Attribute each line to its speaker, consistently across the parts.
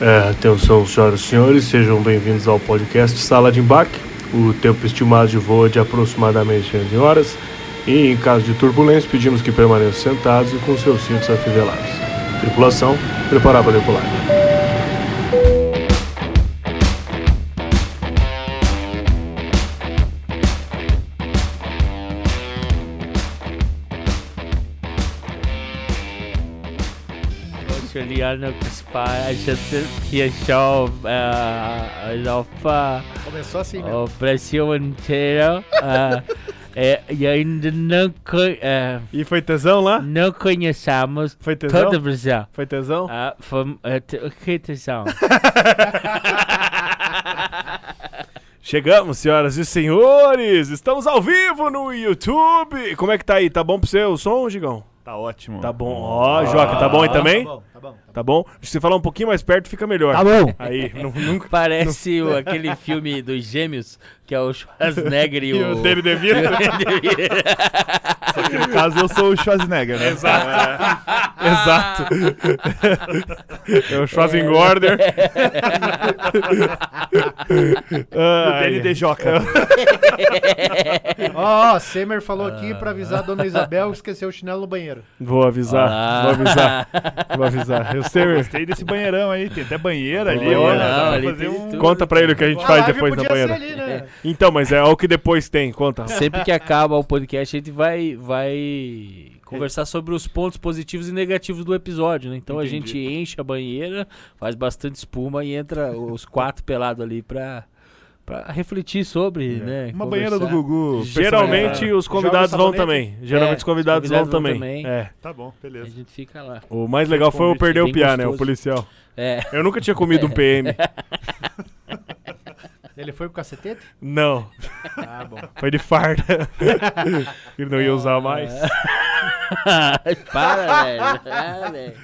Speaker 1: É, atenção, senhoras e senhores, sejam bem-vindos ao podcast Sala de Embarque. O tempo estimado de voo é de aproximadamente 11 horas e, em caso de turbulência, pedimos que permaneçam sentados e com seus cintos afivelados. Tripulação, preparar para decolar.
Speaker 2: Juliano Gaspar, que show a Europa,
Speaker 3: Começou assim, né?
Speaker 2: o Brasil inteiro. ah, é, e ainda não, co- é,
Speaker 3: E foi tesão lá?
Speaker 2: não conheçamos
Speaker 3: Foi tesão?
Speaker 2: todo o Brasil.
Speaker 3: Foi tesão?
Speaker 2: Ah, foi, é, te- que tesão.
Speaker 3: Chegamos, senhoras e senhores! Estamos ao vivo no YouTube! Como é que tá aí? Tá bom pro seu som, Gigão?
Speaker 4: Tá ótimo. Ah.
Speaker 3: Tá bom. Ó, Joca, tá bom aí também?
Speaker 5: Tá bom, tá bom.
Speaker 3: Tá bom? Se você falar um pouquinho mais perto, fica melhor. Tá bom. Aí, nu- nunca...
Speaker 2: Parece o- aquele filme dos gêmeos, que é o Schwarzenegger e
Speaker 3: E o
Speaker 2: o...
Speaker 3: Danny DeVito?
Speaker 4: No caso, eu sou o Schwarzenegger, né? Exato.
Speaker 3: Exato. É o Schwarzenegger. Ah,
Speaker 4: DND Joca.
Speaker 5: Ó, ó, Semer falou
Speaker 2: Ah.
Speaker 5: aqui pra avisar a dona Isabel que esqueceu o chinelo no banheiro.
Speaker 3: Vou avisar,
Speaker 2: Ah.
Speaker 3: vou avisar, vou avisar. Eu sei, meu.
Speaker 4: Gostei desse banheirão aí. Tem até banheira ali.
Speaker 2: Banheirão,
Speaker 4: Olha, dá pra
Speaker 2: ali
Speaker 4: fazer
Speaker 2: tem
Speaker 4: um...
Speaker 2: tudo.
Speaker 3: Conta pra ele o que a gente
Speaker 5: A
Speaker 3: faz
Speaker 5: live
Speaker 3: depois na
Speaker 5: podia
Speaker 3: banheira.
Speaker 5: ser ali, né?
Speaker 3: Então, mas é o que depois tem, conta.
Speaker 2: Sempre que acaba o podcast, a gente vai, vai conversar sobre os pontos positivos e negativos do episódio, né? Então a gente enche a banheira, faz bastante espuma e entra os quatro pelados ali pra, pra refletir sobre, né?
Speaker 4: Uma banheira do
Speaker 2: conversar.
Speaker 4: Gugu.
Speaker 3: Geralmente
Speaker 4: personalizada.
Speaker 3: os convidados
Speaker 5: Joga o
Speaker 3: vão
Speaker 5: sabonete.
Speaker 3: também. Geralmente os convidados,
Speaker 2: os convidados
Speaker 3: vão,
Speaker 2: vão
Speaker 3: também.
Speaker 2: também.
Speaker 3: É.
Speaker 4: Tá bom,
Speaker 2: A
Speaker 4: beleza.
Speaker 2: gente fica lá.
Speaker 3: O mais legal foi eu perder o
Speaker 2: Bem
Speaker 3: piá, né? O
Speaker 2: gostoso.
Speaker 3: policial.
Speaker 2: É.
Speaker 3: Eu nunca tinha comido um PM.
Speaker 5: Ele foi pro cacetete?
Speaker 3: Não.
Speaker 5: Ah, bom.
Speaker 3: Foi de farda. Ele não ia usar mais.
Speaker 2: Para, velho. Ah, velho.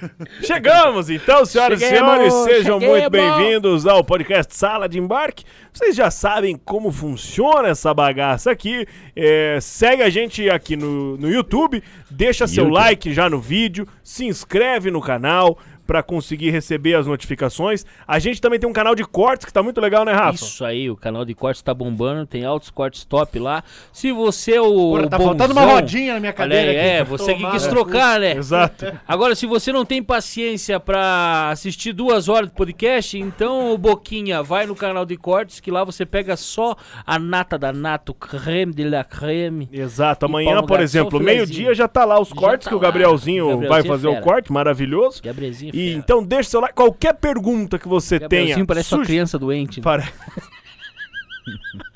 Speaker 3: Chegamos então, senhoras e
Speaker 2: Cheguemos,
Speaker 3: senhores, sejam
Speaker 2: cheguemos.
Speaker 3: muito bem-vindos ao podcast Sala de Embarque. Vocês já sabem como funciona essa bagaça aqui. É, segue a gente aqui no, no YouTube, deixa seu like já no vídeo, se inscreve no canal para conseguir receber as notificações. A gente também tem um canal de cortes que tá muito legal, né, Rafa?
Speaker 2: Isso aí, o canal de cortes tá bombando, tem altos cortes top lá. Se você é o.
Speaker 5: Porra, tá
Speaker 2: bonzão-
Speaker 5: faltando uma rodinha na minha
Speaker 2: Olha
Speaker 5: cadeira
Speaker 2: aí,
Speaker 5: aqui.
Speaker 2: é, você que
Speaker 5: Tomara.
Speaker 2: quis trocar, né?
Speaker 3: Exato.
Speaker 2: Agora, se você não tem paciência pra assistir duas horas de podcast, então, ô Boquinha, vai no canal de cortes que lá você pega só a nata da nata, o creme de la creme.
Speaker 3: Exato,
Speaker 2: E pau
Speaker 3: amanhã,
Speaker 2: no
Speaker 3: por
Speaker 2: gato,
Speaker 3: exemplo,
Speaker 2: só filezinho.
Speaker 3: meio-dia já tá lá os
Speaker 2: Já
Speaker 3: cortes
Speaker 2: tá
Speaker 3: que o
Speaker 2: lá.
Speaker 3: Gabrielzinho,
Speaker 2: Gabrielzinho
Speaker 3: vai
Speaker 2: é
Speaker 3: fazer o
Speaker 2: fera.
Speaker 3: corte, maravilhoso.
Speaker 2: Gabrielzinho é
Speaker 3: E
Speaker 2: fera.
Speaker 3: então deixa seu like, qualquer pergunta que você
Speaker 2: Gabrielzinho
Speaker 3: tenha.
Speaker 2: parece uma
Speaker 3: suge-
Speaker 2: criança doente. Né?
Speaker 3: Para-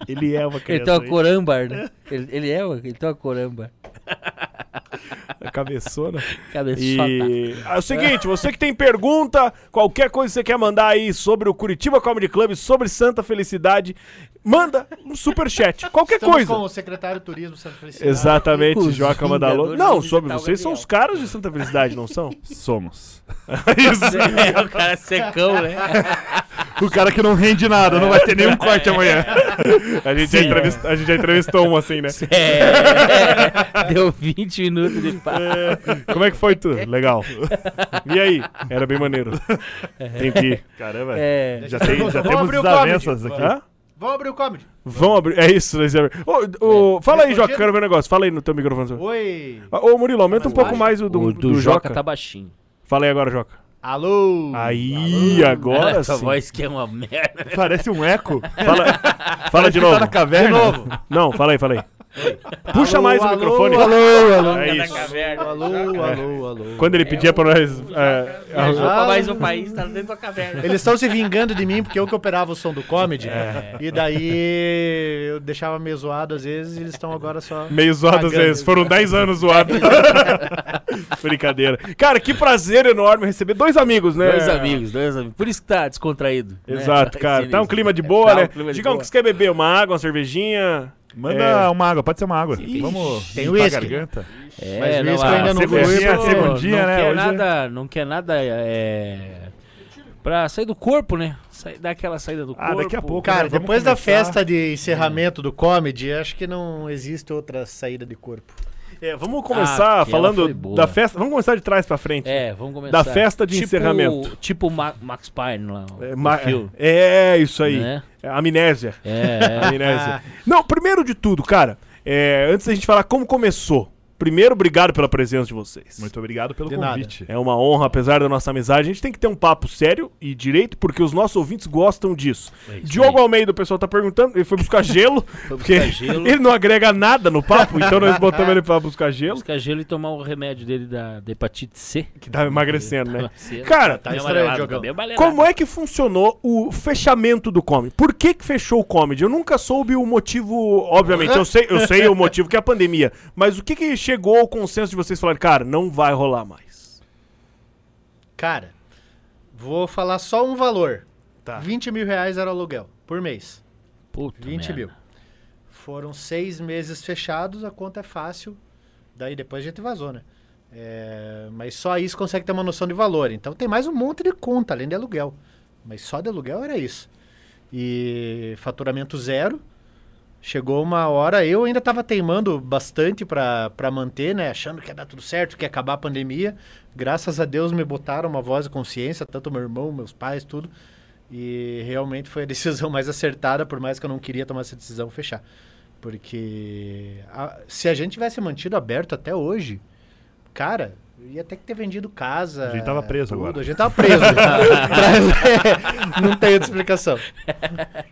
Speaker 3: Ele é uma
Speaker 2: Ele
Speaker 3: criança.
Speaker 2: tem uma
Speaker 3: hein?
Speaker 2: corâmbar, né? Ele, ele é, uma- ele tem uma corâmbar.
Speaker 3: A É cabeçona.
Speaker 2: Cabeçota.
Speaker 3: E é o seguinte, você que tem pergunta, qualquer coisa que você quer mandar aí sobre o Curitiba Comedy Club, sobre Santa Felicidade, manda um superchat, qualquer
Speaker 5: Estamos
Speaker 3: coisa.
Speaker 5: com o secretário de turismo Santa Felicidade.
Speaker 3: Exatamente,
Speaker 2: Os
Speaker 3: Joca Mandalô.
Speaker 2: Vingadores
Speaker 3: Não,
Speaker 2: vão
Speaker 3: sobre
Speaker 2: visitar o
Speaker 3: vocês são
Speaker 2: Gabriel.
Speaker 3: os caras de Santa Felicidade, não são?
Speaker 4: Somos.
Speaker 2: É, o cara é secão, né?
Speaker 4: O cara que não rende nada, não vai ter nenhum corte
Speaker 3: É.
Speaker 4: amanhã.
Speaker 3: A gente, já entrevist- a gente já entrevistou um assim, né?
Speaker 2: É. Deu 20 minutos de papo.
Speaker 3: É. Como é que foi tu? Legal. E aí? Era bem maneiro. Tem que ir.
Speaker 4: Caramba.
Speaker 2: É.
Speaker 4: Já, tem, já
Speaker 5: Vamos
Speaker 4: temos
Speaker 5: abrir o comedy.
Speaker 4: desavenças aqui.
Speaker 3: Hã?
Speaker 5: Vamos abrir o comedy.
Speaker 3: Vão abrir. É isso, Luiz Alberto. Ô, ô, Fala aí,
Speaker 5: Respondido?
Speaker 3: Joca, quero ver um negócio. Fala aí no teu microfone. seu.
Speaker 5: Oi.
Speaker 3: Ah, Ô, Murilo, aumenta um pouco mais o do,
Speaker 2: o
Speaker 3: do, Joca.
Speaker 2: tá baixinho.
Speaker 3: Fala aí agora, Joca.
Speaker 5: Alô.
Speaker 3: Aí, agora
Speaker 2: Essa
Speaker 3: sim.
Speaker 2: voz que é uma merda.
Speaker 4: Parece um eco.
Speaker 3: Fala, fala de novo.
Speaker 4: Tá na caverna.
Speaker 3: Não, fala aí, fala aí. Puxa
Speaker 5: Alô,
Speaker 3: mais o
Speaker 5: alô,
Speaker 3: microfone.
Speaker 5: Alô, alô.
Speaker 4: Tá
Speaker 3: É
Speaker 2: Na
Speaker 3: isso.
Speaker 2: caverna.
Speaker 5: Alô, alô, alô.
Speaker 3: Quando ele pedia pra nós. é,
Speaker 2: Viajou
Speaker 3: arranjar-
Speaker 2: pra mais um país, tá dentro da caverna.
Speaker 5: Eles estão se vingando de mim porque eu que operava o som do comedy.
Speaker 2: É.
Speaker 5: E daí eu deixava meio zoado às vezes e eles estão agora só.
Speaker 3: Meio zoado às
Speaker 5: Cagando.
Speaker 3: vezes. Foram 10 anos zoados. Brincadeira. Cara, que prazer enorme receber dois amigos, né?
Speaker 2: Dois amigos, dois amigos. Por isso que tá descontraído. né?
Speaker 3: Exato, cara. Tá um
Speaker 2: Sinistro.
Speaker 3: clima de boa,
Speaker 2: Tá um
Speaker 3: né?
Speaker 2: clima de
Speaker 3: Digam
Speaker 2: boa.
Speaker 3: que você quer beber uma água, uma cervejinha.
Speaker 4: Manda
Speaker 3: É.
Speaker 4: uma água, pode ser uma água. Vamos
Speaker 5: tem
Speaker 4: limpar
Speaker 5: uísque.
Speaker 4: a garganta.
Speaker 2: É,
Speaker 5: Mas o
Speaker 2: não,
Speaker 5: uísque
Speaker 2: a-
Speaker 5: ainda não
Speaker 2: cervejinha,
Speaker 4: foi, pô.
Speaker 2: não
Speaker 4: Segundinha, né,
Speaker 2: Quer
Speaker 4: hoje.
Speaker 2: nada, não quer nada é, pra sair do corpo, né? Sair, dar aquela saída do
Speaker 4: Ah,
Speaker 2: corpo.
Speaker 4: daqui a pouco.
Speaker 5: Cara,
Speaker 4: Vamos
Speaker 5: depois da
Speaker 4: começar. Hum.
Speaker 5: festa de encerramento do comedy, acho que não existe outra saída de corpo.
Speaker 3: É, vamos começar
Speaker 2: aquela Ah, foi
Speaker 3: falando
Speaker 2: boa.
Speaker 3: da festa. Vamos começar de trás pra frente.
Speaker 2: É, vamos começar.
Speaker 3: Da festa de
Speaker 2: Tipo-
Speaker 3: encerramento.
Speaker 2: Tipo Ma- Max Payne lá.
Speaker 3: É,
Speaker 2: o
Speaker 3: ma-
Speaker 2: filme,
Speaker 3: é, isso aí.
Speaker 2: né?
Speaker 3: É, amnésia.
Speaker 2: É, é.
Speaker 3: Amnésia. Não, primeiro de tudo, cara, é, antes da gente falar como começou, primeiro, obrigado pela presença de vocês.
Speaker 4: Muito obrigado pelo
Speaker 5: De nada.
Speaker 4: convite.
Speaker 3: É uma honra, apesar da nossa amizade. A gente tem que ter um papo sério e direito, porque os nossos ouvintes gostam disso.
Speaker 4: É
Speaker 3: Diogo Almeida, o pessoal tá perguntando, ele foi buscar gelo,
Speaker 2: Foi
Speaker 3: porque
Speaker 2: buscar gelo.
Speaker 3: ele não agrega nada no papo, então nós botamos ele pra buscar gelo,
Speaker 2: Buscar gelo e tomar o remédio dele da, da hepatite C.
Speaker 3: que tá emagrecendo, né?
Speaker 2: C,
Speaker 3: Cara,
Speaker 2: tá
Speaker 5: estranho,
Speaker 2: amarelado,
Speaker 5: Diogão.
Speaker 2: tá bem amarelado.
Speaker 3: como é que funcionou o fechamento do comedy? Por que que fechou o comedy? Eu nunca soube o motivo, obviamente, eu sei, eu sei o motivo, que é a pandemia, mas o que que chegou ao consenso de vocês falar, cara, não vai rolar mais?
Speaker 5: Cara, vou falar só um valor.
Speaker 3: Tá.
Speaker 5: 20 mil reais era o aluguel por mês.
Speaker 2: Puta
Speaker 5: 20
Speaker 2: merda.
Speaker 5: mil. Foram seis meses fechados, a conta é fácil. Daí depois a gente vazou, né? É, mas só isso consegue ter uma noção de valor. Então tem mais um monte de conta, além de aluguel. Mas só de aluguel era isso. E faturamento zero. Chegou uma hora, eu ainda estava teimando bastante para manter, né? Achando que ia dar tudo certo, que ia acabar a pandemia. Graças a Deus me botaram uma voz de consciência, tanto meu irmão, meus pais, tudo. E realmente foi a decisão mais acertada, por mais que eu não queria tomar essa decisão, fechar. Porque a- se a gente tivesse mantido aberto até hoje, cara, ia até que ter vendido casa.
Speaker 4: A gente tava preso agora.
Speaker 5: A gente tava preso. Pra- não tem outra explicação.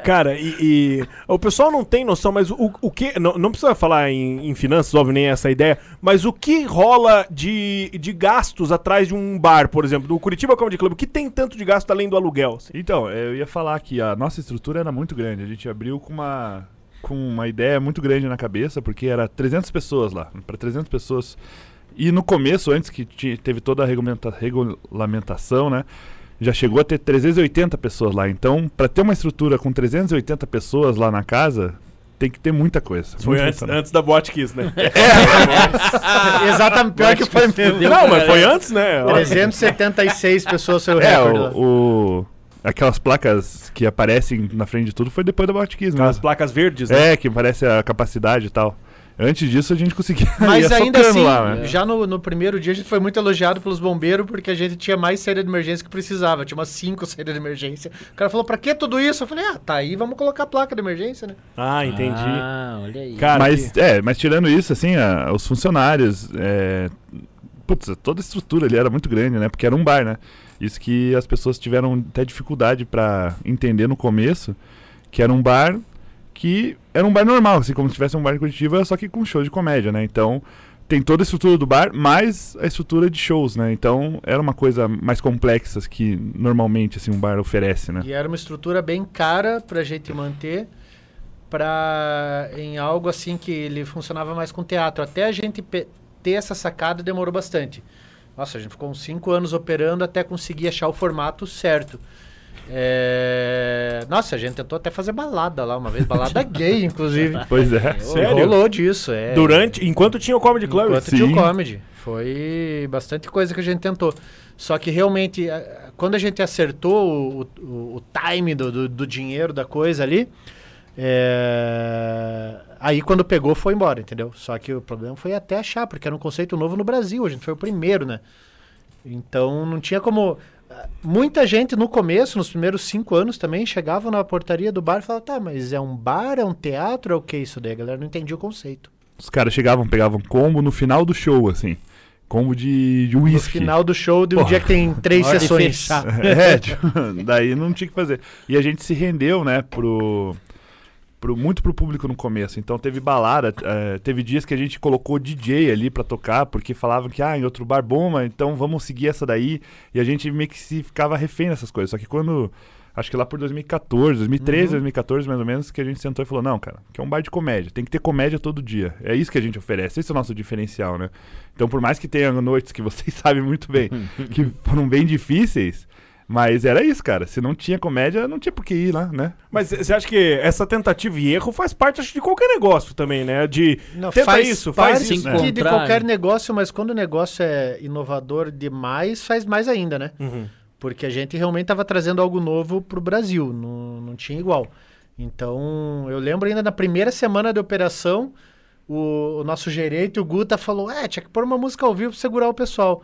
Speaker 3: Cara, e, e o pessoal não tem noção, mas o, o que. Não, não precisa falar em, em finanças, óbvio, nem essa ideia, mas o que rola de, de gastos atrás de um bar, por exemplo, do Curitiba Comedy Club, o que tem tanto de gasto além do aluguel? assim?
Speaker 4: Então, eu ia falar que a nossa estrutura era muito grande. A gente abriu com uma, com uma ideia muito grande na cabeça, porque era 300 pessoas lá, para 300 pessoas. E no começo, antes que ti- teve toda a regulamenta- regulamentação, né? Já chegou a ter 380 pessoas lá. Então, para ter uma estrutura com 380 pessoas lá na casa, tem que ter muita coisa.
Speaker 3: Foi
Speaker 4: muito
Speaker 3: antes,
Speaker 4: funcionário.
Speaker 3: antes da Botkiss, né?
Speaker 5: Exatamente, pior que foi mesmo.
Speaker 3: não, mas foi antes, né?
Speaker 5: 376 pessoas foi o
Speaker 4: É,
Speaker 5: recorde. lá.
Speaker 4: o, o- aquelas placas que aparecem na frente de tudo foi depois da Botkiss mesmo.
Speaker 3: As placas verdes, né?
Speaker 4: É, que parece a capacidade e tal. Antes disso a gente conseguia.
Speaker 5: Mas
Speaker 4: ia
Speaker 5: ainda
Speaker 4: socando
Speaker 5: assim,
Speaker 4: lá, né?
Speaker 5: já no, no primeiro dia a gente foi muito elogiado pelos bombeiros porque a gente tinha mais saída de emergência que precisava. Tinha umas cinco saídas de emergência. O cara falou, pra que tudo isso? Eu falei, ah, tá aí, vamos colocar a placa de emergência, né?
Speaker 3: Ah, entendi.
Speaker 2: Ah, olha aí.
Speaker 3: Cara,
Speaker 4: Mas, é, mas tirando isso, assim, a- os funcionários. é, putz, toda a estrutura ali era muito grande, né? Porque era um bar, né? Isso que as pessoas tiveram até dificuldade pra entender no começo, que era um bar que era um bar normal, assim, como se tivesse um bar em Curitiba, só que com show de comédia, né? Então, tem toda a estrutura do bar, mais a estrutura de shows, né? Então, era uma coisa mais complexa que normalmente, assim, um bar oferece,
Speaker 3: É.
Speaker 4: né?
Speaker 5: E era uma estrutura bem cara pra gente manter pra, em algo assim que ele funcionava mais com teatro. Até a gente pe- ter essa sacada demorou bastante. Nossa, a gente ficou uns cinco anos operando até conseguir achar o formato certo. É, Nossa, a gente tentou até fazer balada lá uma vez, balada gay, inclusive.
Speaker 4: Pois é.
Speaker 3: Sério?
Speaker 5: Rolou disso, é.
Speaker 3: durante. Enquanto tinha o Comedy Club.
Speaker 5: Enquanto tinha o
Speaker 4: Sim.
Speaker 5: comedy. Foi bastante coisa que a gente tentou. Só que realmente, a- quando a gente acertou o, o, o time do, do, do dinheiro da coisa ali, é, aí quando pegou foi embora, entendeu? Só que o problema foi até achar, porque era um conceito novo no Brasil, a gente foi o primeiro, né? Então não tinha como. ah, Muita gente no começo, nos primeiros cinco anos também, chegava na portaria do bar e falava: tá, mas é um bar, é um teatro, é o que isso daí? A galera não entendia o conceito.
Speaker 4: Os caras chegavam, pegavam combo no final do show, assim. Combo de, de
Speaker 5: No
Speaker 4: whisky.
Speaker 5: final do show de um dia que tem três
Speaker 2: Hora de
Speaker 5: sessões.
Speaker 2: fechar.
Speaker 4: É, tipo, daí não tinha o que fazer. E a gente se rendeu, né, pro, pro muito pro público no começo. Então teve balada, eh, teve dias que a gente colocou DJ ali pra tocar, porque falavam que, ah, em outro bar bomba, então vamos seguir essa daí. E a gente meio que se ficava refém dessas coisas. Só que quando. Acho que lá por 2014, 2013, 2014 mais ou menos, que a gente sentou e falou: não, cara, que é um bar de comédia, tem que ter comédia todo dia. É isso que a gente oferece, esse é o nosso diferencial, né? Então, por mais que tenha noites que vocês sabem muito bem, que foram bem difíceis, mas era isso, cara. Se não tinha comédia, não tinha por que ir lá, né?
Speaker 3: Mas você acha que essa tentativa e erro faz parte acho, de qualquer negócio também, né? De
Speaker 5: Não,
Speaker 3: tenta
Speaker 5: faz
Speaker 3: isso,
Speaker 5: parte
Speaker 3: faz isso.
Speaker 2: sim,
Speaker 3: né?
Speaker 2: com-
Speaker 5: de
Speaker 2: Contrário.
Speaker 5: qualquer negócio, mas quando o negócio é inovador demais, faz mais ainda, né?
Speaker 3: Uhum.
Speaker 5: Porque a gente realmente estava trazendo algo novo pro Brasil, não, não tinha igual. Então, eu lembro ainda na primeira semana de operação, o, o nosso gerente, o Guta, falou: é, tinha que pôr uma música ao vivo pra segurar o pessoal.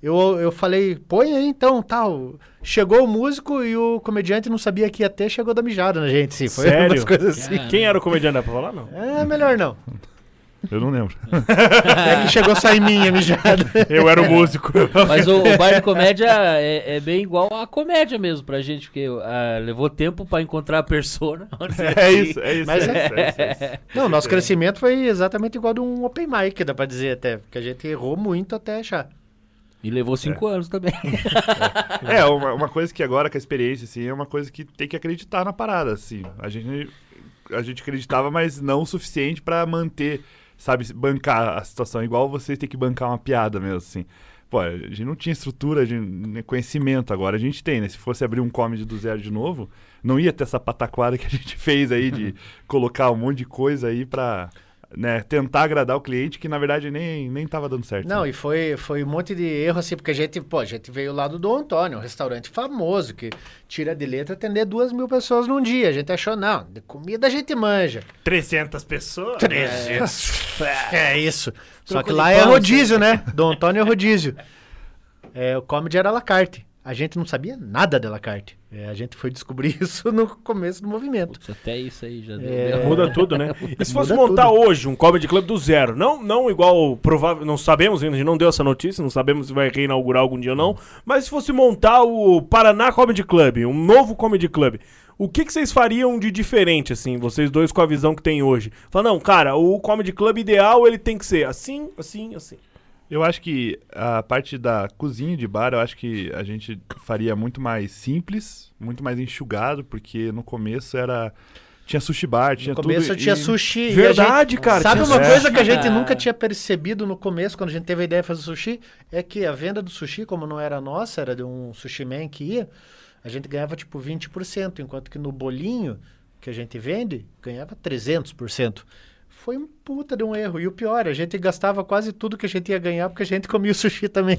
Speaker 5: Eu, eu falei, põe aí então, tal. Chegou o músico e o comediante não sabia que ia ter, chegou da mijada na gente, sim. Foi
Speaker 3: Sério?
Speaker 5: uma das coisas assim.
Speaker 2: Cara,
Speaker 3: Quem era o comediante? Não é pra falar, não.
Speaker 5: É, melhor não.
Speaker 4: Eu não lembro.
Speaker 5: É que chegou só em mim a mijada.
Speaker 4: Eu era o músico.
Speaker 2: Mas o, o bar de comédia é, é bem igual à comédia mesmo pra gente, porque ah, levou tempo pra encontrar a persona.
Speaker 4: É isso, é isso.
Speaker 5: Mas
Speaker 4: é, isso, é isso, é isso.
Speaker 5: Não, nosso crescimento foi exatamente igual de um open mic, dá pra dizer até. Porque a gente errou muito até achar.
Speaker 2: E levou cinco anos também.
Speaker 4: É, uma, uma coisa que agora com a experiência, assim, é uma coisa que tem que acreditar na parada, assim. A gente, a gente acreditava, mas não o suficiente pra manter, sabe, se bancar a situação. Igual vocês têm que bancar uma piada mesmo, assim. Pô, a gente não tinha estrutura, a gente- nem conhecimento agora a gente tem, né? Se fosse abrir um comedy do zero de novo, não ia ter essa pataquada que a gente fez aí de colocar um monte de coisa aí pra né, tentar agradar o cliente, que na verdade nem, nem tava dando certo.
Speaker 5: Não,
Speaker 4: né?
Speaker 5: e foi, foi um monte de erro, assim, porque a gente, pô, a gente veio lá do Dom Antônio, um restaurante famoso, que tira de letra atender duas mil pessoas num dia. A gente achou, não, de comida a gente manja.
Speaker 3: 300 pessoas?
Speaker 5: 300. É isso. Só
Speaker 2: Trocou
Speaker 5: que
Speaker 2: de
Speaker 5: lá é
Speaker 2: pau,
Speaker 5: rodízio, né? Dom Antônio é rodízio. É, o comedy era à la carte. A gente não sabia nada de la carte. É, a gente foi descobrir isso no começo do movimento.
Speaker 2: Putz, até isso aí já deu.
Speaker 5: É.
Speaker 2: deu-
Speaker 3: Muda tudo, né? E se fosse
Speaker 5: Muda
Speaker 3: montar hoje um comedy club do zero, não, não igual provável, não sabemos ainda, a gente não deu essa notícia, não sabemos se vai reinaugurar algum dia ou não, mas se fosse montar o Paraná Comedy Club, um novo comedy club, o que, que vocês fariam de diferente, assim, vocês dois com a visão que tem hoje? Fala, não, cara, o comedy club ideal ele tem que ser assim, assim, assim.
Speaker 4: Eu acho que a parte da cozinha de bar, eu acho que a gente faria muito mais simples, muito mais enxugado, porque no começo era. Tinha sushi bar, tinha
Speaker 5: No
Speaker 4: tudo.
Speaker 5: começo
Speaker 4: e-
Speaker 5: tinha sushi. e a
Speaker 3: Verdade,
Speaker 5: gente-
Speaker 3: cara, tinha
Speaker 5: Sabe uma
Speaker 4: sushi.
Speaker 5: coisa que a gente
Speaker 2: Ah.
Speaker 5: nunca tinha percebido no começo, quando a gente teve a ideia de fazer sushi? É que a venda do sushi, como não era nossa, era de um sushi man que ia, a gente ganhava tipo 20%, enquanto que no bolinho que a gente vende, ganhava 300%. Foi um puta de um erro. E o pior, a gente gastava quase tudo que a gente ia ganhar porque a gente comia o sushi também.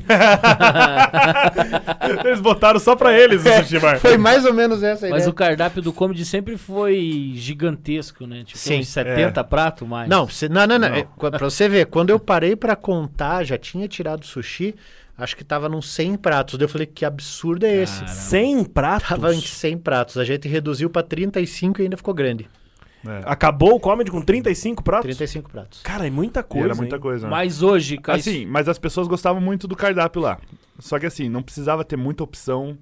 Speaker 4: Eles botaram só pra eles
Speaker 5: É.
Speaker 4: o sushi bar.
Speaker 5: Foi mais ou menos essa a
Speaker 2: Mas
Speaker 5: ideia.
Speaker 2: o cardápio do comedy sempre foi gigantesco, né? Tipo,
Speaker 5: Sim.
Speaker 2: uns 70 pratos mais.
Speaker 5: Não, você- não, não, não. É, qu- Pra você ver, quando eu parei pra contar, já tinha tirado sushi, acho que tava num 100 pratos. Daí eu falei, que absurdo é esse?
Speaker 2: Caramba.
Speaker 3: Sem pratos.
Speaker 5: Tava em 100 pratos. A gente reduziu pra 35 e ainda ficou grande.
Speaker 3: Acabou o comedy com 35 pratos?
Speaker 5: 35 pratos.
Speaker 3: Cara, é muita
Speaker 4: E
Speaker 3: coisa.
Speaker 4: era muita
Speaker 3: hein?
Speaker 4: coisa. né?
Speaker 2: Mas hoje, cara.
Speaker 4: Assim, mas as pessoas gostavam muito do cardápio lá. Só que assim, não precisava ter muita opção,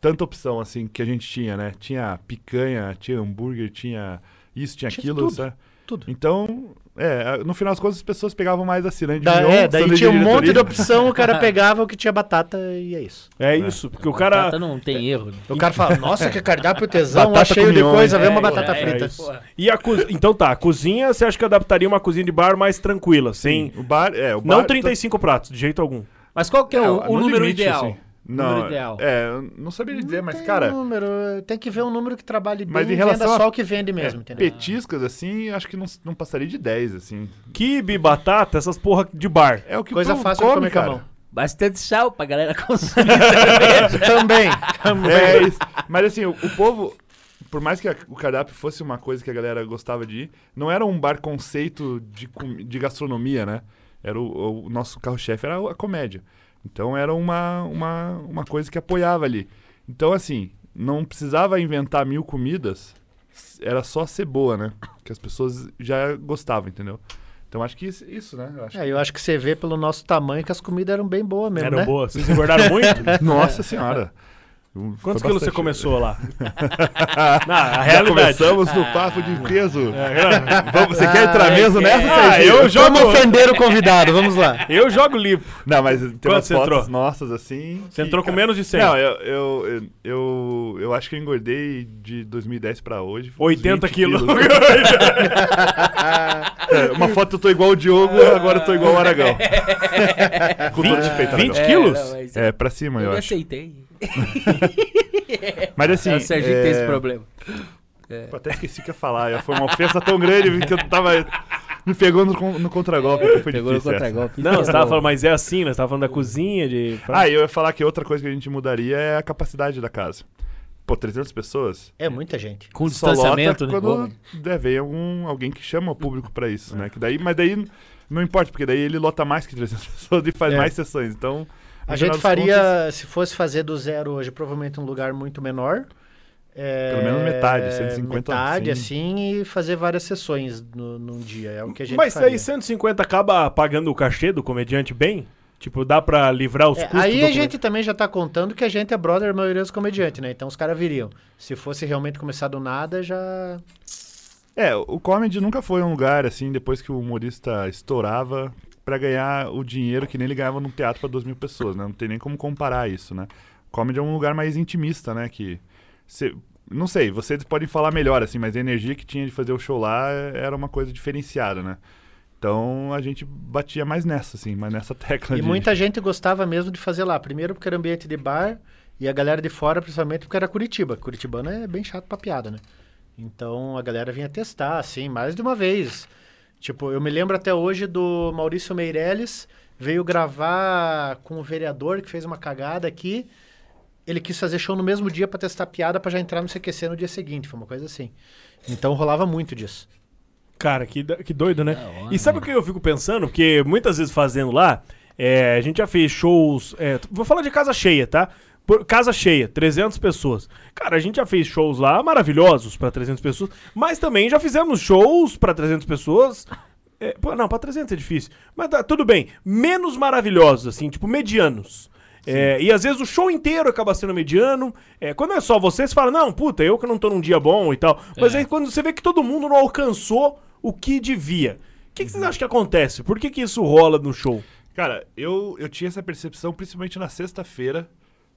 Speaker 4: tanta opção assim que a gente tinha, né? Tinha picanha, tinha hambúrguer, tinha isso, tinha,
Speaker 5: Tinha
Speaker 4: aquilo,
Speaker 5: tudo,
Speaker 4: sabe?
Speaker 5: tudo.
Speaker 4: Então, é, no final das contas as pessoas pegavam mais assim, né?
Speaker 5: Da-
Speaker 4: Mignon,
Speaker 5: é, daí
Speaker 4: sanduíche
Speaker 5: tinha um monte de
Speaker 4: diretoria.
Speaker 5: opção, o cara pegava o que tinha batata e é isso.
Speaker 3: É isso, porque o cara.
Speaker 2: Batata não tem erro. né?
Speaker 5: O cara fala, nossa, que cardápio tesão,
Speaker 4: Batata
Speaker 5: ó, cheio
Speaker 4: com
Speaker 5: de
Speaker 4: mignon,
Speaker 5: coisa,
Speaker 4: hein?
Speaker 5: vem uma
Speaker 4: É,
Speaker 5: batata
Speaker 2: é,
Speaker 5: frita.
Speaker 2: isso.
Speaker 3: E a cozinha. Então tá, a cozinha você acha que adaptaria uma cozinha de bar mais tranquila, sem.
Speaker 4: O bar, é, o bar
Speaker 3: Não 35 pratos, de jeito algum.
Speaker 2: Mas qual que é,
Speaker 4: É,
Speaker 2: o, o
Speaker 4: no
Speaker 2: número
Speaker 4: limite,
Speaker 2: ideal?
Speaker 4: assim.
Speaker 2: O
Speaker 4: Não,
Speaker 2: número ideal.
Speaker 4: É, eu não saberia dizer, mas
Speaker 5: Tem
Speaker 4: cara,
Speaker 5: número, tem que ver um número que trabalhe bem
Speaker 4: Mas em
Speaker 5: e venda
Speaker 4: relação a-
Speaker 5: só o que vende mesmo, entendeu?
Speaker 4: petiscas assim, acho que não, não passaria de 10 assim.
Speaker 3: Kibe, batata, essas porra de bar.
Speaker 4: É o que
Speaker 5: Coisa
Speaker 4: o povo
Speaker 5: fácil de
Speaker 4: come,
Speaker 5: comer com a
Speaker 4: cara.
Speaker 5: mão.
Speaker 2: Bastante sal pra galera consumir.
Speaker 5: Também.
Speaker 4: É isso. Mas assim, o, o povo, por mais que a- o cardápio fosse uma coisa que a galera gostava de ir, não era um bar conceito de, com- de gastronomia, né? Era o, o nosso carro-chefe era a comédia. Então era uma, uma, uma coisa que apoiava ali. Então, assim, não precisava inventar mil comidas, era só ser boa, né? Que as pessoas já gostavam, entendeu? Então acho que isso, isso, né? Eu acho
Speaker 5: É, eu acho que você vê pelo nosso tamanho que as comidas eram bem boas mesmo,
Speaker 3: Eram
Speaker 5: né?
Speaker 3: boas. Vocês engordaram muito?
Speaker 4: que- Nossa senhora! Eu- foi
Speaker 3: É. Quantos quilos você
Speaker 4: bastante.
Speaker 3: começou lá? Não, É a
Speaker 4: Já
Speaker 3: realidade.
Speaker 4: começamos
Speaker 2: Ah.
Speaker 4: no papo de peso.
Speaker 3: É,
Speaker 4: Vamos, você quer entrar mesmo nessa,
Speaker 3: Ah,
Speaker 4: Serginho?
Speaker 3: eu jogo.
Speaker 5: Vamos ofender o convidado, vamos lá.
Speaker 3: Eu jogo limpo.
Speaker 4: Não, mas tem
Speaker 3: Quanto
Speaker 4: umas
Speaker 3: você
Speaker 4: fotos
Speaker 3: entrou?
Speaker 4: nossas assim...
Speaker 3: Você
Speaker 4: que-
Speaker 3: entrou com menos de 100.
Speaker 4: Não, eu, eu, eu, eu, eu acho que eu engordei de 2010 pra hoje. uns
Speaker 3: 80
Speaker 4: 20
Speaker 3: quilos.
Speaker 4: É, uma foto eu tô igual o Diogo,
Speaker 2: Ah.
Speaker 4: agora eu tô igual o Aragão. com todo respeito,
Speaker 3: 20
Speaker 4: Aragão.
Speaker 3: quilos?
Speaker 2: não, mas-
Speaker 4: É, pra cima, eu,
Speaker 2: Eu me
Speaker 4: acho.
Speaker 2: aceitei.
Speaker 4: Mas assim...
Speaker 2: assim, o Serginho
Speaker 4: é,
Speaker 2: tem esse problema.
Speaker 4: eu Até esqueci o que ia falar. Foi uma ofensa tão grande que eu tava... Me pegou no, con- no contragolpe, que foi
Speaker 2: Pegou no
Speaker 4: difícil essa.
Speaker 2: contragolpe.
Speaker 3: Não, você tava falando, mas é assim, né? Você tava falando da cozinha, de.
Speaker 4: Ah, e eu ia falar que outra coisa que a gente mudaria é a capacidade da casa. pô, 300 pessoas.
Speaker 5: É muita gente.
Speaker 2: Com
Speaker 4: Só lota
Speaker 2: distanciamento, né?
Speaker 4: quando né, vem algum, alguém que chama o público pra isso,
Speaker 5: É.
Speaker 4: né? Que daí, mas daí não importa, porque daí ele lota mais que 300 pessoas e faz
Speaker 5: É.
Speaker 4: mais sessões. Então, no
Speaker 5: A
Speaker 4: final
Speaker 5: gente
Speaker 4: das
Speaker 5: faria,
Speaker 4: contas,
Speaker 5: se fosse fazer do zero hoje, provavelmente um lugar muito menor. É,
Speaker 4: Pelo menos metade, 150,
Speaker 5: Metade,
Speaker 4: assim.
Speaker 5: assim, e fazer várias sessões no, num dia. É o que a gente
Speaker 3: Mas
Speaker 5: faria.
Speaker 3: aí 150 acaba pagando o cachê do comediante bem? Tipo, dá pra livrar os
Speaker 5: É,
Speaker 3: custos
Speaker 5: aí
Speaker 3: do
Speaker 5: a gente também já tá contando que a gente é brother da maioria dos comediantes, né? Então os caras viriam. Se fosse realmente começar do nada, já.
Speaker 4: É, o comedy nunca foi um lugar assim, depois que o humorista estourava, pra ganhar o dinheiro que nem ele ganhava num teatro pra 2 mil pessoas, né? Não tem nem como comparar isso, né? Comedy é um lugar mais intimista, né? Que. cê- não sei, vocês podem falar melhor, assim, mas a energia que tinha de fazer o show lá era uma coisa diferenciada, né? Então a gente batia mais nessa, assim, mais nessa tecla
Speaker 5: E
Speaker 4: de.
Speaker 5: muita gente gostava mesmo de fazer lá. Primeiro porque era ambiente de bar e a galera de fora, principalmente porque era Curitiba. Curitibano é bem chato pra piada, né? Então a galera vinha testar, assim, mais de uma vez. Tipo, eu me lembro até hoje do Maurício Meirelles veio gravar com o vereador que fez uma cagada aqui. Ele quis fazer show no mesmo dia pra testar piada pra já entrar no CQC no dia seguinte, foi uma coisa assim. Então rolava muito disso.
Speaker 3: Cara, que, do- que doido, né? E sabe o que eu fico pensando? Porque muitas vezes fazendo lá, é, a gente já fez shows. é, t- vou falar de casa cheia, tá? Por- casa cheia, 300 pessoas. Cara, a gente já fez shows lá maravilhosos pra 300 pessoas, mas também já fizemos shows pra 300 pessoas. é, pô, não, pra 300 é difícil. Mas tá, tudo bem. Menos maravilhosos, assim, tipo medianos. É, e às vezes o show inteiro acaba sendo mediano. É, quando é só você, você fala, não, puta, eu que não tô num dia bom e tal. Mas aí quando você vê que todo mundo não alcançou o que devia. O que, que vocês acham que acontece? Por que, que isso rola no show?
Speaker 4: Cara, eu, eu tinha essa percepção principalmente na sexta-feira.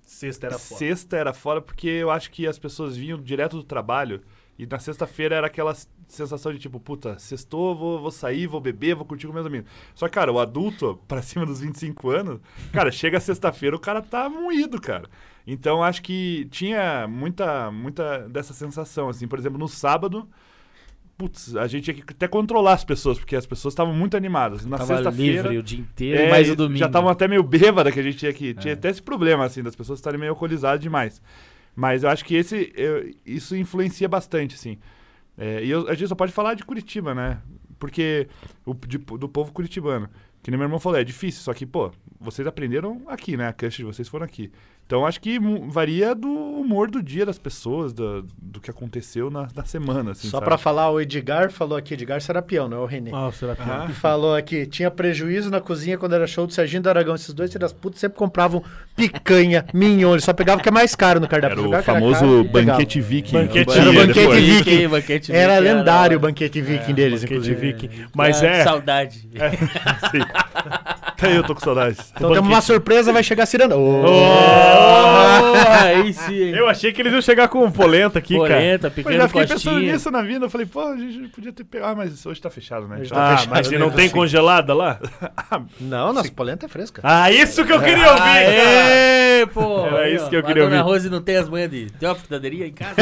Speaker 3: Sexta
Speaker 4: Sexta era fora porque eu acho que as pessoas vinham direto do trabalho e na sexta-feira era aquela s- sensação de tipo, puta, sextou, vou, vou sair, vou beber, vou curtir com meus amigos. Só que, cara, o adulto, pra cima dos 25 anos, cara, chega sexta-feira, o cara tá moído, cara. Então, acho que tinha muita, muita dessa sensação, assim. Por exemplo, no sábado, putz, a gente tinha que até controlar as pessoas, porque as pessoas estavam muito animadas. Na
Speaker 2: Tava
Speaker 4: sexta-feira...
Speaker 2: livre o dia inteiro,
Speaker 4: É,
Speaker 2: mais o É. domingo.
Speaker 4: Já estavam até meio bêbada que a gente tinha aqui. Tinha até esse problema, assim, das pessoas estarem meio alcoolizadas demais. Mas eu acho que esse, eu- isso influencia bastante, assim. É, e eu- a gente só pode falar de Curitiba, né? Porque o, de- do povo curitibano. Que nem meu irmão falou, é difícil, só que, pô, vocês aprenderam aqui, né? A cancha de vocês foram aqui. Então acho que mu- varia do humor do dia das pessoas, do, do que aconteceu na, na semana, assim.
Speaker 5: Só
Speaker 4: sabe?
Speaker 5: pra falar, o Edgar falou aqui, Edgar Serapião, não é o René.
Speaker 3: Ah, será que
Speaker 5: E falou aqui, tinha prejuízo na cozinha quando era show do Serginho do Aragão. Esses dois filhos das putas sempre compravam picanha, mignon. Eles só pegavam o que é mais caro no cardápio.
Speaker 4: Era
Speaker 5: Jogava
Speaker 4: o
Speaker 5: que era
Speaker 4: famoso
Speaker 5: caro, pegava.
Speaker 4: banquete viking.
Speaker 3: Banquete-
Speaker 5: Era o
Speaker 3: Tinha,
Speaker 5: banquete
Speaker 4: depois.
Speaker 5: viking.
Speaker 2: banquete
Speaker 5: Era
Speaker 2: viking,
Speaker 5: lendário
Speaker 2: era-
Speaker 5: o banquete viking deles, inclusive.
Speaker 3: Mas
Speaker 2: Ah,
Speaker 3: é.
Speaker 2: Saudade.
Speaker 4: Até Tá eu tô com saudades.
Speaker 5: Então temos uma surpresa, vai chegar a Ciranda. Ô,
Speaker 2: Oh, aí sim.
Speaker 3: Eu achei que eles iam chegar com polenta aqui, cara.
Speaker 2: Polenta,
Speaker 4: Mas
Speaker 2: pequeno
Speaker 4: já fiquei pensando
Speaker 2: coxinha.
Speaker 4: nisso na vida. Eu falei, pô, a gente podia ter pegado. Ah, mas hoje tá fechado, né? Então-
Speaker 3: Ah, mas se não tem congelada lá?
Speaker 5: Não, nossa polenta é fresca.
Speaker 3: Ah, é. isso que eu queria ouvir, cara.
Speaker 2: Aê, pô.
Speaker 3: Era
Speaker 2: Aí,
Speaker 3: isso
Speaker 2: ó,
Speaker 3: que eu
Speaker 2: a
Speaker 3: queria
Speaker 2: Dona
Speaker 3: ouvir.
Speaker 2: Rose não tem as manhas de... Tem uma fritaderia em casa?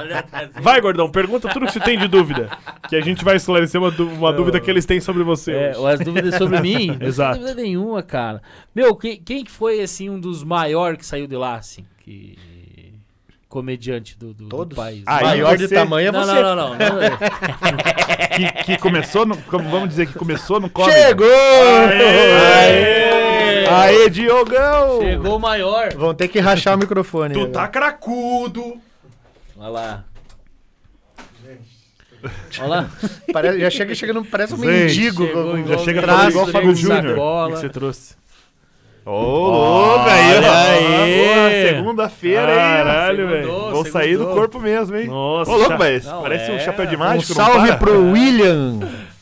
Speaker 2: Olha atrás aí.
Speaker 3: Vai, gordão, pergunta tudo que você tem de dúvida. Que a gente vai esclarecer uma, dú- uma dúvida que eles têm sobre você.
Speaker 2: É,
Speaker 3: hoje.
Speaker 2: ou as dúvidas sobre mim? Não
Speaker 3: Exato.
Speaker 2: tem dúvida nenhuma, cara. Meu, quem, quem que foi, assim, um dos maiores que saiu de lá, assim? Que... Comediante do, do, do
Speaker 5: Todos.
Speaker 2: país.
Speaker 4: Ah, Aí
Speaker 5: Maior de
Speaker 4: você-
Speaker 5: tamanho é
Speaker 2: não,
Speaker 5: você.
Speaker 2: não, não, não, não.
Speaker 4: Que, que começou, no, como vamos dizer que começou no comedy. É.
Speaker 5: Chegou!
Speaker 3: Aê!
Speaker 4: Aê, Diogão!
Speaker 2: Chegou o maior.
Speaker 5: Vão ter que rachar o microfone.
Speaker 3: Tu tá cracudo!
Speaker 2: Olha lá. Olha lá.
Speaker 5: Parece- já chega chegando, parece um
Speaker 4: Gente,
Speaker 5: mendigo.
Speaker 2: chegou
Speaker 5: com-
Speaker 4: já
Speaker 2: igual-
Speaker 4: chega
Speaker 2: traço,
Speaker 4: falando igual o Fábio
Speaker 2: chegou com
Speaker 4: Júnior.
Speaker 2: sacola.
Speaker 3: O que que você trouxe?
Speaker 4: Ô, louco aí,
Speaker 2: Olha
Speaker 4: ó.
Speaker 2: aí.
Speaker 4: Boa, Segunda-feira, hein?
Speaker 3: Caralho, velho.
Speaker 2: Segundou,
Speaker 4: Vão
Speaker 2: segundou.
Speaker 4: sair do corpo mesmo, hein?
Speaker 3: Nossa,
Speaker 4: Ô, louco,
Speaker 3: cha-
Speaker 4: mas
Speaker 2: Não,
Speaker 4: parece um
Speaker 2: é.
Speaker 4: chapéu de
Speaker 5: Um
Speaker 4: mágico. não
Speaker 5: salve
Speaker 4: para?
Speaker 5: pro William,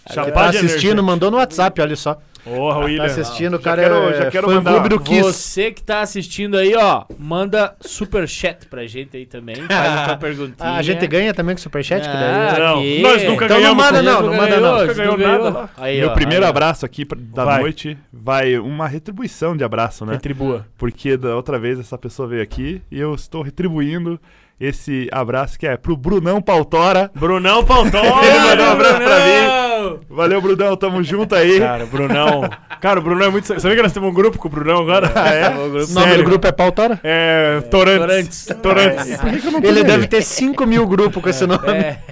Speaker 5: que tá
Speaker 3: Chapado de
Speaker 5: assistindo,
Speaker 3: energia.
Speaker 5: mandou no WhatsApp, olha só.
Speaker 3: Porra,
Speaker 5: Tá
Speaker 3: William.
Speaker 5: assistindo, o
Speaker 4: Já
Speaker 5: cara
Speaker 4: quero-
Speaker 5: é
Speaker 4: já quero
Speaker 5: fã
Speaker 4: mandar-
Speaker 5: clube do Kiss.
Speaker 2: Você que tá assistindo aí, ó, manda superchat pra gente aí também. Faz a tua perguntinha.
Speaker 5: Ah, a gente ganha também com Superchat?
Speaker 2: Ah,
Speaker 5: que daí...
Speaker 3: Não,
Speaker 2: aqui.
Speaker 3: nós nunca
Speaker 5: Então não
Speaker 3: ganhamos.
Speaker 5: manda não,
Speaker 2: Nunca
Speaker 5: não manda
Speaker 2: ganhou,
Speaker 5: não.
Speaker 3: Nunca ganhou
Speaker 2: ganhou.
Speaker 3: nada lá.
Speaker 2: Aí,
Speaker 4: Meu
Speaker 2: ó,
Speaker 4: primeiro
Speaker 2: aí, ó.
Speaker 4: abraço aqui pra- da
Speaker 3: Vai.
Speaker 4: noite vai uma retribuição de abraço, né?
Speaker 3: Retribua.
Speaker 4: Porque da outra vez essa pessoa veio aqui e eu estou retribuindo esse abraço que é pro Brunão Pautora.
Speaker 3: Brunão Pautora!
Speaker 4: Ele mandou um abraço pra mim. Valeu, Brunão, tamo junto aí.
Speaker 3: Cara, o Brunão. Cara, o Brunão é muito. Sabia que nós temos um grupo com o Brunão agora? Ah,
Speaker 5: O
Speaker 3: é?
Speaker 5: nome do
Speaker 3: Sério.
Speaker 5: grupo é Pautora?
Speaker 3: É, Torantes.
Speaker 2: Torantes.
Speaker 3: Torantes.
Speaker 4: Por que que eu não tô
Speaker 5: Ele
Speaker 4: aí?
Speaker 5: deve ter 5 mil grupos com esse nome.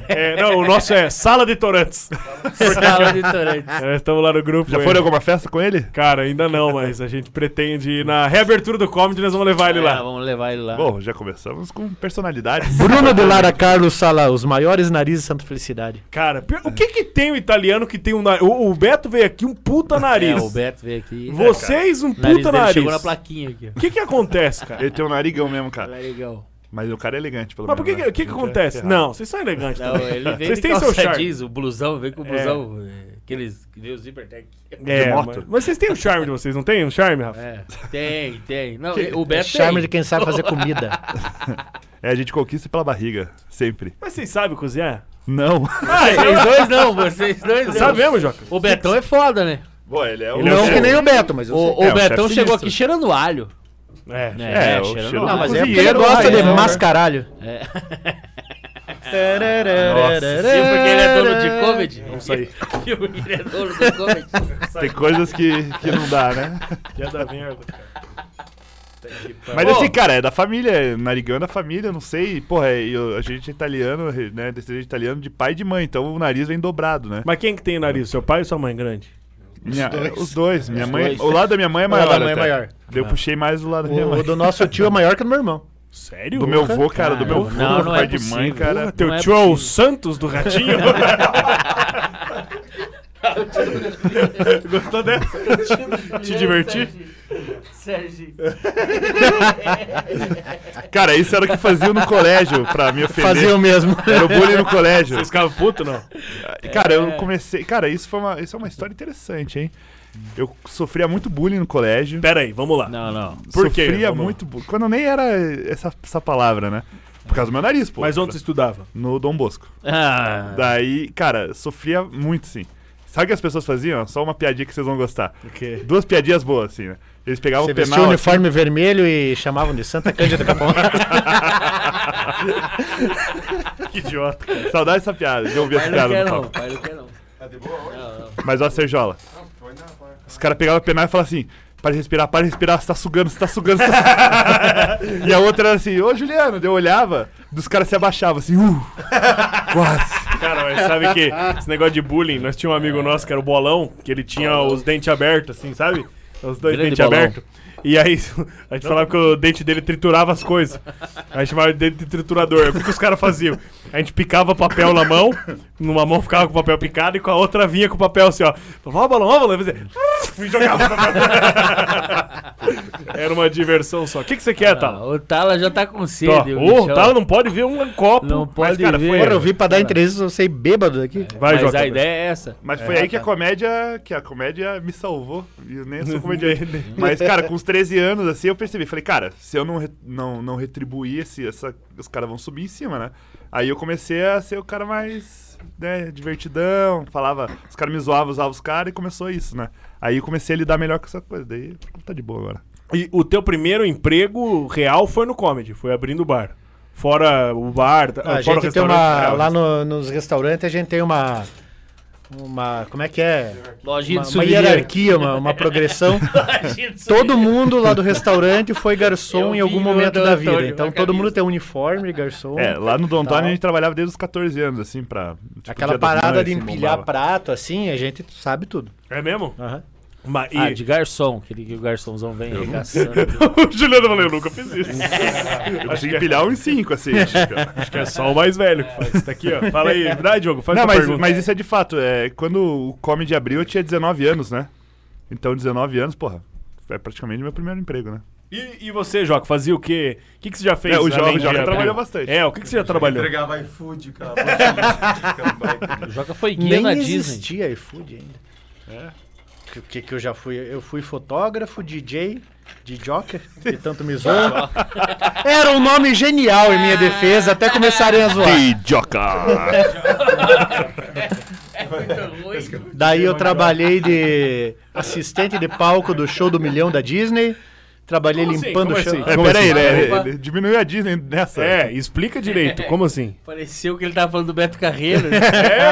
Speaker 3: É, não, o nosso é Sala de Torantes. É,
Speaker 2: Sala de Torantes.
Speaker 3: Nós estamos lá no grupo.
Speaker 4: Já
Speaker 3: hein?
Speaker 4: foi em alguma festa com ele?
Speaker 3: Cara, ainda não, mas a gente pretende ir na reabertura do comedy, nós vamos levar ele
Speaker 2: Ah,
Speaker 3: lá.
Speaker 2: vamos levar ele lá.
Speaker 4: Bom, já começamos com personalidades.
Speaker 5: Bruno de Lara Carlos Sala, os maiores narizes de Santa Felicidade.
Speaker 3: Cara, pe- o que que tem o italiano que tem um nariz? O, o Beto veio aqui um puta
Speaker 2: é,
Speaker 3: nariz.
Speaker 2: o Beto veio aqui.
Speaker 3: Vocês um
Speaker 2: O nariz
Speaker 3: puta
Speaker 2: dele
Speaker 3: nariz.
Speaker 2: chegou na plaquinha aqui.
Speaker 3: O que que acontece, cara?
Speaker 4: Ele tem um narigão mesmo,
Speaker 2: ó.
Speaker 4: cara.
Speaker 2: Legal.
Speaker 4: Mas o cara é elegante, pelo
Speaker 3: Mas por que
Speaker 4: menos.
Speaker 3: que,
Speaker 4: né?
Speaker 3: o que que
Speaker 4: A gente é
Speaker 3: acontece?
Speaker 4: ferrado.
Speaker 3: Não, vocês são elegantes
Speaker 2: Não,
Speaker 3: também.
Speaker 2: ele veio
Speaker 3: Vocês
Speaker 2: de
Speaker 3: têm seu
Speaker 2: calça
Speaker 3: charme.
Speaker 2: jeans, o blusão, veio com o blusão, é, aqueles, que nem o Zippertec.
Speaker 3: É,
Speaker 4: moto.
Speaker 3: Mas, mas vocês têm o charme de vocês, não tem um charme, Rafa?
Speaker 2: É, tem, tem. Não, o Beto é
Speaker 5: Charme
Speaker 2: tem.
Speaker 5: de quem sabe fazer comida.
Speaker 4: É, a gente conquista pela barriga, sempre.
Speaker 3: Mas vocês sabem cozinhar?
Speaker 4: Não.
Speaker 2: Vocês dois não, vocês dois não.
Speaker 3: Sabe mesmo, Joca?
Speaker 2: O Betão é foda, né?
Speaker 4: Bom, ele é o...
Speaker 3: Ele é
Speaker 5: não
Speaker 3: chefe.
Speaker 5: que nem o Beto, mas eu sei.
Speaker 2: O, o
Speaker 4: É, o
Speaker 2: Betão
Speaker 4: chefe
Speaker 2: chegou
Speaker 4: sinistro.
Speaker 2: aqui cheirando alho.
Speaker 3: É.
Speaker 4: É, o cheiro
Speaker 2: Ah,
Speaker 5: Não,
Speaker 4: do
Speaker 5: mas é porque ele
Speaker 4: cozinheiro
Speaker 5: gosta
Speaker 4: lá,
Speaker 5: de
Speaker 4: é, né? É.
Speaker 5: mascaralho.
Speaker 2: É.
Speaker 5: Tararara.
Speaker 2: Sim, porque ele é dono de comedy.
Speaker 3: Isso aí.
Speaker 2: Sim, porque ele é dono de comedy.
Speaker 4: Tem coisas que, que não dá, né?
Speaker 2: É.
Speaker 3: Piada é da merda, cara.
Speaker 4: Mas
Speaker 2: Ô.
Speaker 4: assim, cara, é da família. Narigão é da família, não sei. Porra, é, eu- a gente é italiano, né? Descendente italiano de pai e de mãe, então o nariz vem dobrado, né?
Speaker 3: Mas quem que tem o nariz? Seu pai ou sua mãe grande?
Speaker 4: Minha- os,
Speaker 5: dois.
Speaker 4: dois. Minha mãe,
Speaker 2: dois. Ah.
Speaker 4: O lado da minha mãe é
Speaker 5: O lado da
Speaker 4: maior.
Speaker 5: mãe é
Speaker 4: até.
Speaker 5: maior.
Speaker 4: Eu puxei mais o lado da minha
Speaker 5: O,
Speaker 4: mãe.
Speaker 5: o do nosso tio é maior que o do meu irmão.
Speaker 3: Sério?
Speaker 4: Do meu avô, cara, do meu avô,
Speaker 2: Não,
Speaker 4: do
Speaker 2: não
Speaker 4: pai
Speaker 2: é
Speaker 4: de mãe,
Speaker 2: possível.
Speaker 4: cara.
Speaker 3: Teu
Speaker 2: Não é
Speaker 3: tio é o
Speaker 2: possível.
Speaker 3: Santos do Ratinho? Gostou dessa? Te diverti?
Speaker 2: Sérgio. tá-
Speaker 4: Cara, isso era o que faziam no colégio pra me ofender.
Speaker 5: Fazer o mesmo.
Speaker 4: Era o bullying no colégio.
Speaker 3: Vocês ficavam putos, é não?
Speaker 4: Cara,
Speaker 2: É.
Speaker 4: eu comecei. Cara, isso foi uma, isso é uma história interessante, hein? Eu sofria muito bullying no colégio.
Speaker 3: Pera aí, vamos lá.
Speaker 2: Não, não.
Speaker 3: Por quê?
Speaker 4: sofria
Speaker 3: Vamos lá.
Speaker 4: muito bullying. Quando nem era essa, essa palavra, né? Por causa do meu nariz, pô.
Speaker 3: Mas onde você estudava?
Speaker 4: No Dom Bosco.
Speaker 2: Ah,
Speaker 4: Daí, cara, sofria muito, sim. Sabe o que as pessoas faziam? Só uma piadinha que vocês vão gostar.
Speaker 3: Porque...
Speaker 4: Duas piadinhas boas, assim, né? Eles pegavam
Speaker 5: Você
Speaker 4: o
Speaker 5: vestia o
Speaker 4: penal. assim,
Speaker 5: uniforme vermelho e chamavam de Santa Cândida tá Capão.
Speaker 4: que idiota. cara. Saudade dessa piada. Eu ouvi essa
Speaker 2: pai não
Speaker 4: piada
Speaker 2: quer
Speaker 4: no
Speaker 2: não,
Speaker 4: palco.
Speaker 2: pai não quer não. Não, não.
Speaker 4: Mas ó, Serjola. Os caras pegavam o penal e falavam assim: para de respirar, para de respirar, você tá sugando, você tá sugando, você tá sugando. E a outra era assim: Ô Juliano, Daí eu olhava, dos caras se abaixavam assim, uh, quase.
Speaker 3: Cara, mas sabe que esse negócio de bullying, nós tínhamos um amigo nosso que era o Bolão, que ele tinha os dentes abertos, assim, sabe? Os dois
Speaker 2: Grande
Speaker 3: dentes
Speaker 2: Bolão.
Speaker 3: abertos. E aí, a gente falava que o dente dele triturava as coisas. A gente chamava de dente de triturador. O que, que os caras faziam? A gente picava papel na mão, numa mão ficava com o papel picado e com a outra vinha com o papel assim, ó. Falava, ó, balão, ó, balão. E fazia, "Ah", E jogava o papel. Era uma diversão só. O que, que você quer, Tala?
Speaker 2: O Tala já tá com
Speaker 3: Tô,
Speaker 2: sede. o
Speaker 3: Ô,
Speaker 2: bichão.
Speaker 3: uh, Tala não pode ver um copo.
Speaker 2: Não pode ver.
Speaker 5: Porra, eu
Speaker 3: Foi...
Speaker 5: vim pra dar entrevista, eu sei bêbado aqui.
Speaker 3: Vai,
Speaker 2: Mas
Speaker 3: Joca.
Speaker 2: a ideia é essa.
Speaker 4: Mas foi aí que a comédia, que a comédia me salvou. E eu nem sou comediante. Mas, cara, com os 13 anos, assim, eu percebi. Falei, cara, se eu não, re- não, não retribuir, esse, essa, os caras vão subir em cima, né? Aí eu comecei a ser o cara mais, né, divertidão. Falava, os caras me zoavam, usavam os caras e começou isso, né? Aí eu comecei a lidar melhor com essa coisa. Daí tá de boa agora.
Speaker 3: E o teu primeiro emprego real foi no comedy, foi abrindo bar. Fora o bar, tá- fora
Speaker 5: A
Speaker 3: o
Speaker 5: gente tem
Speaker 3: restaurante.
Speaker 5: uma.
Speaker 3: é,
Speaker 5: Lá no- nos restaurantes a gente tem uma. Uma. Como é que é?
Speaker 2: Lojinha
Speaker 5: Uma,
Speaker 2: de
Speaker 5: uma
Speaker 2: souvenir.
Speaker 5: hierarquia, uma, uma progressão.
Speaker 2: Lojinha de
Speaker 5: Todo
Speaker 2: souvenir.
Speaker 5: mundo lá do restaurante foi
Speaker 2: Eu
Speaker 5: garçom em algum
Speaker 2: vi no
Speaker 5: momento
Speaker 2: do
Speaker 5: da
Speaker 2: Antônio,
Speaker 5: vida. Então
Speaker 2: na
Speaker 5: todo mundo
Speaker 2: camisa.
Speaker 5: tem um uniforme, garçom.
Speaker 4: É, lá no Don
Speaker 5: Tá.
Speaker 4: Tony a gente trabalhava desde os 14 anos, assim, pra. tipo,
Speaker 5: Aquela
Speaker 4: Dia das
Speaker 5: parada
Speaker 4: Mães,
Speaker 5: de
Speaker 4: assim,
Speaker 5: empilhar
Speaker 4: bombava.
Speaker 5: prato, assim, a gente sabe tudo.
Speaker 3: é mesmo? Mas, e-
Speaker 2: Ah, de garçom, aquele que o garçomzão vem arregaçando.
Speaker 3: o Juliano falou, eu nunca fiz isso.
Speaker 4: Eu
Speaker 3: acho,
Speaker 4: consegui
Speaker 3: que é,
Speaker 4: empilhar uns 5, assim.
Speaker 3: acho que é só o mais velho que faz isso daqui, ó. Fala aí, dá, Diogo, faz
Speaker 4: Não,
Speaker 3: uma
Speaker 4: mas,
Speaker 3: pergunta.
Speaker 4: mas isso é de fato. É, quando o Comedy abriu, eu tinha 19 anos, né? Então, 19 anos, porra. É praticamente meu primeiro emprego, né?
Speaker 3: E, e você, Joca, fazia o quê? O que, que você já fez?
Speaker 4: É, o Jo-
Speaker 3: além
Speaker 4: o Joca
Speaker 3: de abrir?
Speaker 4: trabalhou bastante.
Speaker 3: É, o que, que você já trabalhou?
Speaker 6: Entregava iFood, cara. Cara,
Speaker 2: O Joca foi guia
Speaker 5: Nem
Speaker 2: na Disney.
Speaker 5: existia iFood ainda.
Speaker 3: É.
Speaker 5: O que, que eu já fui? Eu fui fotógrafo, DJ, DJ, que tanto me zoou. Era um nome genial em minha defesa, até começarem a zoar.
Speaker 4: Joca!
Speaker 5: Daí eu trabalhei de assistente de palco do show do milhão da Disney. Trabalhei
Speaker 3: Como assim?
Speaker 5: limpando
Speaker 3: Como
Speaker 5: o chão.
Speaker 3: assim?
Speaker 4: É,
Speaker 3: Como
Speaker 4: peraí,
Speaker 2: assim?
Speaker 4: né?
Speaker 2: Opa.
Speaker 4: ele Diminuiu a Disney nessa.
Speaker 3: É, explica direito, como assim? É.
Speaker 2: Pareceu que ele tava falando do Beto Carreiro. né?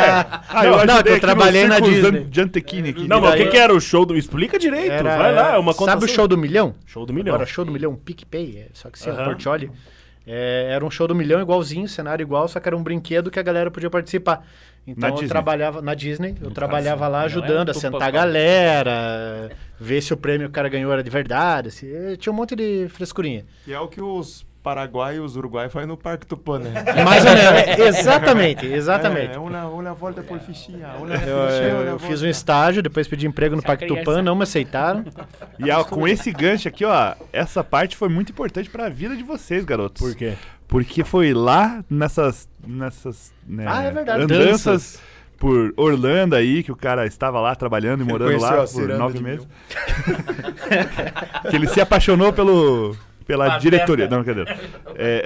Speaker 4: Ah,
Speaker 5: Não, não,
Speaker 4: ajudei
Speaker 5: que eu
Speaker 4: aqui no
Speaker 5: trabalhei na
Speaker 4: Circus
Speaker 5: Disney.
Speaker 4: Jan- Jantequini aqui.
Speaker 3: Não, mas o
Speaker 2: daí-
Speaker 3: que, que era o show do. Explica direito,
Speaker 5: Era-
Speaker 3: vai lá, é uma conta.
Speaker 5: Sabe o show do milhão?
Speaker 3: Show do milhão.
Speaker 5: Agora, show do milhão, PicPay, é, só que sem o
Speaker 3: Aham.
Speaker 5: Portioli. É, era um show do milhão igualzinho, cenário igual, só que era um brinquedo que a galera podia participar.
Speaker 4: Na
Speaker 5: Então eu
Speaker 4: Disney.
Speaker 5: trabalhava na Disney, eu trabalhava lá
Speaker 2: não é
Speaker 5: ajudando
Speaker 2: um
Speaker 5: a
Speaker 2: tupa-
Speaker 5: sentar a galera, ver se o prêmio que o cara ganhou era de verdade. se- eh, tinha um monte de frescurinha.
Speaker 6: Que é o que os paraguaios e os uruguaios fazem no Parque né? Tupanã.
Speaker 5: Mais ou menos. é, Exatamente, exatamente.
Speaker 6: É, é uma, uma volta por fichinha. Uma
Speaker 5: Eu,
Speaker 6: fichinha,
Speaker 5: eu
Speaker 6: uma
Speaker 5: fiz um
Speaker 6: volta.
Speaker 5: estágio, depois pedi emprego no Parque
Speaker 2: criança-
Speaker 5: Tupã, não me aceitaram.
Speaker 4: E ó, com esse gancho aqui, ó, essa parte foi muito importante pra vida de vocês, garotos.
Speaker 3: Por quê?
Speaker 4: Porque foi lá nessas. nessas né,
Speaker 5: Ah, é verdade,
Speaker 4: Andanças por Orlando aí, que o cara estava lá trabalhando e morando
Speaker 6: conheceu
Speaker 4: lá
Speaker 6: a
Speaker 4: por
Speaker 6: ciranda
Speaker 4: nove
Speaker 6: de
Speaker 4: meses. que ele se apaixonou pelo. Pela
Speaker 2: Pateta.
Speaker 4: diretoria. Não, cadê? É...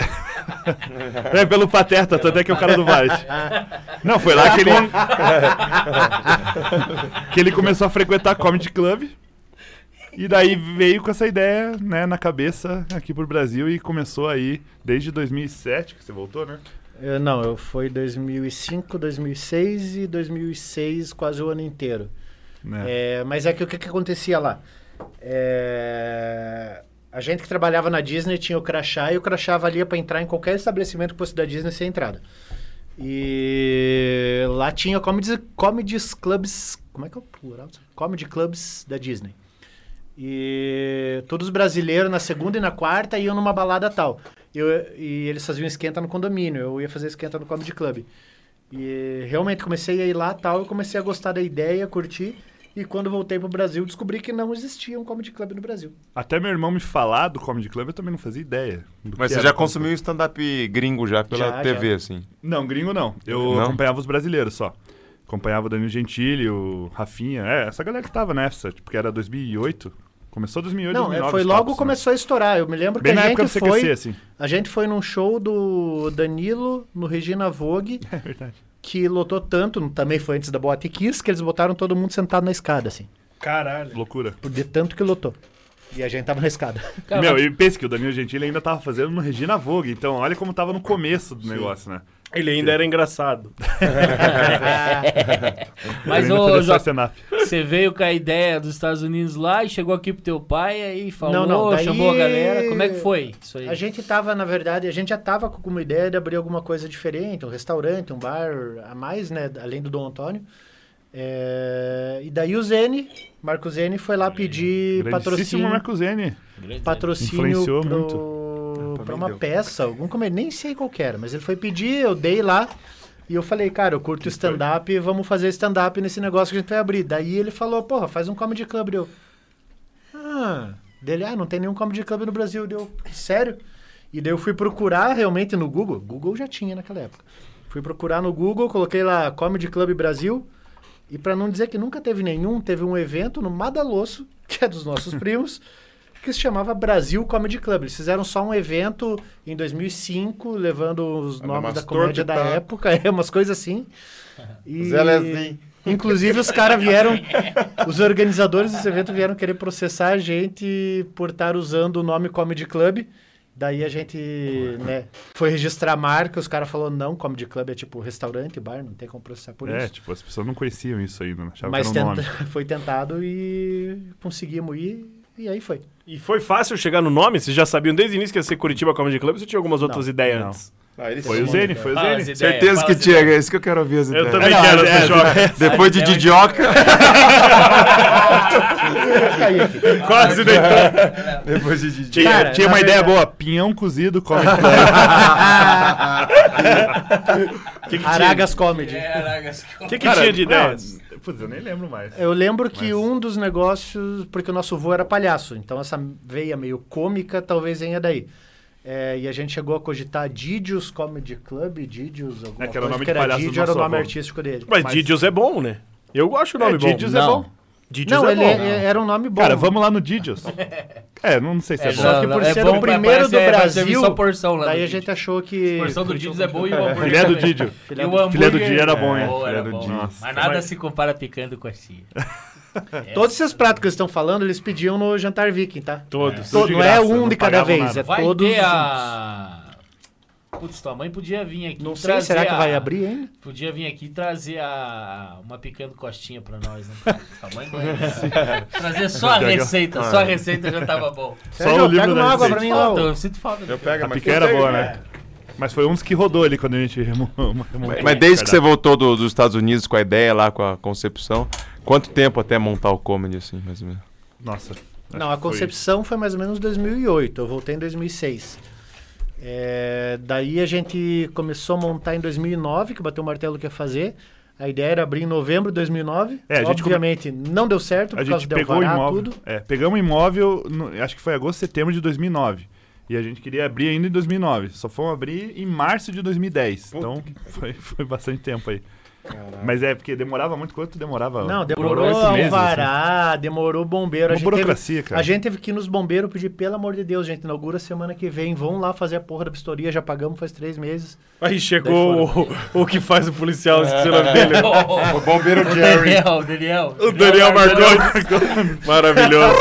Speaker 4: é pelo Pateta, tanto é que é o cara do Vars. Não, foi lá que ele. que ele começou a frequentar Comedy Club. E daí veio com essa ideia, né, na cabeça aqui pro Brasil e começou aí desde 2007 que você voltou, né?
Speaker 5: Eu- não, eu fui 2005, 2006 e 2006 quase o ano inteiro.
Speaker 4: Né?
Speaker 5: É, mas é que o que, que acontecia lá? É, a gente que trabalhava na Disney tinha o crachá e o crachá valia para entrar em qualquer estabelecimento que fosse da Disney sem entrada. E lá tinha comedies, comedies clubs. Como é que é o plural? Comedy clubs da Disney. E todos os brasileiros na segunda e na quarta iam numa balada tal. Eu- e eles faziam esquenta no condomínio, eu ia fazer esquenta no comedy club. E realmente comecei a ir lá tal, eu comecei a gostar da ideia, curti. E quando voltei pro Brasil, descobri que não existia um comedy club no Brasil.
Speaker 4: Até meu irmão me falar do Comedy Club, eu também não fazia ideia. do
Speaker 7: Mas
Speaker 4: que
Speaker 7: você
Speaker 4: era.
Speaker 7: já consumiu stand-up gringo já pela
Speaker 5: Já,
Speaker 7: TV, assim?
Speaker 4: Não, gringo não. Eu
Speaker 7: Não?
Speaker 4: acompanhava os brasileiros só. Acompanhava o Danilo Gentili, o Rafinha, é, essa galera que tava nessa, tipo, que era 2008. Começou 2008,
Speaker 5: não, é,
Speaker 4: 2009.
Speaker 5: foi
Speaker 4: os
Speaker 5: logo
Speaker 4: papos,
Speaker 5: começou a estourar. Eu me lembro
Speaker 4: Né? Bem
Speaker 5: que
Speaker 4: na
Speaker 5: a
Speaker 4: época do
Speaker 5: gente
Speaker 4: CQC,
Speaker 5: foi,
Speaker 4: assim.
Speaker 5: a gente foi num show do Danilo no Regina Vogue,
Speaker 4: É verdade.
Speaker 5: que lotou tanto, também foi antes da Boate Kiss, que eles botaram todo mundo sentado na escada assim,
Speaker 3: Caralho.
Speaker 4: Loucura.
Speaker 5: por de tanto que lotou. E a gente tava na escada.
Speaker 2: Cara,
Speaker 4: Meu,
Speaker 2: mas-
Speaker 4: e pensa que o Danilo Gentili ainda tava fazendo no Regina Vogue, então olha como tava no começo do negócio, né?
Speaker 3: Ele ainda era engraçado.
Speaker 2: mas
Speaker 4: Ele ainda
Speaker 2: ô,
Speaker 4: fazia só
Speaker 2: Jó,
Speaker 4: stand-up.
Speaker 2: você veio com a ideia dos Estados Unidos lá e chegou aqui pro teu pai aí falou,
Speaker 5: Não, não, daí-
Speaker 2: chamou a galera. Como é que foi isso aí?
Speaker 5: A gente tava, na verdade, a gente já tava com uma ideia de abrir alguma coisa diferente, um restaurante, um bar a mais, né? Além do Dom Antônio. É, E daí o Zene, Marco Zene, foi lá pedir
Speaker 4: Grandíssimo
Speaker 5: patrocínio,
Speaker 4: Marco Zene.
Speaker 5: patrocínio
Speaker 4: Influenciou
Speaker 5: pro,
Speaker 6: Ah,
Speaker 5: pra
Speaker 6: também
Speaker 5: uma
Speaker 6: deu.
Speaker 5: peça, algum comer, nem sei qual que era, mas ele foi pedir, eu dei lá. E eu falei, cara, eu curto stand-up, vamos fazer stand-up nesse negócio que a gente vai abrir. Daí ele falou, porra, faz um comedy club. Deu, ah, dele, ah, não tem nenhum comedy club no Brasil. Deu, sério? E daí eu fui procurar realmente no Google. Google já tinha naquela época. Fui procurar no Google, coloquei lá Comedy Club Brasil. E pra não dizer que nunca teve nenhum, teve um evento no Madalosso, que é dos nossos primos, que se chamava Brasil Comedy Club. Eles fizeram só um evento em 2005, levando os
Speaker 7: Era
Speaker 5: nomes
Speaker 7: umas
Speaker 5: da comédia da
Speaker 7: tortas e tal.
Speaker 5: época, é umas coisas assim. E...
Speaker 7: Zé Lezinho.
Speaker 5: Inclusive, os caras vieram. Os organizadores desse evento vieram querer processar a gente por estar usando o nome Comedy Club. Daí a gente né, foi registrar a marca, os caras falaram: não, Comedy Club é tipo restaurante, bar, não tem como processar por
Speaker 4: é,
Speaker 5: isso.
Speaker 4: tipo, as pessoas não conheciam isso ainda, né? achavam
Speaker 5: Mas
Speaker 4: que era um nome.
Speaker 5: tenta- foi tentado e conseguimos ir, e aí foi.
Speaker 3: E foi fácil chegar no nome? Vocês já sabiam desde o início que ia ser Curitiba Comedy Club? Você tinha algumas outras ideias
Speaker 4: não.
Speaker 3: antes?
Speaker 7: Ah, ele
Speaker 5: é
Speaker 4: Foi o Zene, foi o
Speaker 2: Fala
Speaker 4: Zene.
Speaker 2: as ideias,
Speaker 7: Certeza
Speaker 2: fala assim,
Speaker 7: que
Speaker 2: as ideias.
Speaker 7: tinha, é isso que eu né? quero ouvir as
Speaker 3: Eu
Speaker 7: ideias.
Speaker 3: também né,
Speaker 4: não,
Speaker 3: quero,
Speaker 4: é,
Speaker 3: seu Joca.
Speaker 7: Depois de
Speaker 2: As ideias-
Speaker 7: Didioca,
Speaker 5: Kaique,
Speaker 3: Quase deitou.
Speaker 7: depois de Didioca.
Speaker 4: Tinha,
Speaker 5: Cara, é-
Speaker 4: tinha
Speaker 5: na
Speaker 4: uma ideia
Speaker 5: verdade-
Speaker 4: boa, pinhão cozido, come club.
Speaker 5: Aragas Comedy.
Speaker 8: É.
Speaker 3: O que, que tinha de ideias?
Speaker 4: não, Putz, eu nem lembro mais.
Speaker 5: Eu lembro que um dos negócios, porque o nosso avô era palhaço, então essa veia meio cômica talvez venha daí. É, e a gente chegou a cogitar Didius Comedy Club, Didius, alguma
Speaker 4: É que era o
Speaker 5: coisa que
Speaker 4: nome de
Speaker 5: era
Speaker 4: palhaço do
Speaker 5: Didio, era o
Speaker 4: nosso
Speaker 5: nome
Speaker 4: avô.
Speaker 5: artístico dele.
Speaker 3: Mas, Didius é bom, né? Eu gosto do nome
Speaker 4: É,
Speaker 3: bom.
Speaker 4: Didius é bom. né?
Speaker 3: Didius
Speaker 5: Não,
Speaker 3: é
Speaker 5: ele
Speaker 3: bom.
Speaker 5: é- era um nome bom.
Speaker 4: Cara, vamos lá no Didius. é, não sei se é,
Speaker 2: É,
Speaker 4: bom.
Speaker 2: não,
Speaker 5: Só que
Speaker 2: não,
Speaker 5: por
Speaker 2: é
Speaker 5: ser
Speaker 2: bom,
Speaker 5: o
Speaker 2: mas
Speaker 5: primeiro
Speaker 2: parece-
Speaker 5: do
Speaker 2: é, parece que teve
Speaker 5: Brasil,
Speaker 2: só porção lá
Speaker 5: daí
Speaker 2: do
Speaker 5: a gente
Speaker 2: Didi.
Speaker 5: achou que...
Speaker 2: A porção do Didis é boa e o hambúrguer
Speaker 4: Filé do
Speaker 2: também.
Speaker 4: Didio.
Speaker 2: E o
Speaker 5: Filé
Speaker 2: hambúrguer...
Speaker 4: Filé do Didi era bom, hein?
Speaker 2: Boa,
Speaker 4: Filé
Speaker 2: era
Speaker 4: do
Speaker 2: bom.
Speaker 4: Didi.
Speaker 2: Mas nada se compara picando com a chia.
Speaker 5: Todos esses pratos que eles estão falando, eles pediam no jantar viking, tá?
Speaker 4: Todos.
Speaker 5: Todo-
Speaker 4: de
Speaker 5: não é
Speaker 4: graça,
Speaker 5: um
Speaker 4: não
Speaker 5: de cada
Speaker 4: pagavam
Speaker 5: vez,
Speaker 4: nada.
Speaker 5: é
Speaker 2: Vai
Speaker 5: todos
Speaker 2: ter
Speaker 5: juntos.
Speaker 2: a... Putz, tua mãe podia vir aqui
Speaker 5: Não
Speaker 2: e
Speaker 5: sei, é
Speaker 2: trazer
Speaker 5: será que
Speaker 2: a-
Speaker 5: vai abrir ainda?
Speaker 2: Podia vir aqui e trazer a... uma picando costinha pra nós, né? cara? Tua mãe manja. trazer só a receita, só a receita já tava bom.
Speaker 4: o
Speaker 5: Sérgio,
Speaker 4: livro
Speaker 5: pega
Speaker 4: da
Speaker 5: uma água
Speaker 4: receita.
Speaker 5: pra mim lá.
Speaker 2: Falta,
Speaker 5: ô.
Speaker 2: eu sinto falta.
Speaker 7: Eu pego,
Speaker 4: A
Speaker 7: mas
Speaker 4: picanha era boa, né? Mas foi um dos que rodou ali quando a gente remo-
Speaker 5: É,
Speaker 4: remontou.
Speaker 7: Mas desde que você voltou do- dos Estados Unidos com a ideia lá, com a concepção, quanto tempo até montar o comedy, assim, mais ou menos?
Speaker 4: Nossa.
Speaker 5: Não, a concepção foi mais ou menos 2008, eu voltei em 2006. É, daí a gente começou a montar em 2009, que bateu o martelo que ia fazer. A ideia era abrir em novembro de 2009.
Speaker 4: É, a gente come-
Speaker 5: Obviamente não deu certo, por
Speaker 4: A
Speaker 5: causa
Speaker 4: gente
Speaker 5: do
Speaker 4: pegou o
Speaker 5: Alvará,
Speaker 4: imóvel.
Speaker 5: tudo.
Speaker 4: É, pegamos o imóvel, no- acho que foi agosto, setembro de 2009. E a gente queria abrir ainda em 2009. Só fomos abrir em março de 2010. Então foi, foi bastante tempo aí. Mas é, porque demorava muito. Quanto demorava?
Speaker 5: Não,
Speaker 4: Demorou
Speaker 5: demorou
Speaker 4: oito meses, assim.
Speaker 5: Alvará, demorou bombeiro.
Speaker 4: Uma
Speaker 5: a gente teve-
Speaker 4: burocracia, cara.
Speaker 5: A gente teve que ir nos bombeiros pedir, pelo amor de Deus, gente, inaugura semana que vem, vão lá fazer a porra da vistoria, já pagamos faz três meses.
Speaker 3: Aí chegou o, o que faz o policial,
Speaker 4: É.
Speaker 3: esqueci o nome dele.
Speaker 7: O bombeiro
Speaker 2: O Daniel, o Daniel.
Speaker 4: O Daniel Marconi. Maravilhoso.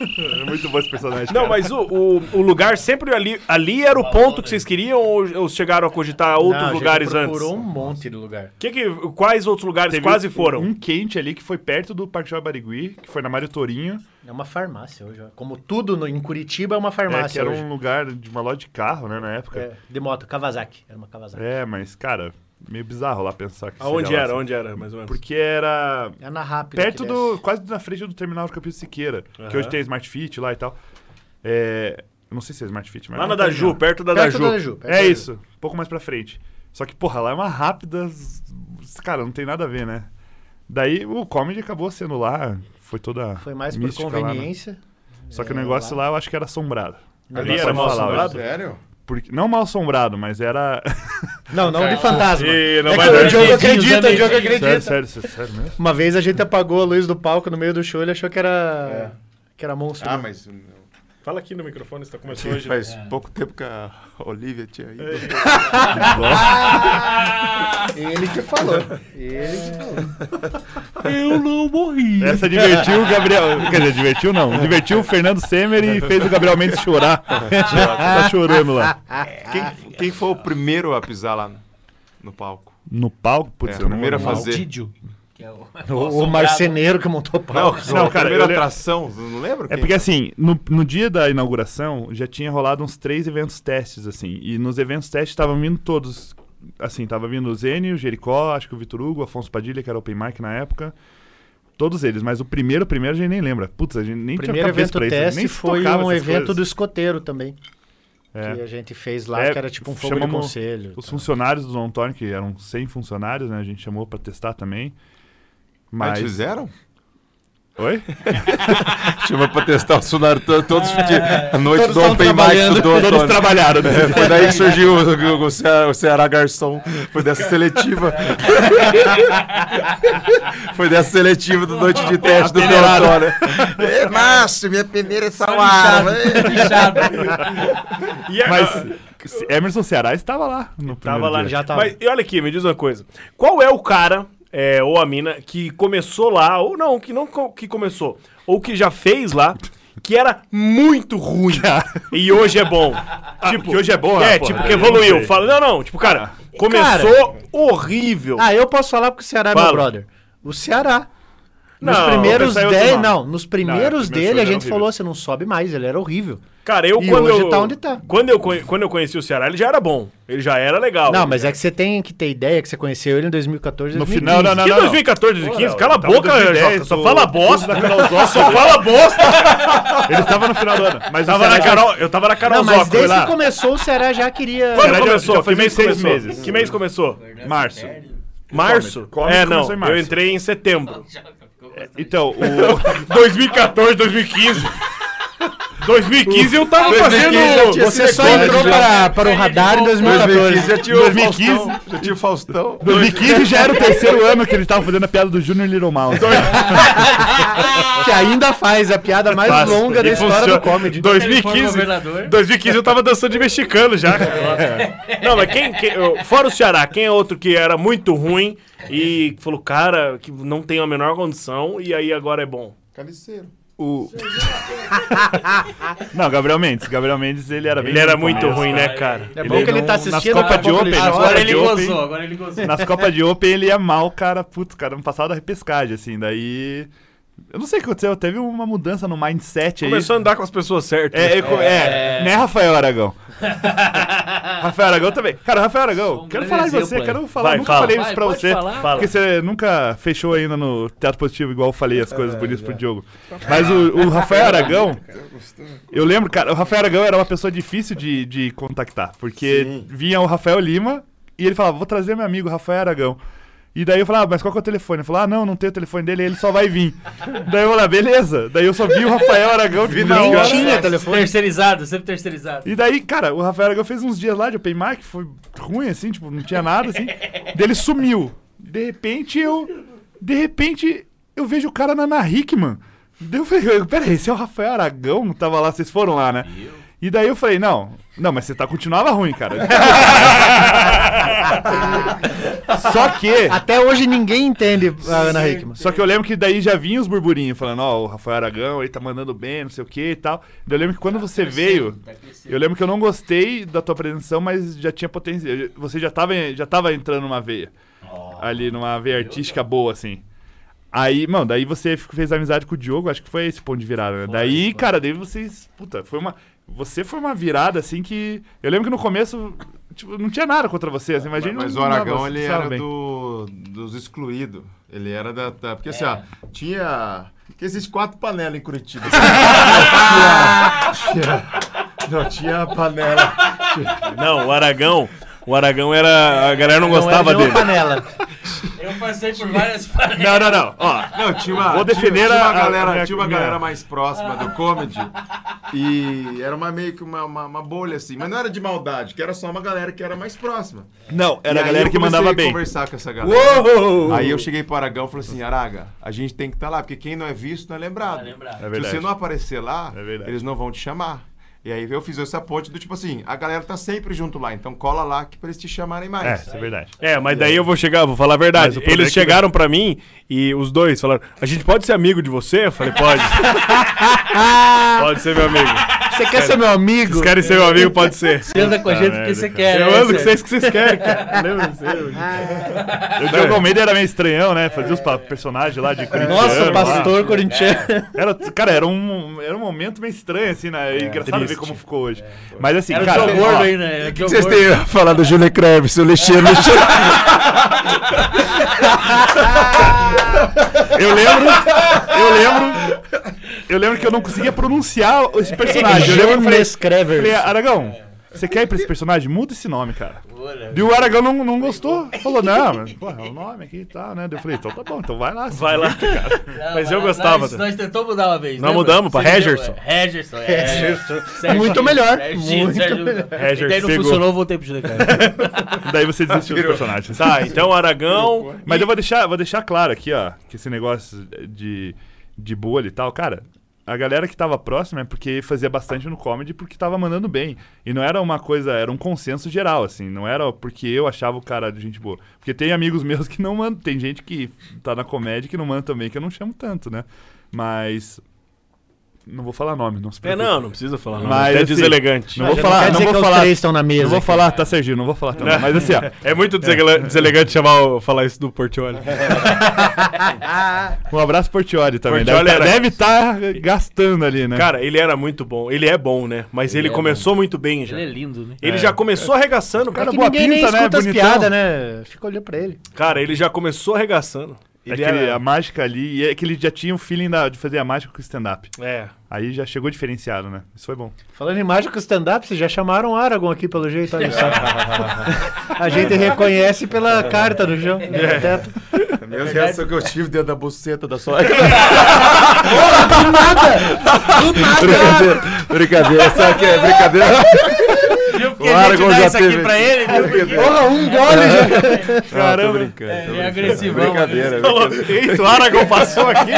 Speaker 4: É muito bom esse personagem.
Speaker 3: Não,
Speaker 4: cara.
Speaker 3: mas o, o, o lugar sempre ali, ali era o ponto que vocês queriam ou, ou chegaram a cogitar outros
Speaker 5: Não,
Speaker 3: lugares
Speaker 5: a gente
Speaker 3: antes?
Speaker 5: procurou um monte de lugar.
Speaker 3: Que que, quais outros lugares
Speaker 4: Teve
Speaker 3: quase
Speaker 4: um-
Speaker 3: foram?
Speaker 4: Um quente ali que foi perto do Parque João Barigui, que foi na Mário Torinho.
Speaker 5: É uma farmácia hoje. ó. Como tudo no- em Curitiba é uma
Speaker 4: É, que
Speaker 5: farmácia
Speaker 4: era
Speaker 5: hoje.
Speaker 4: um lugar de uma loja de carro, né, na época.
Speaker 5: É, de moto, Kawasaki. Era uma Kawasaki.
Speaker 4: É, mas, cara, meio bizarro lá pensar que
Speaker 3: Aonde
Speaker 4: seria lá,
Speaker 3: era?
Speaker 4: assim.
Speaker 3: Onde era, mais ou menos?
Speaker 4: Porque era
Speaker 5: É, na Rápida.
Speaker 4: perto
Speaker 5: que
Speaker 4: do...
Speaker 5: desce.
Speaker 4: Quase na frente do terminal do Campinho Siqueira, que
Speaker 3: Aham.
Speaker 4: hoje tem Smart Fit lá e tal. É... eu Não sei se é Smart Fit, mas...
Speaker 3: Lá
Speaker 4: é
Speaker 3: na
Speaker 4: um
Speaker 3: Daju,
Speaker 4: terminal.
Speaker 3: perto da
Speaker 5: Perto
Speaker 3: Daju.
Speaker 5: da Daju. perto
Speaker 4: É
Speaker 5: da
Speaker 4: isso, um pouco mais pra frente. Só que, porra, lá é uma rápida... Cara, não tem nada a ver, né? Daí o comedy acabou sendo lá, foi toda
Speaker 5: Foi mais por
Speaker 4: mística lá, né?
Speaker 5: conveniência.
Speaker 4: Só que
Speaker 5: É,
Speaker 4: o negócio lá eu acho que era assombrado.
Speaker 5: Ali
Speaker 3: era
Speaker 4: Nós podemos
Speaker 3: mal
Speaker 4: falar,
Speaker 3: assombrado?
Speaker 7: Sério?
Speaker 4: Porque, não mal assombrado, mas era.
Speaker 5: Não, não de fantasma.
Speaker 4: Ih, não
Speaker 5: é
Speaker 4: vai
Speaker 5: que
Speaker 4: dar
Speaker 5: o Diogo
Speaker 2: jeito.
Speaker 5: acredita, o Diogo
Speaker 2: Sério,
Speaker 5: acredita.
Speaker 4: sério, sério, sério, sério mesmo?
Speaker 5: Uma vez a gente apagou a luz do palco no meio do show, ele achou que era. Que era monstro.
Speaker 7: Ah, mas
Speaker 3: Fala aqui no microfone, você tá começando
Speaker 7: hoje É.
Speaker 3: hoje.
Speaker 7: faz pouco tempo que a Olivia tinha ido.
Speaker 5: Ele que falou. Ele que falou.
Speaker 2: Eu não morri.
Speaker 4: Essa divertiu o Gabriel. Quer dizer, divertiu não. Divertiu o Fernando Semer e fez o Gabriel Mendes chorar. tá chorando lá.
Speaker 7: Quem, quem foi o primeiro a pisar lá no, no palco?
Speaker 4: No palco, putz,
Speaker 7: É,
Speaker 4: eu não
Speaker 7: primeiro a
Speaker 4: não-
Speaker 7: fazer.
Speaker 2: Tídio. Que é o,
Speaker 5: O, o marceneiro que montou o palco.
Speaker 4: não, cara,
Speaker 7: a primeira
Speaker 4: eu le-
Speaker 7: atração, não lembro?
Speaker 4: É porque assim, no, no dia da inauguração já tinha rolado uns três eventos testes, assim. E nos eventos testes estavam vindo todos. Assim, tava vindo o Zênio, o Jericó, acho que o Vitor Hugo, Afonso Padilha, que era open mic na época. Todos eles, mas o primeiro, primeiro a gente nem lembra. Putz, a gente nem
Speaker 5: O primeiro
Speaker 4: tinha cabeça
Speaker 5: evento
Speaker 4: pra isso,
Speaker 5: teste
Speaker 4: nem se
Speaker 5: foi
Speaker 4: tocava
Speaker 5: um
Speaker 4: essas
Speaker 5: evento do
Speaker 4: coisas.
Speaker 5: escoteiro também.
Speaker 4: É.
Speaker 5: Que a gente fez lá,
Speaker 4: É,
Speaker 5: que era tipo um fogo de
Speaker 4: chamamos
Speaker 5: conselho.
Speaker 4: Os funcionários do Antônio, que eram 100 funcionários, né? A gente chamou pra testar também.
Speaker 7: Mas
Speaker 4: Mas.
Speaker 7: fizeram?
Speaker 4: Oi?
Speaker 7: Chama pra testar o sonar to- todos de, a noite
Speaker 5: É. Todos
Speaker 7: do
Speaker 5: tavam
Speaker 7: Open Mic
Speaker 5: trabalhando.
Speaker 7: do
Speaker 4: Todos
Speaker 7: Antônio.
Speaker 4: trabalharam, né?
Speaker 7: É, Foi daí que surgiu o, o, o, Ceará, o Ceará Garçom. Foi dessa seletiva. Foi dessa seletiva do noite de teste do Antônio. É, Márcio, minha peneira é salada.
Speaker 3: E a- Ah,
Speaker 4: Mas Emerson Ceará estava lá no primeiro
Speaker 3: Tava lá,
Speaker 4: dia.
Speaker 5: já tava.
Speaker 3: Mas, e olha aqui, me diz uma coisa. Qual é o cara, é, ou a mina, que começou lá, ou não, que não co- que começou, ou que já fez lá, que era muito ruim e hoje é bom? tipo,
Speaker 4: que hoje é bom,
Speaker 3: É,
Speaker 4: ah, porra,
Speaker 3: tipo,
Speaker 4: eu
Speaker 3: que
Speaker 4: não
Speaker 3: evoluiu.
Speaker 4: sei. Ah.
Speaker 3: Fala, não, não, tipo, cara, começou horrível.
Speaker 5: Ah, eu posso falar porque o Ceará é
Speaker 3: Fala.
Speaker 5: meu brother. O Ceará. Nos
Speaker 3: Não,
Speaker 5: primeiros
Speaker 4: esse aí é outro
Speaker 5: 10.
Speaker 4: nome.
Speaker 5: Não, nos primeiros
Speaker 4: primeiro show
Speaker 5: dele
Speaker 4: era
Speaker 5: a gente
Speaker 4: horrível.
Speaker 5: falou: você não sobe mais, ele era horrível.
Speaker 3: Cara, eu
Speaker 5: E
Speaker 3: quando
Speaker 5: hoje
Speaker 3: eu
Speaker 5: tá onde tá.
Speaker 3: Quando eu conhe- quando eu conheci o Ceará, ele já era bom. Ele já era legal.
Speaker 5: Não, mas é que você tem que ter ideia que você conheceu ele em 2014,
Speaker 4: No
Speaker 5: 2015.
Speaker 4: final, não, não,
Speaker 3: Que
Speaker 4: não.
Speaker 3: 2014, 2015,
Speaker 4: Não,
Speaker 3: cala a
Speaker 4: tava em
Speaker 3: boca,
Speaker 4: 2010,
Speaker 3: Jota, só
Speaker 4: o-
Speaker 3: fala
Speaker 4: o
Speaker 3: bosta.
Speaker 4: da Carol Zócoli.
Speaker 3: Só fala bosta.
Speaker 4: Ele estava no final do ano. Mas o
Speaker 3: Tava na
Speaker 4: Ceará já-
Speaker 3: Carol, eu tava na Carol
Speaker 5: Não, mas
Speaker 3: Zócoli
Speaker 5: desde
Speaker 3: lá.
Speaker 5: que começou, o Ceará já queria.
Speaker 3: Quando
Speaker 4: Já- já
Speaker 3: começou?
Speaker 4: fazia
Speaker 3: que mês
Speaker 4: seis
Speaker 3: começou?
Speaker 4: meses.
Speaker 3: Que mês começou?
Speaker 4: Março.
Speaker 3: Março?
Speaker 4: Comedy
Speaker 3: é,
Speaker 4: começou
Speaker 3: não.
Speaker 4: em março.
Speaker 3: Eu entrei em setembro.
Speaker 4: Então, o.
Speaker 3: 2014, 2015. 2015 eu tava
Speaker 7: 2015 já
Speaker 3: fazendo.
Speaker 7: tinha
Speaker 6: Você
Speaker 7: esse
Speaker 6: só
Speaker 7: negócio
Speaker 6: entrou
Speaker 7: de-
Speaker 6: pra-
Speaker 5: para o radar em
Speaker 7: 2015 já tinha o
Speaker 4: 2015.
Speaker 7: Faustão. Já tinha o Faustão.
Speaker 4: 2015 já era o terceiro ano que ele tava fazendo a piada do Junior Little Mouse.
Speaker 5: que ainda faz a piada mais
Speaker 4: Faz.
Speaker 5: longa
Speaker 4: É E
Speaker 5: da história
Speaker 4: funciona.
Speaker 5: do comedy.
Speaker 3: 2015. 2015 eu tava dançando de mexicano já. Não, mas quem, quem- eu- Fora o Ceará, quem é outro que era muito ruim e falou, cara, que não tem a menor condição e aí agora é bom?
Speaker 7: Caliceiro.
Speaker 4: Não, Gabriel Mendes. Gabriel Mendes, ele era bem
Speaker 3: Ele era
Speaker 4: no
Speaker 3: muito
Speaker 4: começo.
Speaker 3: ruim, né, cara?
Speaker 5: É bom que ele tá
Speaker 4: não- nas
Speaker 5: assistindo.
Speaker 4: Copa
Speaker 5: daqui a
Speaker 4: de
Speaker 5: pouco
Speaker 4: Open,
Speaker 5: ele
Speaker 4: nas
Speaker 5: chora.
Speaker 4: Copa
Speaker 2: Agora
Speaker 4: de
Speaker 2: ele
Speaker 4: Open.
Speaker 2: gozou, agora ele gozou.
Speaker 4: Nas Copas de Open ele ia mal, cara. Putz, cara, não passava da repescagem, assim. Daí. Eu não sei o que aconteceu. Teve uma mudança no mindset aí.
Speaker 3: Começou a andar com as pessoas certas.
Speaker 4: É, eu co- é, né, Rafael Aragão? Rafael Aragão também. Cara, Rafael Aragão,
Speaker 2: um
Speaker 4: quero
Speaker 2: grande
Speaker 4: falar de você,
Speaker 2: exemplo,
Speaker 4: quero falar.
Speaker 3: Vai,
Speaker 4: nunca
Speaker 3: fala.
Speaker 4: falei isso
Speaker 2: Vai,
Speaker 4: pra
Speaker 2: pode
Speaker 4: você.
Speaker 2: falar.
Speaker 3: Fala.
Speaker 4: Porque você nunca fechou ainda no Teatro Positivo, igual eu falei as
Speaker 2: É,
Speaker 4: coisas bonitas pro Diogo. Mas o, o Rafael Aragão, eu lembro, cara, o Rafael Aragão era uma pessoa difícil de, de contactar. Porque vinha o Rafael Lima e ele falava, vou trazer meu amigo Rafael Aragão. E daí eu falava, ah, mas qual que é o telefone? Eu falava, ah, não, não tem o telefone dele, ele só vai vir. daí eu falava, beleza. Daí eu só vi o Rafael Aragão de
Speaker 5: Nem
Speaker 4: é
Speaker 5: tinha telefone.
Speaker 2: Terceirizado, sempre terceirizado.
Speaker 4: e daí, cara, o Rafael Aragão fez uns dias lá de Open Mic, foi ruim, assim, tipo, não tinha nada, assim. Daí ele sumiu. De repente eu. De repente eu vejo o cara na Ana Hickman. Daí eu falei, peraí, esse é o Rafael Aragão? Tava lá, vocês foram lá, né? E daí eu falei, não, não, mas você tá, continuava ruim, cara. Só que.
Speaker 5: Até hoje ninguém entende a Ana Hickman.
Speaker 4: Só que eu lembro que daí já vinha os burburinhos falando, ó, o Rafael Aragão, ele tá mandando bem, não sei o que e tal. Daí Eu lembro que quando
Speaker 7: Tá
Speaker 4: você veio, eu lembro que eu não gostei da tua apresentação, mas já tinha potencial. Você já tava, já tava entrando numa veia.
Speaker 7: Oh,
Speaker 4: ali, numa veia artística boa, assim. Aí, mano, daí você f- fez amizade com o Diogo, acho que foi esse ponto de virada, né? daí, cara, daí vocês. Puta, foi uma. Você foi uma virada, assim, que. Eu lembro que no começo, tipo, não tinha nada contra você, assim, mas, a gente
Speaker 7: Mas
Speaker 4: não-
Speaker 7: o
Speaker 4: não-
Speaker 7: Aragão,
Speaker 4: você
Speaker 7: ele
Speaker 4: sabe
Speaker 7: era
Speaker 4: bem.
Speaker 7: do, dos excluídos. Ele era da. da- porque assim, ó, tinha. Que existe quatro panelas em Curitiba. Tinha- tinha- não, tinha a panela.
Speaker 3: Não, o Aragão. O Aragão era. A galera não
Speaker 5: Não era
Speaker 3: gostava
Speaker 5: nenhuma
Speaker 3: dele.
Speaker 5: panela.
Speaker 2: Eu passei por várias fases.
Speaker 4: Não, não, não. Ó,
Speaker 7: Não, tinha uma,
Speaker 4: Vou
Speaker 7: tinha-
Speaker 4: defender
Speaker 7: tinha,
Speaker 4: a-
Speaker 7: uma
Speaker 4: a
Speaker 7: galera,
Speaker 4: minha-
Speaker 7: tinha uma
Speaker 4: minha-
Speaker 7: galera mais próxima do comedy e era uma meio que uma, uma, uma bolha assim, mas não era de maldade, que era só uma galera que era mais próxima.
Speaker 4: Não,
Speaker 7: E
Speaker 4: era a
Speaker 7: aí
Speaker 4: galera
Speaker 7: eu
Speaker 4: que
Speaker 7: comecei
Speaker 4: mandava
Speaker 7: a
Speaker 4: bem.
Speaker 7: conversar com essa galera.
Speaker 4: Uou!
Speaker 7: Aí eu cheguei pro Aragão e falei assim, Araga, a gente tem que estar lá, porque quem não é visto não é lembrado.
Speaker 4: É
Speaker 7: Se
Speaker 4: verdade.
Speaker 7: você não aparecer lá,
Speaker 4: É verdade.
Speaker 7: eles não vão te chamar. E aí eu fiz essa ponte do tipo assim, a galera tá sempre junto lá, então cola lá que pra eles te chamarem
Speaker 4: É,
Speaker 7: mais.
Speaker 4: isso é verdade.
Speaker 3: É, mas daí eu vou chegar, vou falar a verdade.
Speaker 4: Mas o problema
Speaker 3: Eles
Speaker 4: é que-
Speaker 3: chegaram pra mim e os dois falaram: A gente pode ser amigo de você? Eu falei: Pode. pode ser meu amigo.
Speaker 5: Você quer ser meu amigo?
Speaker 3: Vocês querem ser meu amigo? Pode ser.
Speaker 2: Você anda com a gente porque você quer.
Speaker 3: Eu
Speaker 2: né,
Speaker 4: é.
Speaker 3: ando com
Speaker 2: Zé?
Speaker 3: vocês que vocês querem, cara. Lembra disso?
Speaker 5: Ah.
Speaker 4: O
Speaker 3: é.
Speaker 4: Diogo Almeida era meio estranhão, né? Fazia os pa- personagens lá de Corinthians.
Speaker 5: É. Nossa, o pastor corintiano.
Speaker 4: Era, cara, era um, era um momento meio estranho, assim, né? É, engraçado
Speaker 3: Triste.
Speaker 4: ver
Speaker 3: É,
Speaker 4: como ficou hoje. Mas assim,
Speaker 2: Era o
Speaker 4: cara.
Speaker 2: Joe
Speaker 4: ó,
Speaker 2: Gordo aí, né? Era o Joe Gordo.
Speaker 7: a falar do Júlio Kreves, o Lixeiro,
Speaker 4: Eu lembro. Eu lembro. Eu lembro que eu não conseguia pronunciar esse personagem. Eu lembro que eu falei, falei,
Speaker 5: Escrever.
Speaker 4: Aragão, você quer ir pra esse personagem? Muda esse nome, cara. E o Aragão não, não gostou. Falou, não, mas, pô, é o nome aqui e tal, né? Daí Eu falei, então tá bom, então vai lá.
Speaker 3: Vai lá.
Speaker 2: Não,
Speaker 3: Mas eu
Speaker 2: nós-
Speaker 3: gostava
Speaker 2: Nós,
Speaker 3: da-
Speaker 2: nós tentamos mudar uma vez.
Speaker 3: Nós
Speaker 2: lembra?
Speaker 3: mudamos pra
Speaker 2: Você entendeu?
Speaker 3: Regerson.
Speaker 2: É, Regerson. é. Serginho,
Speaker 5: Muito melhor.
Speaker 2: Serginho,
Speaker 5: Muito
Speaker 2: Serginho. E daí não
Speaker 3: pegou.
Speaker 2: funcionou, eu voltei pro Chile, cara.
Speaker 4: Daí você desistiu dos personagens.
Speaker 3: Tá, então Aragão.
Speaker 4: Mas eu vou deixar, vou deixar claro aqui, ó, que esse negócio de, de bolha e tal, cara, a galera que tava próxima é porque fazia bastante no comedy porque tava mandando bem. E não era uma coisa, era um consenso geral, assim, não era porque eu achava o cara de gente boa. Porque tem amigos meus que não mandam, tem gente que tá na comédia que não manda também, que eu não chamo tanto, né? Mas. Não vou falar nome, não se
Speaker 3: É,
Speaker 4: preocupe.
Speaker 3: não, não precisa falar. Não.
Speaker 4: Mas,
Speaker 3: Mas, é
Speaker 4: assim,
Speaker 3: deselegante.
Speaker 4: Não vou falar, não vou falar.
Speaker 5: é três estão na mesa.
Speaker 4: Não vou
Speaker 5: aqui.
Speaker 4: falar, tá, Serginho? Não vou falar também. Mas assim, ó.
Speaker 3: É muito desele- deselegante chamar, o- falar isso do Portioli.
Speaker 4: Um abraço pro Portioli também.
Speaker 3: Portioli
Speaker 4: deve tá-
Speaker 3: era-
Speaker 4: deve estar gastando ali, né?
Speaker 3: Cara, ele era muito bom. Ele é bom, né? Mas ele,
Speaker 2: é
Speaker 3: começou muito bem já.
Speaker 2: Ele é
Speaker 3: Ele,
Speaker 2: lindo, né?
Speaker 3: já começou arregaçando,
Speaker 4: cara
Speaker 3: cara.
Speaker 5: Que
Speaker 4: boa
Speaker 5: ninguém nem
Speaker 4: pinta, né?
Speaker 5: escuta as
Speaker 4: Bonitão.
Speaker 5: piadas, né? Fica olhando pra ele.
Speaker 3: Cara, ele já começou arregaçando.
Speaker 4: É
Speaker 3: Ele
Speaker 4: que ele-
Speaker 3: era-
Speaker 4: a mágica ali, e é que ele já tinha o feeling da- de fazer a mágica com o stand-up.
Speaker 3: É.
Speaker 4: Aí já chegou diferenciado, né? Isso foi bom.
Speaker 5: Falando em mágico stand-up, vocês já chamaram o Aragon aqui, pelo jeito, olha só. A gente reconhece pela carta no chão, no
Speaker 4: É.
Speaker 5: teto.
Speaker 7: a
Speaker 2: É
Speaker 7: mesma É reação que eu tive dentro da buceta da sua.
Speaker 5: Do nada!
Speaker 4: Brincadeira, só que é brincadeira.
Speaker 2: Viu? Porque a
Speaker 4: Larga
Speaker 2: gente
Speaker 4: o
Speaker 2: dá isso
Speaker 4: JP,
Speaker 2: aqui pra
Speaker 4: velho.
Speaker 2: ele, viu? Porque
Speaker 5: Porra, um gole já.
Speaker 7: Caramba. tô
Speaker 2: ele
Speaker 7: brincando. tô
Speaker 2: é
Speaker 7: brincando.
Speaker 2: agressivão,
Speaker 7: Brincadeira,
Speaker 4: Falou,
Speaker 7: brincadeira.
Speaker 4: Eita, o Aragão passou aqui.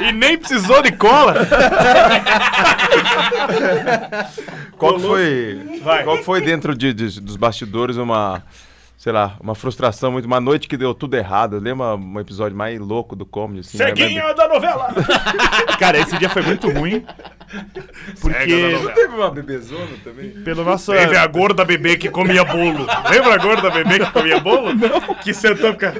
Speaker 4: e nem precisou de cola.
Speaker 7: Qual que foi,
Speaker 3: Vai.
Speaker 7: qual que foi dentro de- de- dos bastidores uma, sei lá, uma frustração muito, uma noite que deu tudo errado. Lembra um episódio mais louco do comedy? Assim, né?
Speaker 3: Ceguinho da novela!
Speaker 4: é Cara, esse dia foi muito ruim. Porque
Speaker 7: Não teve uma bebezona também?
Speaker 4: pelo nosso.
Speaker 3: Teve a gorda bebê que comia bolo. Lembra a gorda bebê que comia bolo? Não. Que sentou e ficava...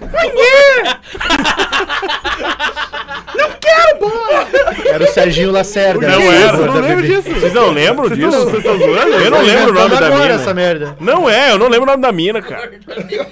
Speaker 5: Era o Serginho Lacerda.
Speaker 3: Não
Speaker 5: Esse
Speaker 4: é
Speaker 3: era,
Speaker 5: gordo
Speaker 3: não
Speaker 5: da
Speaker 4: lembro
Speaker 5: BB.
Speaker 4: disso.
Speaker 3: Vocês não lembram disso? Eu não lembro
Speaker 5: Tá
Speaker 3: o nome
Speaker 5: inventando
Speaker 3: da
Speaker 5: agora
Speaker 3: mina.
Speaker 5: essa merda.
Speaker 3: Não é, eu não lembro o nome da mina, cara.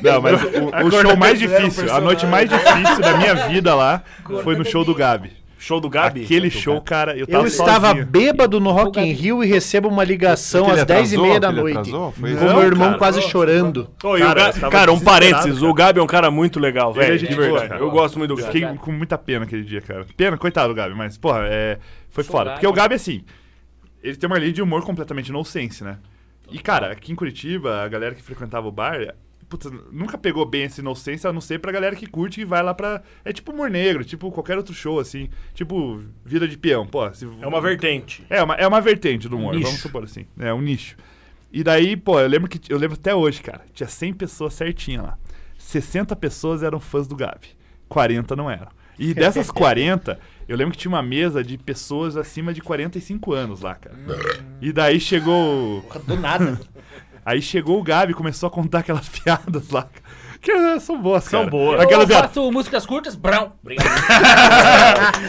Speaker 4: Não, mas o, o show mais difícil, a noite mais difícil da minha vida lá foi no show do Gabi.
Speaker 3: Show do Gabi?
Speaker 4: Aquele show, cara, eu
Speaker 5: Eu
Speaker 4: tava
Speaker 5: estava
Speaker 4: sozinho.
Speaker 5: bêbado no Rock in Rio e recebo uma ligação às 10h30 da noite.
Speaker 7: Atrasou? Foi
Speaker 5: Com
Speaker 7: isso?
Speaker 5: meu irmão
Speaker 4: cara.
Speaker 5: quase chorando.
Speaker 3: Ô, e o
Speaker 4: Cara,
Speaker 3: Ga-
Speaker 4: eu tava
Speaker 3: cara, um parênteses,
Speaker 4: desesperado,
Speaker 3: o Gabi é um cara muito legal,
Speaker 4: Ele é
Speaker 3: velho.
Speaker 4: gente
Speaker 3: De
Speaker 4: boa,
Speaker 3: verdade.
Speaker 4: cara.
Speaker 3: Eu gosto muito do Gabi.
Speaker 4: Fiquei com muita pena aquele dia, cara. Pena, coitado do Gabi, mas, porra, é, foi foda. Porque o Gabi, assim, ele tem uma linha de humor completamente nonsense, né? E, cara, aqui em Curitiba, a galera que frequentava o bar, puta, nunca pegou bem esse nonsense, a não ser pra galera que curte e vai lá pra. É tipo humor negro, tipo qualquer outro show, assim. Tipo, vida de peão, pô. se-
Speaker 3: É uma vertente.
Speaker 4: é uma, é uma vertente do humor,
Speaker 2: Nicho.
Speaker 4: vamos supor assim. É um nicho. E daí, pô, eu lembro que eu lembro até hoje, cara. Tinha 100 pessoas certinha lá. 60 pessoas eram fãs do Gabi. 40 não eram. E dessas 40, eu lembro que tinha uma mesa de pessoas acima de 45 anos lá, cara. E daí chegou. o-
Speaker 5: Do nada.
Speaker 4: Aí chegou o Gabi e começou a contar aquelas piadas lá. Que eh, são boas, cara.
Speaker 3: São boas.
Speaker 4: Aquela
Speaker 2: eu
Speaker 4: piada.
Speaker 2: faço músicas curtas, brão. Obrigado.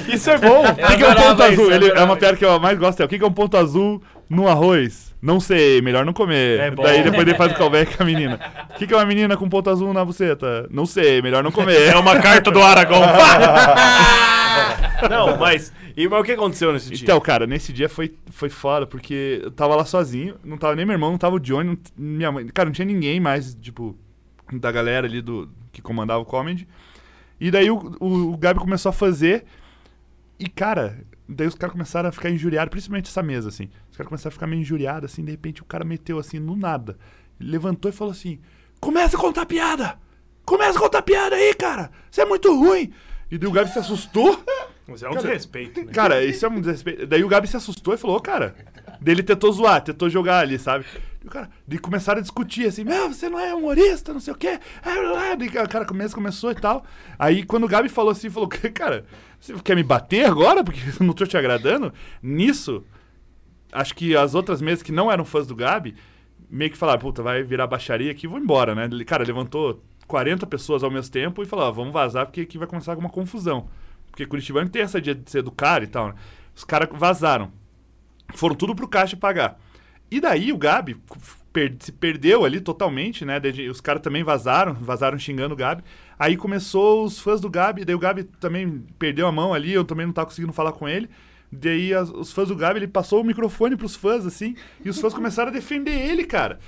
Speaker 4: Isso é bom. O que, que é um
Speaker 2: adorava
Speaker 4: ponto
Speaker 2: isso,
Speaker 4: azul?
Speaker 2: eu
Speaker 4: Ele, é
Speaker 2: adorava
Speaker 4: uma piada que eu mais gosto. É, o que, que é um ponto azul no arroz? Não sei, melhor não comer.
Speaker 3: É bom.
Speaker 4: Daí depois ele faz o callback com a menina. O que, que é uma menina com ponto azul na buceta? Não sei, melhor não comer.
Speaker 3: É uma carta do Aragão. não, mas, e, mas o que aconteceu nesse dia?
Speaker 4: Então, cara, nesse dia foi, foi foda, porque eu tava lá sozinho, não tava nem meu irmão, não tava o Johnny, não t- minha mãe. Cara, não tinha ninguém mais, tipo, da galera ali do que comandava o comedy. E daí o, o, o Gabi começou a fazer. E, cara, daí os caras começaram a ficar injuriados, principalmente essa mesa, assim. Os caras começaram a ficar meio injuriados, assim, de repente o cara meteu assim, no nada. Ele levantou e falou assim: Começa a contar piada! Começa a contar piada aí, cara! Você é muito ruim! E daí o Gabi se assustou.
Speaker 3: Mas é um desrespeito, né?
Speaker 4: Cara, isso é um desrespeito. Daí o Gabi se assustou e falou, "Ô, cara. Dele tentou zoar, tentou jogar ali, sabe? E o cara, daí começaram a discutir assim, meu, você não é humorista, não sei o quê. Ah, blá, blá. Daí o cara começa, começou e tal. Aí quando o Gabi falou assim, falou, cara, você quer me bater agora? Porque eu não tô te agradando? Nisso, acho que as outras mesas que não eram fãs do Gabi, meio que falaram, puta, vai virar baixaria aqui e vou embora, né? Ele, Cara, levantou 40 pessoas ao mesmo tempo e falou, ó, vamos vazar porque aqui vai começar alguma confusão. Porque Curitibano tem essa dia de ser do cara e tal, né? Os caras vazaram. Foram tudo pro caixa pagar. E daí o Gabi per- se perdeu ali totalmente, né? Desde- os caras também vazaram, vazaram xingando o Gabi. Aí começou os fãs do Gabi, daí o Gabi também perdeu a mão ali, eu também não tava conseguindo falar com ele. Daí as- os fãs do Gabi, ele passou o microfone pros fãs, assim, e os fãs começaram a defender ele, cara.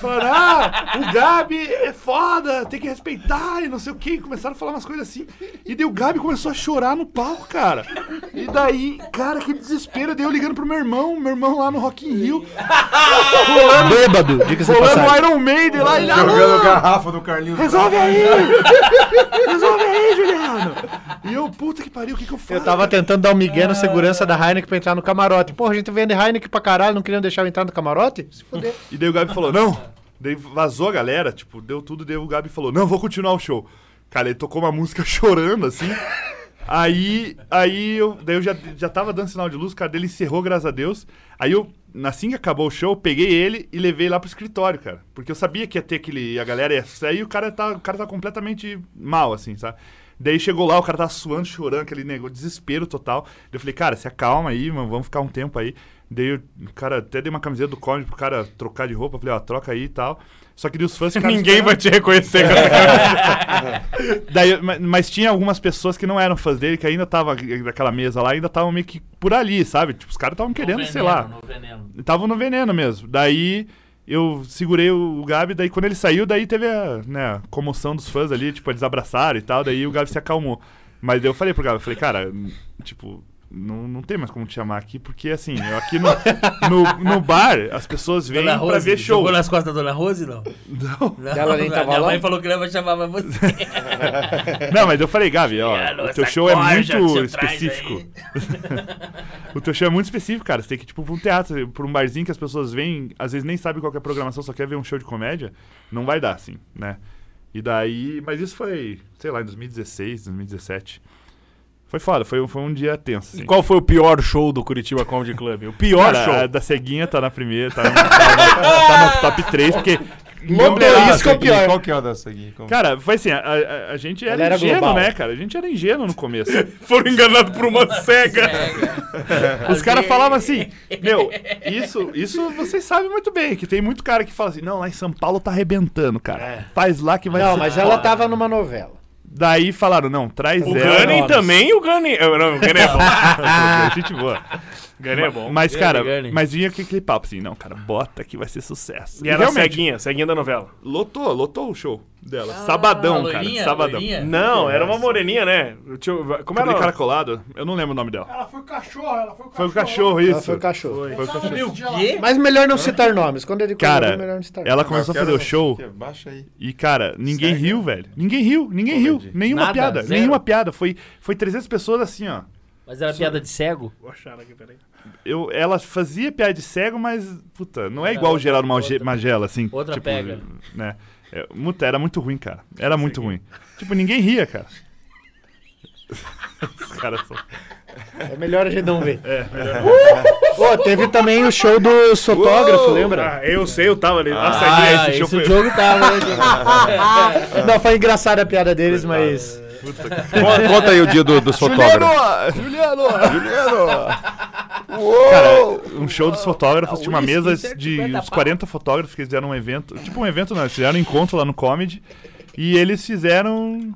Speaker 4: Falaram, ah, o Gabi é foda, tem que respeitar e não sei o quê. E começaram a falar umas coisas assim. E daí o Gabi começou a chorar no palco, cara. E daí, cara, que desespero. Daí eu ligando pro meu irmão, meu irmão lá no Rock in Rio,
Speaker 5: Bêbado, diga-se de
Speaker 4: Rolando o
Speaker 5: passagem.
Speaker 4: Iron Maiden lá, ele
Speaker 7: Jogando a
Speaker 4: "Alô,
Speaker 7: garrafa do Carlinhos.
Speaker 4: Tá Resolve aí! Resolve aí, Juliano! E eu, puta que pariu, o que que eu faço?
Speaker 5: Eu tava tentando dar um migué na segurança da Heineken pra entrar no camarote. Porra, a gente vende Heineken pra caralho, não queriam deixar eu entrar no camarote? Se fuder.
Speaker 4: E daí o Gabi falou, não. Daí vazou a galera, tipo, deu tudo, daí o Gabi falou, não, vou continuar o show. Cara, ele tocou uma música chorando, assim. Aí, aí eu, daí eu já, já tava dando sinal de luz, cara, daí ele encerrou, graças a Deus. Aí eu, assim que acabou o show, eu peguei ele e levei lá pro escritório, cara. Porque eu sabia que ia ter aquele, a galera ia sair e o cara tá, o cara tá completamente mal, assim, sabe? Daí chegou lá, o cara tava suando, chorando, aquele negócio, desespero total. Daí eu falei, cara, se acalma aí, mano, vamos ficar um tempo aí. Daí eu, o cara até dei uma camiseta do comedy pro cara trocar de roupa. Falei, ó, troca aí e tal. Só que daí os fãs ficaram
Speaker 3: Ninguém vai
Speaker 4: esperando.
Speaker 3: te reconhecer com essa cara.
Speaker 4: Daí, ma- mas tinha algumas pessoas que não eram fãs dele, que ainda tava naquela mesa lá, ainda estavam meio que por ali, sabe? Tipo, os caras estavam querendo, sei lá.
Speaker 8: né?
Speaker 4: Estavam no veneno mesmo. Daí eu segurei o o Gabi, daí quando ele saiu, daí teve a né, a comoção dos fãs ali, tipo, eles abraçaram e tal, daí o Gabi se acalmou. Mas daí eu falei pro Gabi, eu falei, cara, hum, tipo, Não, não tem mais como te chamar aqui, porque assim, eu aqui no, no, no bar, as pessoas vêm
Speaker 8: Dona
Speaker 4: pra
Speaker 8: Rose,
Speaker 4: ver show.
Speaker 8: jogou nas costas da Dona Rose, não? Não.
Speaker 9: Ela nem tava
Speaker 8: minha
Speaker 9: lá?
Speaker 8: mãe falou que ela chamava você.
Speaker 4: Não, mas eu falei, Gabi, ó,
Speaker 8: Alô,
Speaker 4: o teu
Speaker 8: essa
Speaker 4: show é
Speaker 8: corja que
Speaker 4: muito
Speaker 8: você traz
Speaker 4: específico.
Speaker 8: aí.
Speaker 4: O teu show é muito específico, cara. Você tem que ir tipo, pra um teatro, pra um barzinho que as pessoas vêm, às vezes nem sabem qual que é a programação, só quer ver um show de comédia. Não vai dar, assim, né? E daí. Mas isso foi, sei lá, em 2016, 2017. Foi foda, foi, um- foi um dia tenso.
Speaker 9: é
Speaker 4: Assim.
Speaker 3: E qual foi o pior show do Curitiba Comedy Club? O pior
Speaker 4: Cara, a
Speaker 3: show.
Speaker 4: da ceguinha tá na primeira, tá no, tá no top 3, porque.
Speaker 9: Lobo, isso que é o
Speaker 4: assim,
Speaker 9: pior.
Speaker 7: Qual que é o da seguinte? Como-
Speaker 4: Cara, foi assim, a, a- a gente era,
Speaker 9: Ela era
Speaker 4: ingênuo,
Speaker 9: global.
Speaker 4: né, cara? A gente era ingênuo no começo.
Speaker 3: Foram enganados por uma cega.
Speaker 4: Os caras falavam assim, meu, isso, isso vocês sabem muito bem, que tem muito cara que fala assim, não, lá em São Paulo tá arrebentando, cara. Faz lá que vai
Speaker 5: É. Não,
Speaker 4: ser
Speaker 5: mas
Speaker 4: foda."
Speaker 5: ela tava numa novela.
Speaker 4: Daí falaram, não, traz
Speaker 3: O
Speaker 4: ela.
Speaker 3: Gunning também, o Gunning... Ah, Não, o Gunning é bom.
Speaker 4: Ah, gente boa.
Speaker 3: O Gunning é bom.
Speaker 4: Mas, cara,
Speaker 2: Gunning.
Speaker 4: mas vinha com aquele papo assim, não, cara, bota que vai ser sucesso.
Speaker 3: E era a ceguinha, ceguinha da novela.
Speaker 4: lotou, lotou o show dela. sabadão, cara,
Speaker 8: Ah, loirinha,
Speaker 4: sabadão.
Speaker 8: loirinha?
Speaker 3: Não, era uma moreninha, né? Deixa eu- Como
Speaker 4: Como
Speaker 3: era?
Speaker 4: era
Speaker 3: o-
Speaker 4: caracolado? Eu não lembro o nome dela.
Speaker 10: Ela foi o cachorro, ela foi o
Speaker 4: Foi
Speaker 10: cachorro.
Speaker 4: o cachorro,
Speaker 5: Ela
Speaker 4: isso.
Speaker 5: foi o cachorro.
Speaker 4: Foi o cachorro.
Speaker 8: Quê?
Speaker 5: Mas melhor não citar nomes. Quando ele convidou, melhor
Speaker 4: Cara,
Speaker 5: não citar
Speaker 4: ela
Speaker 5: nomes.
Speaker 4: começou a
Speaker 7: Quero
Speaker 4: fazer o
Speaker 7: essa-
Speaker 5: assim,
Speaker 4: show
Speaker 7: é? aqui, Baixa aí.
Speaker 4: E, cara, ninguém riu, velho. Ninguém riu, ninguém riu.
Speaker 7: Entendi.
Speaker 4: Nenhuma
Speaker 8: Nada,
Speaker 4: piada,
Speaker 8: zero.
Speaker 4: nenhuma piada. Foi, foi 300 pessoas assim, ó.
Speaker 2: Mas era piada de cego?
Speaker 3: Vou achar aqui, peraí.
Speaker 4: Eu, ela fazia piada de cego, mas, puta, não é igual o Geraldo Mage-
Speaker 2: outra-
Speaker 4: Magela, assim.
Speaker 2: outra pega.
Speaker 4: Né? É, muta, era muito ruim, cara. Era muito ruim. Tipo, ninguém ria, cara. Os caras só...
Speaker 5: É melhor a gente não ver. É, Pô, teve também o show do fotógrafo, lembra?
Speaker 3: Ah, eu sei, eu tava ali. Ah,
Speaker 4: Ah,
Speaker 3: ceguinha, esse show
Speaker 2: esse
Speaker 3: foi...
Speaker 2: jogo tava, né?
Speaker 5: Não, foi engraçada a piada deles, mas...
Speaker 7: Con- Conta aí o dia do- dos fotógrafos.
Speaker 4: Juliano! Cara, um show dos fotógrafos, tinha uma mesa de uns 40 fotógrafos que fizeram um evento. Tipo um evento, não, eles fizeram um encontro lá no Comedy. E eles fizeram.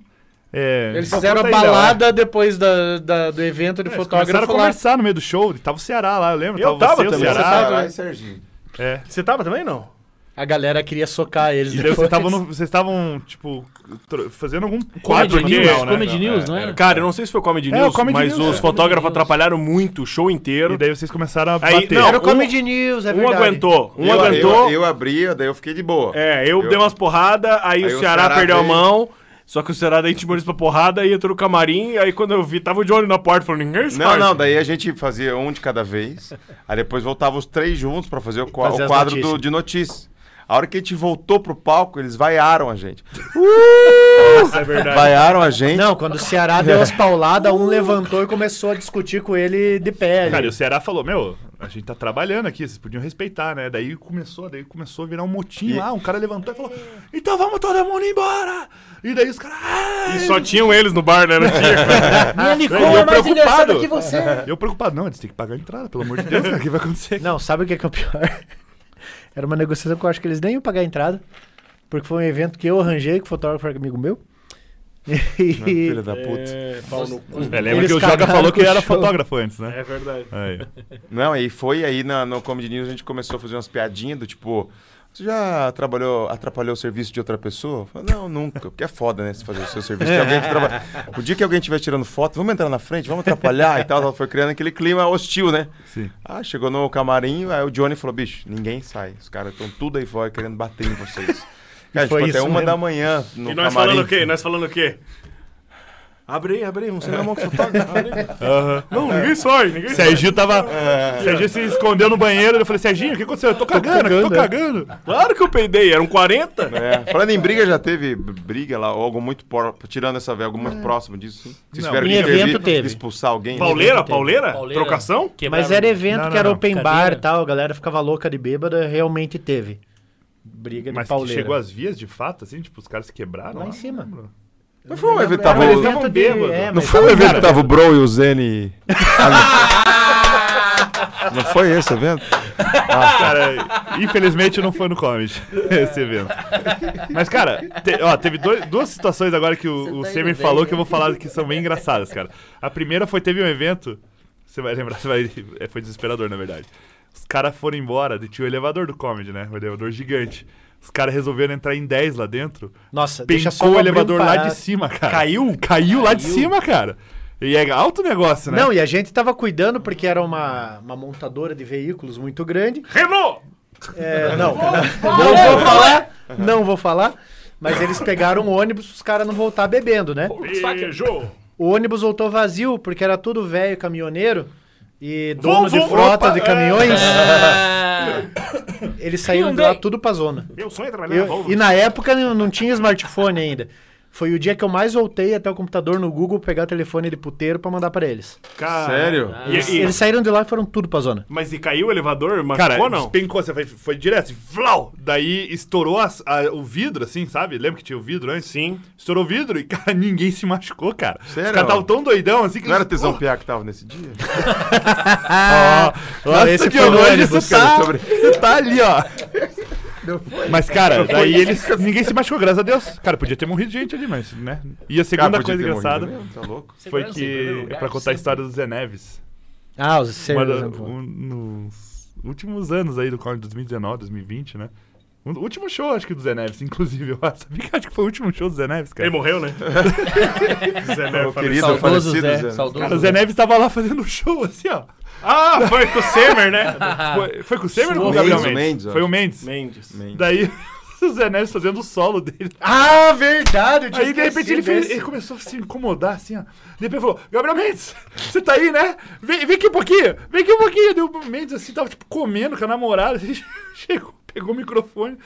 Speaker 4: é,
Speaker 5: Eles fizeram a
Speaker 4: conta aí, Léo, né?
Speaker 5: balada depois da, da- do evento de
Speaker 4: Eles começaram a
Speaker 5: fotógrafo lá.
Speaker 4: conversar no meio do show. e Tava o Ceará lá, eu lembro.
Speaker 3: Eu
Speaker 4: tava
Speaker 3: tava
Speaker 4: você, o
Speaker 3: também,
Speaker 4: Ceará.
Speaker 7: Caralho, Serginho.
Speaker 4: É.
Speaker 3: Você tava também, não?
Speaker 5: A galera queria socar eles.
Speaker 4: E daí vocês
Speaker 5: depois.
Speaker 4: estavam, no- vocês estavam, tipo, tro- fazendo algum quadro
Speaker 2: Comedy
Speaker 4: aqui.
Speaker 2: News,
Speaker 3: final, né?
Speaker 2: Comedy News, não era?
Speaker 3: Cara, eu não sei se foi o Comedy
Speaker 4: É,
Speaker 3: News,
Speaker 4: o Comedy
Speaker 3: mas
Speaker 4: News,
Speaker 3: os
Speaker 4: é.
Speaker 3: fotógrafos
Speaker 2: Comedy News.
Speaker 3: atrapalharam muito o show inteiro.
Speaker 4: E daí vocês começaram a
Speaker 3: Aí,
Speaker 4: bater.
Speaker 3: não,
Speaker 5: Era o
Speaker 3: um-
Speaker 5: Comedy News, é
Speaker 3: um
Speaker 5: verdade.
Speaker 3: aguentou, um
Speaker 7: Eu,
Speaker 3: aguentou.
Speaker 7: eu, eu abri, daí eu fiquei de boa.
Speaker 3: é, eu,
Speaker 7: eu-
Speaker 3: dei umas porradas, aí, o Ceará, perdeu
Speaker 7: veio.
Speaker 3: a mão. Só que o Ceará daí intimou eles pra porrada, aí entrou no camarim, aí quando eu vi, tava o Johnny na porta falando, ninguém é
Speaker 7: Não, não, daí a gente fazia um de cada vez. aí depois voltava os três juntos pra fazer o, qua-
Speaker 5: Fazer
Speaker 7: o
Speaker 5: as
Speaker 7: quadro
Speaker 5: notícias.
Speaker 7: do- de notícias. A hora que a gente voltou pro palco, eles vaiaram a gente. Uh!
Speaker 3: Isso é verdade.
Speaker 7: Vaiaram a gente.
Speaker 5: Não, quando o Ceará deu as pauladas, um levantou e começou a discutir com ele de pé.
Speaker 4: Cara, e
Speaker 5: ali.
Speaker 4: o Ceará falou, meu, a gente tá trabalhando aqui, vocês podiam respeitar, né? Daí começou, daí começou a virar um motim lá, um cara levantou e falou, então vamos todo mundo embora! E daí os caras. "Ai!"
Speaker 3: E só tinham eles no bar, né? Não tinha.
Speaker 5: Ah,
Speaker 2: Minha Nicole
Speaker 4: eu
Speaker 2: é mais
Speaker 4: preocupado.
Speaker 2: engraçada que você.
Speaker 4: Eu preocupado, não, eles têm que pagar a entrada, pelo amor de Deus, cara, o que vai acontecer?
Speaker 5: Não, sabe o que é, que é o pior? Era uma negociação que eu acho que eles nem iam pagar a entrada, porque foi um evento que eu arranjei com o fotógrafo era amigo meu. E
Speaker 7: Filha da puta.
Speaker 4: É, lembra
Speaker 5: Eles
Speaker 4: que o Joga
Speaker 5: cagaram
Speaker 4: falou que
Speaker 5: com o
Speaker 4: era
Speaker 5: show.
Speaker 4: fotógrafo antes, né?
Speaker 3: É verdade.
Speaker 4: Aí.
Speaker 7: Não, e foi aí na, no Comedy News a gente começou a fazer umas piadinhas do tipo. Você já trabalhou, atrapalhou o serviço de outra pessoa? Eu falei, não, nunca. Porque é foda, né? Você fazer o seu serviço. Tem alguém que trabalha. O dia que alguém estiver tirando foto, vamos entrar na frente, vamos atrapalhar e tal. tal. Foi criando aquele clima hostil, né?
Speaker 4: Sim.
Speaker 7: Ah, chegou no camarim, aí o Johnny falou, bicho, ninguém sai. Os caras estão tudo aí fora querendo bater em vocês. Cara,
Speaker 5: foi
Speaker 7: tipo, até
Speaker 5: isso
Speaker 7: uma
Speaker 5: mesmo.
Speaker 7: da manhã no
Speaker 3: E nós
Speaker 7: camarim.
Speaker 3: falando o quê? Nós falando o quê? Abre aí, abre aí, não sei na mão que
Speaker 4: tá.
Speaker 3: fotógrafo. abre aí.
Speaker 4: Aham.
Speaker 3: Não, ninguém sai, ninguém sai.
Speaker 4: Serginho tava. Serginho se escondeu no banheiro. Eu falei, Serginho, o que aconteceu? Eu tô cagando, eu tô
Speaker 5: né?
Speaker 4: cagando.
Speaker 3: Claro que eu peidei, um eram 40.
Speaker 7: É, Falando em briga, já teve b- briga lá, ou algo muito por... tirando essa velha, algo muito próximo disso. Vocês tiveram
Speaker 5: É. em
Speaker 7: que
Speaker 5: evento
Speaker 7: intervir,
Speaker 5: teve.
Speaker 7: expulsar alguém?
Speaker 3: Pauleira, pauleira?
Speaker 2: Pauleira.
Speaker 3: Trocação?
Speaker 5: Mas era evento
Speaker 4: Não, não,
Speaker 5: que era
Speaker 4: não.
Speaker 5: open bar
Speaker 2: Cadeira.
Speaker 5: e tal, a galera ficava louca de bêbada, realmente teve. Briga de
Speaker 4: Mas que
Speaker 5: pauleira.
Speaker 4: chegou às vias de fato, assim, tipo, os caras se quebraram.
Speaker 5: Lá em
Speaker 4: lá?
Speaker 5: cima.
Speaker 7: Não foi um evento que
Speaker 5: Era
Speaker 7: tava...
Speaker 5: um
Speaker 4: eles
Speaker 7: o-
Speaker 4: estavam
Speaker 5: evento de-
Speaker 4: bêbados.
Speaker 5: é,
Speaker 7: Não
Speaker 5: mas
Speaker 7: foi um evento que
Speaker 4: cara.
Speaker 7: tava o Bro e o Zene... ali? Não foi esse evento?
Speaker 4: Cara, infelizmente não foi no comedy esse evento. Mas, cara, te- ó, teve dois- duas situações agora que o, o
Speaker 8: tá
Speaker 4: Semer
Speaker 8: indo
Speaker 4: falou
Speaker 8: bem,
Speaker 4: que eu vou falar que são bem engraçadas, cara. A primeira foi, teve um evento, você vai lembrar, você vai, é, foi desesperador, na verdade. Os caras foram embora, tinha o elevador do comedy, né? O elevador gigante. Os caras resolveram entrar em 10 lá dentro.
Speaker 5: Nossa, deixa só
Speaker 4: Pencou
Speaker 5: eu
Speaker 4: o
Speaker 5: abrir um
Speaker 4: elevador lá
Speaker 5: pará-
Speaker 4: de cima, cara.
Speaker 3: Caiu?
Speaker 4: Caiu lá de cima, cara. E é alto negócio, né?
Speaker 5: Não, e a gente tava cuidando porque era uma, uma montadora de veículos muito grande.
Speaker 3: Renault!
Speaker 5: É, não, não vou falar,
Speaker 3: Uhum.
Speaker 5: não vou falar. Mas eles pegaram o ônibus os caras não voltar bebendo, né?
Speaker 3: Beijo!
Speaker 5: O ônibus voltou vazio porque era tudo velho caminhoneiro e
Speaker 3: Vou,
Speaker 5: dono
Speaker 3: vou,
Speaker 5: de frota
Speaker 3: opa, é.
Speaker 5: de caminhões.
Speaker 8: Ah,
Speaker 5: Eles saíram de lá tudo pra zona.
Speaker 3: Meu sonho é trabalhar na
Speaker 5: Eu-
Speaker 3: Volvo.
Speaker 5: e na época não não tinha smartphone ainda. Foi o dia que eu mais voltei até o computador no Google pegar o telefone de puteiro pra mandar pra eles.
Speaker 4: Ah, é.
Speaker 3: Cara,
Speaker 7: Sério?
Speaker 3: E, e-
Speaker 5: Eles saíram de lá e foram tudo pra zona.
Speaker 3: mas e caiu o elevador? Machucou
Speaker 4: Cara,
Speaker 3: ou não?
Speaker 4: despencou, você foi, foi direto, assim, vlau! Daí estourou as- a- o vidro, assim, sabe? Lembra que tinha o vidro antes?
Speaker 3: Sim.
Speaker 4: Estourou o vidro e, cara, ninguém se machucou, cara.
Speaker 7: Sério?
Speaker 4: Os caras estavam tão doidão, assim, que
Speaker 7: Não era
Speaker 4: eles-
Speaker 7: tesão
Speaker 4: Pô, ah,
Speaker 7: piá que tava nesse dia?
Speaker 4: Nossa,
Speaker 5: esse foi
Speaker 4: Diogo,
Speaker 5: o
Speaker 4: hoje
Speaker 5: ônibus,
Speaker 4: você tá, você tá ali, ó. Mas, cara, daí eles. Ninguém se machucou, graças a Deus. Cara, podia ter morrido gente ali, mas, né? E a segunda
Speaker 7: Cara, podia
Speaker 4: coisa
Speaker 7: ter morrido
Speaker 4: engraçada
Speaker 7: mesmo, Tá louco?
Speaker 4: foi
Speaker 8: Segurança em primeiro
Speaker 4: que.
Speaker 8: lugar,
Speaker 4: É pra contar a
Speaker 8: sempre.
Speaker 4: história do Zé Neves.
Speaker 5: Ah, os
Speaker 4: Uma
Speaker 5: servos.
Speaker 4: da- um- nos últimos anos aí do college 2019, 2020, né? O último show, acho que, do Zé Neves, inclusive. Eu acho, sabia que acho que foi o último show do Zé Neves, cara.
Speaker 3: Ele morreu, né? Zé
Speaker 4: É,
Speaker 3: Neves
Speaker 7: Meu
Speaker 3: faleceu.
Speaker 7: querido
Speaker 8: Saudoso
Speaker 7: falecido
Speaker 8: Zé.
Speaker 7: Zé.
Speaker 8: Saudoso
Speaker 4: Cara, o Zé Neves tava lá fazendo show, assim, ó.
Speaker 3: Ah, foi com o Semer, né?
Speaker 4: Foi, foi com o Semer ou com o
Speaker 7: Mendes,
Speaker 4: Gabriel
Speaker 7: o
Speaker 4: Mendes?
Speaker 7: Mendes, um eu
Speaker 4: foi o
Speaker 7: acho.
Speaker 4: Mendes.
Speaker 3: Mendes.
Speaker 7: Man.
Speaker 4: Daí, o Zé Neves fazendo o solo dele.
Speaker 5: Ah, verdade! Eu tinha
Speaker 4: Aí, de repente, ele,
Speaker 5: esquecido
Speaker 4: fez,
Speaker 5: desse.
Speaker 4: ele começou a se incomodar, assim, ó. De repente, falou, Gabriel Mendes, você tá aí, né? Vem, vem aqui um pouquinho, vem aqui um pouquinho. Daí o Mendes, assim, tava, tipo, comendo com a namorada. Ele chegou, pegou o microfone.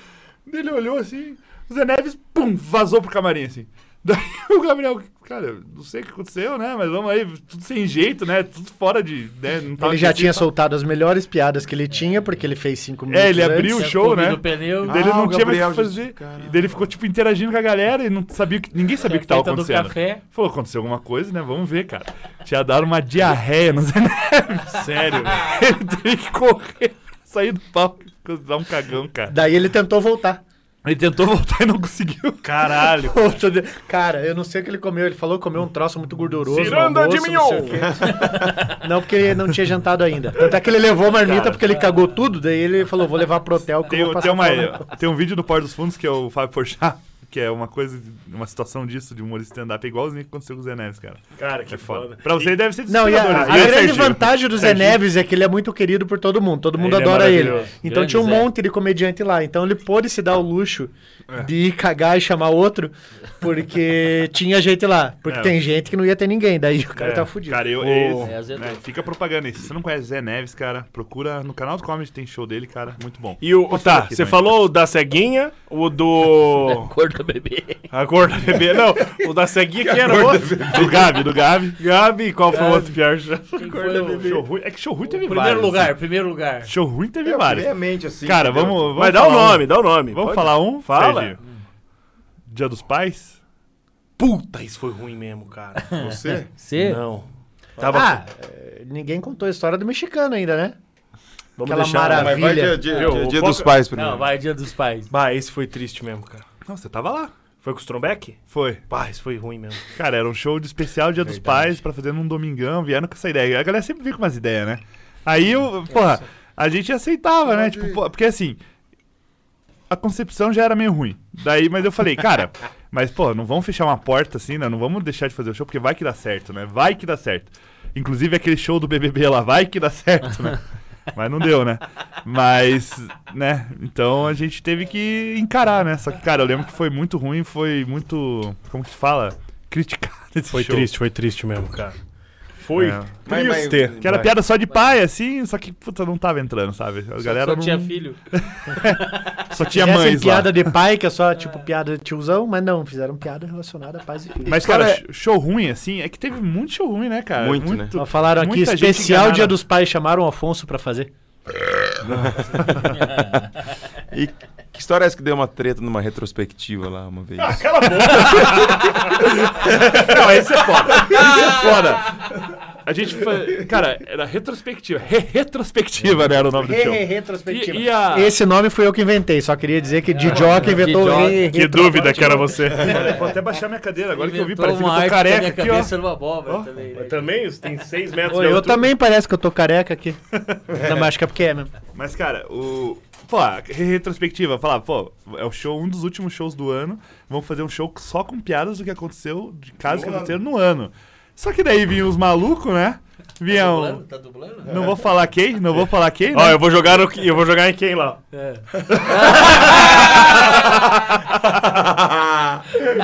Speaker 4: Daí Ele olhou, assim, o Zé Neves, pum, vazou pro camarim, assim. Daí o Gabriel, cara, eu não sei o que aconteceu, né? Mas vamos aí, tudo sem jeito, né? Tudo fora de... Né? Não tava
Speaker 5: Ele já
Speaker 4: aquecido,
Speaker 5: tinha
Speaker 4: tava-
Speaker 5: soltado as melhores piadas que ele tinha, porque ele fez cinco minutos.
Speaker 4: É, ele abriu o
Speaker 5: antes.
Speaker 4: show, né?
Speaker 8: No pneu.
Speaker 4: Daí ele
Speaker 7: Ah,
Speaker 4: não
Speaker 7: o
Speaker 4: tinha mais o que
Speaker 7: Gabriel
Speaker 4: fazer.
Speaker 7: Jesus,
Speaker 4: E daí ele ficou, tipo, interagindo com a galera e não sabia o que, ninguém sabia o que tava
Speaker 8: Festa do
Speaker 4: acontecendo.
Speaker 8: café.
Speaker 4: Falou, aconteceu alguma coisa, né? Vamos ver, cara. Tinha dado uma diarreia no Zé Neves.
Speaker 3: Sério.
Speaker 4: Ele teve que correr pra sair do palco. ficou- Dá um cagão, cara.
Speaker 5: Daí ele tentou voltar.
Speaker 4: Ele tentou voltar e não conseguiu.
Speaker 3: Caralho.
Speaker 5: Voltou de- Cara, eu não sei o que ele comeu. Ele falou que comeu um troço muito gorduroso. no
Speaker 3: Ciranda de
Speaker 5: almoço, não sei o
Speaker 3: mignon.
Speaker 5: quê. Não, porque ele não tinha jantado ainda. Até que ele levou a marmita porque ele cagou tudo. Daí ele falou: vou levar pro hotel que eu vou
Speaker 4: Tem,
Speaker 5: passar
Speaker 4: tem,
Speaker 5: fome.
Speaker 4: uma, tem um vídeo do Porto dos Fundos que é o Fábio Porchat, que é uma coisa, uma situação disso, de humorista stand-up, é igualzinho que aconteceu com o Zé Neves, cara.
Speaker 3: Cara, que
Speaker 4: É foda.
Speaker 3: foda.
Speaker 4: Pra você deve ser
Speaker 5: Não, e a,
Speaker 4: desesperador,
Speaker 5: a
Speaker 4: né? E aí,
Speaker 5: grande
Speaker 4: Serginho?
Speaker 5: vantagem do Zé Neves é que ele é muito querido por todo mundo. Todo mundo
Speaker 3: Ele é
Speaker 5: adora ele.
Speaker 3: maravilhoso.
Speaker 5: Então
Speaker 8: Grande
Speaker 5: tinha um
Speaker 8: Zé.
Speaker 5: monte de comediante lá. Então ele pôde se dar o luxo
Speaker 4: É.
Speaker 5: de ir cagar e chamar outro, porque tinha gente lá. Porque
Speaker 4: É.
Speaker 5: tem gente que não ia ter ninguém. Daí o cara tá fudido.
Speaker 4: Cara, eu.
Speaker 8: É,
Speaker 4: esse-
Speaker 8: azedou.
Speaker 4: né, fica propaganda aí. Se você não conhece Zé Neves, cara, procura no canal do Comedy, tem show dele, cara. Muito bom.
Speaker 3: E o.
Speaker 4: Posso
Speaker 3: Tá,
Speaker 4: falar aqui né?
Speaker 3: você
Speaker 4: também?
Speaker 3: falou o da ceguinha, o do.
Speaker 8: Acorda, bebê.
Speaker 3: A cor da bebê. Não, o da ceguinha que era outro.
Speaker 4: Do Gabi, do Gabi.
Speaker 3: Gabi, qual foi o outro pior?
Speaker 8: Quem foi o-
Speaker 4: Show ruim. É que show ruim teve
Speaker 8: Primeiro
Speaker 4: vários.
Speaker 8: lugar, primeiro lugar.
Speaker 4: Show ruim teve vários.
Speaker 7: Friamente, assim.
Speaker 4: Cara,
Speaker 7: entendeu?
Speaker 4: vamos. vamos
Speaker 3: Vai dar o
Speaker 4: falar um.
Speaker 3: nome, dá o nome. Pode?
Speaker 4: Vamos falar um?
Speaker 3: Fala.
Speaker 4: Serginho? Dia dos Pais?
Speaker 3: Puta, isso foi ruim mesmo, cara.
Speaker 7: Você?
Speaker 2: É.
Speaker 8: Você?
Speaker 3: Não. Tava.
Speaker 5: Ah, eh, ninguém contou a história do mexicano ainda, né?
Speaker 3: vamos
Speaker 5: aquela
Speaker 3: deixar.
Speaker 5: maravilha.
Speaker 7: Mas vai dia, dia,
Speaker 3: Eu,
Speaker 7: dia,
Speaker 3: o
Speaker 7: dia
Speaker 3: foco-
Speaker 7: dos pais primeiro.
Speaker 8: Não, vai dia dos pais.
Speaker 3: Bah, esse foi triste mesmo, cara.
Speaker 4: Não, você tava lá.
Speaker 3: Foi com o Strombeck?
Speaker 4: Foi.
Speaker 3: Bah, isso foi ruim mesmo.
Speaker 4: Cara, era um show de especial Dia dos Pais pra fazer num domingão. Vieram com essa ideia. A galera sempre vem com umas ideias, né? Aí, eu, porra, a gente aceitava, né? Tipo, pô, porque assim, a concepção já era meio ruim. Daí, mas eu falei, cara, mas pô, não vamos fechar uma porta assim, né? Não vamos deixar de fazer o show, porque vai que dá certo, né? Vai que dá certo. Inclusive aquele show do BBB lá, vai que dá certo, né? Mas não deu, né? Mas, né? Então a gente teve que encarar, né? Só que, cara, eu lembro que foi muito ruim, foi muito. Como que se fala? Criticado esse
Speaker 3: Foi
Speaker 4: show.
Speaker 3: triste, foi triste mesmo, cara. Foi
Speaker 4: É.
Speaker 7: Mas- mas-
Speaker 3: triste.
Speaker 4: Que era piada só de pai, assim, só que, puta, não tava entrando, sabe? A galera
Speaker 8: Só
Speaker 4: não...
Speaker 8: tinha filho.
Speaker 4: só tinha
Speaker 5: Fizessem
Speaker 4: mães lá.
Speaker 5: piada de pai, que é só tipo piada de tiozão, mas não, fizeram piada relacionada a pais e filhos.
Speaker 4: Mas, cara,
Speaker 7: Cara,
Speaker 4: show ruim, assim, é que teve muito show ruim, né, cara?
Speaker 7: Muito,
Speaker 5: Ó, Falaram aqui,
Speaker 4: muita gente
Speaker 5: especial
Speaker 4: enganada.
Speaker 5: Dia dos Pais, chamaram o Afonso pra fazer.
Speaker 7: E que história é essa que deu uma treta numa retrospectiva lá uma vez?
Speaker 4: Não, esse é foda. Esse é foda. A gente foi... Cara, era retrospectiva. Re- retrospectiva, né, era o nome do show.
Speaker 5: retrospectiva.
Speaker 4: E- e a-
Speaker 5: Esse nome fui eu que inventei, só queria dizer
Speaker 4: É.
Speaker 5: que Dijoc inventou o
Speaker 8: Dijoc.
Speaker 5: re-
Speaker 3: Que
Speaker 4: tá,
Speaker 5: retro-
Speaker 3: dúvida que era você.
Speaker 4: Vou até baixar minha cadeira, agora que eu vi,
Speaker 8: Inventou
Speaker 4: parece que eu
Speaker 8: uma
Speaker 4: tô
Speaker 8: arte
Speaker 4: careca
Speaker 8: da minha
Speaker 4: aqui, ó. Então,
Speaker 8: cabeça numa abóbora também. né?
Speaker 3: também os- tem 6 metros
Speaker 5: Ô,
Speaker 3: de
Speaker 5: eu
Speaker 3: altura.
Speaker 5: também parece que eu tô careca aqui. Não, mas acho que é porque é mesmo.
Speaker 4: Mas, cara, o... Pô, a re- retrospectiva, falar, pô, é o show, um dos últimos shows do ano. Vamos fazer um show só com piadas do que aconteceu, de casos que aconteceram no ano. Só que daí vinham os malucos, né? Vinham.
Speaker 8: dublando? Tá dublando?
Speaker 4: Não vou falar quem, não vou falar quem,
Speaker 3: Ó,
Speaker 4: né?
Speaker 3: eu vou jogar no, eu vou jogar em quem lá?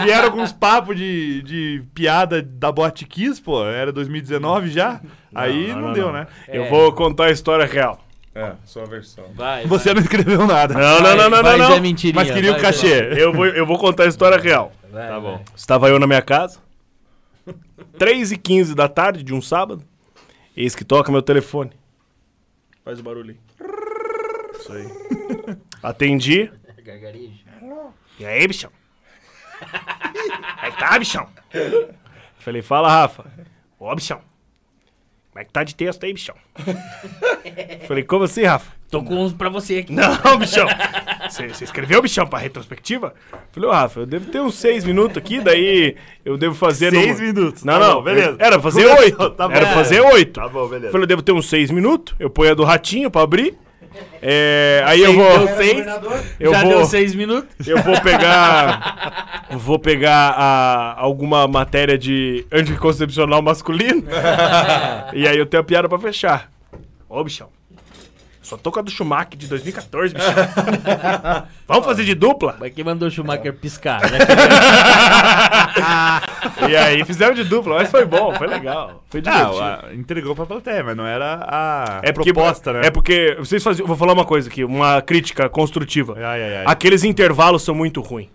Speaker 4: Vieram com uns papos de, de piada da Boate Kiss, pô. Era 2019 já. Aí não, deu, né?
Speaker 2: É.
Speaker 3: Eu vou contar a história real.
Speaker 7: É, sua versão.
Speaker 2: Vai,
Speaker 4: Você não escreveu nada.
Speaker 3: Não, não, não, não, não,
Speaker 2: vai,
Speaker 3: não.
Speaker 2: Zé é Mentirinha,
Speaker 4: Mas queria o
Speaker 2: vai,
Speaker 4: cachê.
Speaker 3: Eu vou, eu vou contar a história real.
Speaker 2: Vai,
Speaker 3: tá
Speaker 2: vai.
Speaker 3: bom. Estava eu na minha casa, 3h15 da tarde de um sábado, eis que toca meu telefone. Faz o barulho aí. Isso aí. Atendi.
Speaker 8: Gargarejo.
Speaker 3: E aí, bichão? Como é que tá, bichão? Falei, fala, Rafa. Ô, bichão. Como é que tá de texto aí, bichão? Falei, como assim, Rafa?
Speaker 2: Tô com uns pra você aqui.
Speaker 3: Não, bichão. Você você escreveu, bichão, pra retrospectiva? Falei, ô, Rafa, eu devo ter uns seis minutos aqui, daí eu devo fazer...
Speaker 4: Seis
Speaker 3: numa-
Speaker 4: minutos.
Speaker 3: Não,
Speaker 4: Tá
Speaker 3: não,
Speaker 4: bom, beleza.
Speaker 3: Era fazer
Speaker 4: Começou,
Speaker 3: oito.
Speaker 4: tá bom.
Speaker 3: Era fazer oito.
Speaker 4: Tá bom, beleza.
Speaker 3: Falei, eu devo ter uns seis minutos, eu ponho a do ratinho pra abrir. É, aí eu vou...
Speaker 2: Deu seis,
Speaker 3: Eu
Speaker 2: já
Speaker 3: vou...
Speaker 2: deu seis minutos.
Speaker 3: Eu vou pegar. vou pegar a, alguma matéria de anticoncepcional masculino. e aí eu tenho a piada pra fechar. Ô, bichão. Só tô com a do Schumacher de 2014, bichão. Vamos fazer de dupla?
Speaker 2: Mas quem mandou o Schumacher piscar? Né?
Speaker 3: E aí fizeram de dupla, mas foi bom, foi legal. Foi divertido.
Speaker 4: Ah, a- entregou pra plateia, mas não era a
Speaker 3: É porque,
Speaker 4: proposta, né?
Speaker 3: É porque. Vocês faziam. Vou falar uma coisa aqui, uma crítica construtiva.
Speaker 5: É,
Speaker 4: Ai, ai, ai.
Speaker 3: Aqueles intervalos são muito ruins.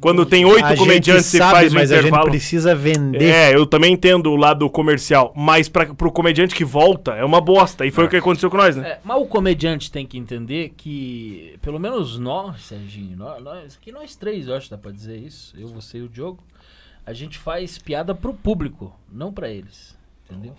Speaker 3: Quando tem oito
Speaker 5: a gente
Speaker 3: comediantes e
Speaker 5: sabe,
Speaker 3: faz um
Speaker 5: mas a gente
Speaker 3: intervalo.
Speaker 5: precisa vender.
Speaker 3: É, eu também entendo o lado comercial, mas pra, pro comediante que volta é uma bosta. E foi o que aconteceu com nós, né?
Speaker 2: É, mas o comediante tem que entender que, pelo menos nós, Serginho, nós, nós, que nós três, eu acho, dá pra dizer isso, eu, você e o Diogo, a gente faz piada pro público, não pra eles, entendeu?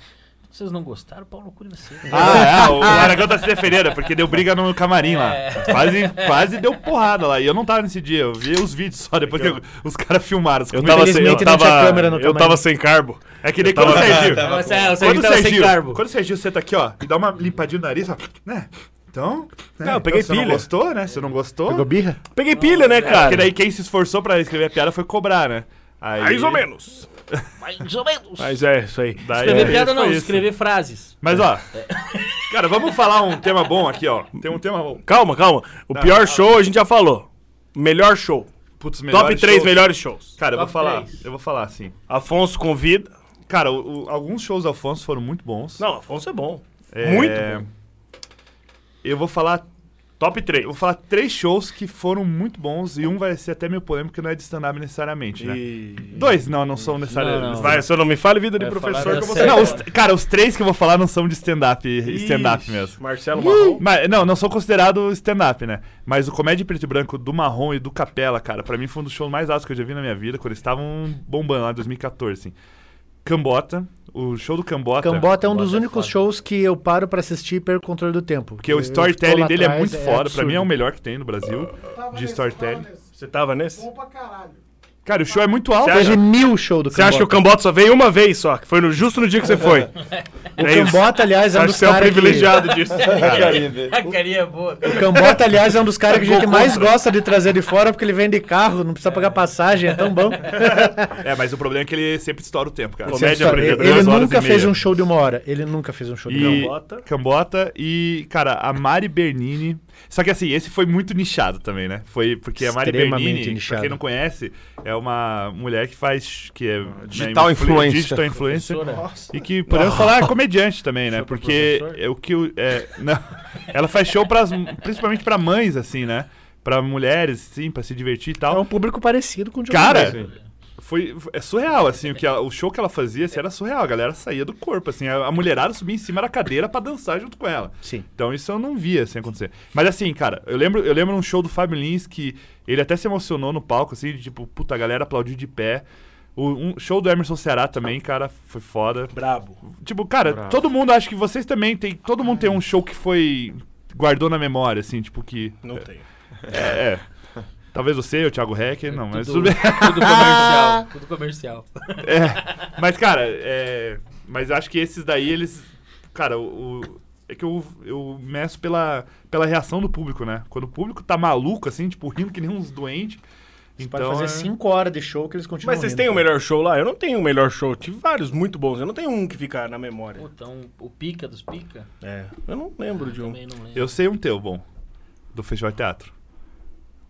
Speaker 2: Se vocês não gostaram, pau no cu de você.
Speaker 4: Ah, é, o Aragão tá se defendendo, é porque deu briga no camarim lá.
Speaker 3: É.
Speaker 4: Quase, quase deu porrada lá. E eu não tava nesse dia, eu vi os vídeos só, depois que eu- os caras filmaram. Os
Speaker 3: Eu
Speaker 4: comentários.
Speaker 3: tava sem, eu
Speaker 5: Infelizmente não
Speaker 3: tava,
Speaker 5: tinha câmera no
Speaker 3: eu
Speaker 5: camarim.
Speaker 3: tava sem carbo.
Speaker 4: É que nem
Speaker 3: eu tava-
Speaker 4: quando o Serginho.
Speaker 2: Mas, é, o
Speaker 4: Quando
Speaker 2: Serginho
Speaker 4: o
Speaker 2: tava sem
Speaker 4: Serginho,
Speaker 2: carbo.
Speaker 4: quando o Serginho senta aqui, ó, e dá uma limpadinha no nariz, ó, né? Então, né?
Speaker 3: Não, eu peguei
Speaker 4: então, Você
Speaker 3: pilha.
Speaker 4: não gostou, né? Você não gostou. É,
Speaker 5: Pegou birra?
Speaker 3: Peguei pilha, né, cara?
Speaker 4: Porque daí quem se esforçou pra escrever a piada foi cobrar, né? Aí,
Speaker 3: Mais ou menos.
Speaker 2: Mais ou menos.
Speaker 3: Mas é, isso aí.
Speaker 4: Daí-
Speaker 2: Escrever
Speaker 4: é,
Speaker 2: piada
Speaker 4: foi
Speaker 2: não,
Speaker 4: isso.
Speaker 2: escrever frases.
Speaker 4: Mas ó, cara, vamos falar um tema bom aqui, ó. Tem um tema bom.
Speaker 3: Calma, calma. O pior show a gente já falou. Melhor show.
Speaker 4: Putz,
Speaker 3: Top 3
Speaker 4: shows.
Speaker 3: melhores shows.
Speaker 4: Cara, eu vou
Speaker 2: Top
Speaker 4: falar.
Speaker 2: três.
Speaker 4: Eu vou falar assim.
Speaker 3: Afonso convida.
Speaker 4: Cara, o- o- alguns shows do Afonso foram muito bons.
Speaker 3: Não, Afonso é bom.
Speaker 4: É,
Speaker 3: Muito bom.
Speaker 4: Eu vou falar,
Speaker 3: Top
Speaker 4: eu
Speaker 3: 3.
Speaker 4: vou falar três shows que foram muito bons e um vai ser até meio polêmico, que não é de stand-up necessariamente, né? Dois não, não são necessariamente.
Speaker 2: não.
Speaker 3: Vai, É, se eu não me fale, vida de
Speaker 2: Vai
Speaker 3: professor
Speaker 2: falar
Speaker 3: que eu vou
Speaker 2: da
Speaker 3: sair.
Speaker 4: Não, os- cara, os três que eu vou falar não são de stand-up, stand-up
Speaker 3: Ixi,
Speaker 4: mesmo.
Speaker 3: Marcelo Marrom.
Speaker 4: Mas, não, não sou considerado stand-up, né? Mas o Comédia em Preto e Branco do Marrom e do Capela, cara, pra mim foi um dos shows mais altos que eu já vi na minha vida, quando eles estavam bombando lá em 2014, assim. Cambota, o show do Cambota.
Speaker 5: Cambota é um dos únicos shows que eu paro pra assistir e perco o controle do tempo.
Speaker 4: Porque o
Speaker 5: Eu tô
Speaker 4: storytelling
Speaker 5: lá
Speaker 4: dele é
Speaker 5: atrás,
Speaker 4: muito foda, pra
Speaker 5: absurdo.
Speaker 4: mim é o melhor que tem no Brasil de storytelling.
Speaker 3: Você tava nesse?
Speaker 4: Cara, o show é muito alto.
Speaker 3: Você
Speaker 4: cara.
Speaker 5: Teve mil show do
Speaker 3: Você acha que o Cambota só veio uma vez só, que foi no, justo no dia que você foi.
Speaker 5: O
Speaker 3: É isso.
Speaker 5: Cambota, aliás,
Speaker 3: Você
Speaker 5: é um
Speaker 3: acha que
Speaker 5: dos
Speaker 3: você é um
Speaker 5: caras
Speaker 3: privilegiado disso.
Speaker 2: A carinha é boa.
Speaker 5: que... O Cambota, aliás, é um dos caras que a gente mais gosta de trazer de fora porque ele vende carro, não precisa pagar passagem, é tão bom.
Speaker 4: É, mas o problema é que ele sempre estoura o tempo, cara.
Speaker 3: Comédia
Speaker 5: Sempre
Speaker 3: Preto e
Speaker 5: ele
Speaker 3: Branco,
Speaker 5: ele
Speaker 4: duas horas
Speaker 5: nunca
Speaker 4: e
Speaker 5: fez
Speaker 4: meia.
Speaker 5: um show de uma hora. Ele nunca fez um show de uma hora.
Speaker 4: E
Speaker 3: Cambota.
Speaker 4: Cambota e, cara, a Mari Bernini. Só que assim, esse foi muito nichado também, né? Foi porque a Mari
Speaker 5: Extremamente
Speaker 4: Bernini, pra
Speaker 5: nichado.
Speaker 4: quem não conhece, é uma mulher que faz. que é
Speaker 7: Digital
Speaker 4: né, influ-
Speaker 7: influencer.
Speaker 4: Digital influencer. E que podemos falar é comediante também, né? Porque é o que. o- É, não, ela faz show pras, principalmente pra mães, assim, né? Pra mulheres, sim, pra se divertir e
Speaker 5: É
Speaker 4: tal.
Speaker 5: um público parecido com o Diogo Nunes.
Speaker 4: Cara, foi, é surreal, assim, o, que ela- o show que ela fazia assim, era surreal. A galera saía do corpo, assim, a, a mulherada subia em cima da cadeira pra dançar junto com ela.
Speaker 5: Sim.
Speaker 4: Então isso eu não via assim acontecer. Mas assim, cara, eu lembro, eu lembro um show do Fábio Lins que ele até se emocionou no palco, assim, de, tipo, puta, a galera aplaudiu de pé. O, um show do Emerson Ceará também, cara, foi foda.
Speaker 3: Brabo.
Speaker 4: Tipo, cara, todo mundo acha que vocês também tem. Todo mundo tem um show que foi. guardou na memória, assim, tipo, que.
Speaker 3: Não tem.
Speaker 4: É, é. Talvez você, o Thiago Hecker, não, mas
Speaker 2: É Tudo,
Speaker 4: tudo bem.
Speaker 2: tudo comercial. Tudo comercial.
Speaker 4: É, mas, cara, é, mas acho que esses daí, eles. Cara, o. o- é que eu, eu meço pela, pela reação do público, né? Quando o público tá maluco, assim, tipo, rindo que nem uns doentes,
Speaker 5: Você
Speaker 4: Então,
Speaker 5: pode fazer
Speaker 4: é-
Speaker 5: cinco horas de show que eles continuam
Speaker 3: Mas vocês
Speaker 5: rindo,
Speaker 3: têm o
Speaker 5: cara.
Speaker 3: melhor show lá? Eu não tenho o melhor show. Tive vários muito bons. Eu não tenho um que fica na memória.
Speaker 2: Puta, um- o pica dos pica?
Speaker 3: É. Eu não lembro de um.
Speaker 2: Também não lembro.
Speaker 4: Eu sei um teu bom. Do Festival de Teatro.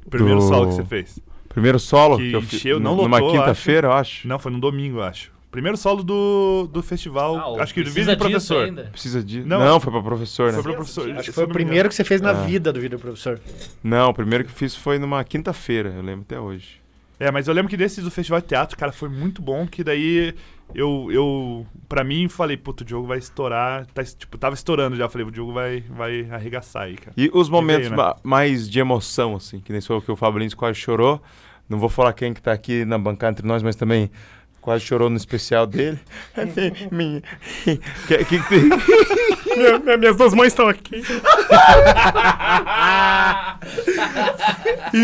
Speaker 4: O primeiro
Speaker 7: Do-
Speaker 4: solo que você fez.
Speaker 7: Primeiro solo
Speaker 4: Que
Speaker 7: que, eu fiz.
Speaker 4: encheu, não
Speaker 7: numa
Speaker 4: lotou,
Speaker 7: quinta-feira, eu acho.
Speaker 4: Não, foi no domingo, eu acho. Primeiro solo do, do festival.
Speaker 2: Ah, o
Speaker 4: acho que do
Speaker 2: Precisa
Speaker 4: vídeo do
Speaker 2: Disso
Speaker 4: professor.
Speaker 2: ainda.
Speaker 7: Precisa de.
Speaker 4: Não.
Speaker 7: Não, foi pra professor, né?
Speaker 4: Foi pro professor.
Speaker 5: Acho
Speaker 4: se
Speaker 5: que foi
Speaker 4: eu
Speaker 5: o
Speaker 4: não me
Speaker 5: primeiro que você fez na
Speaker 7: Ah.
Speaker 5: vida do vídeo professor.
Speaker 7: Não, o primeiro que eu fiz foi numa quinta-feira, eu lembro até hoje.
Speaker 4: É, mas eu lembro que desse do Festival de Teatro, cara, foi muito bom, que daí eu, eu pra mim, falei, puto, o Diogo vai estourar, tá, es- tipo, tava estourando já, falei, o Diogo vai, vai arregaçar aí, cara.
Speaker 7: E os momentos
Speaker 4: né?
Speaker 7: ma- mais de emoção, assim, que nem foi o que o Fabrício quase chorou. Não vou falar quem que tá aqui na bancada entre nós, mas também quase chorou no especial dele.
Speaker 4: Assim,
Speaker 7: Minha- que, que, que-
Speaker 3: minhas duas mães estão aqui.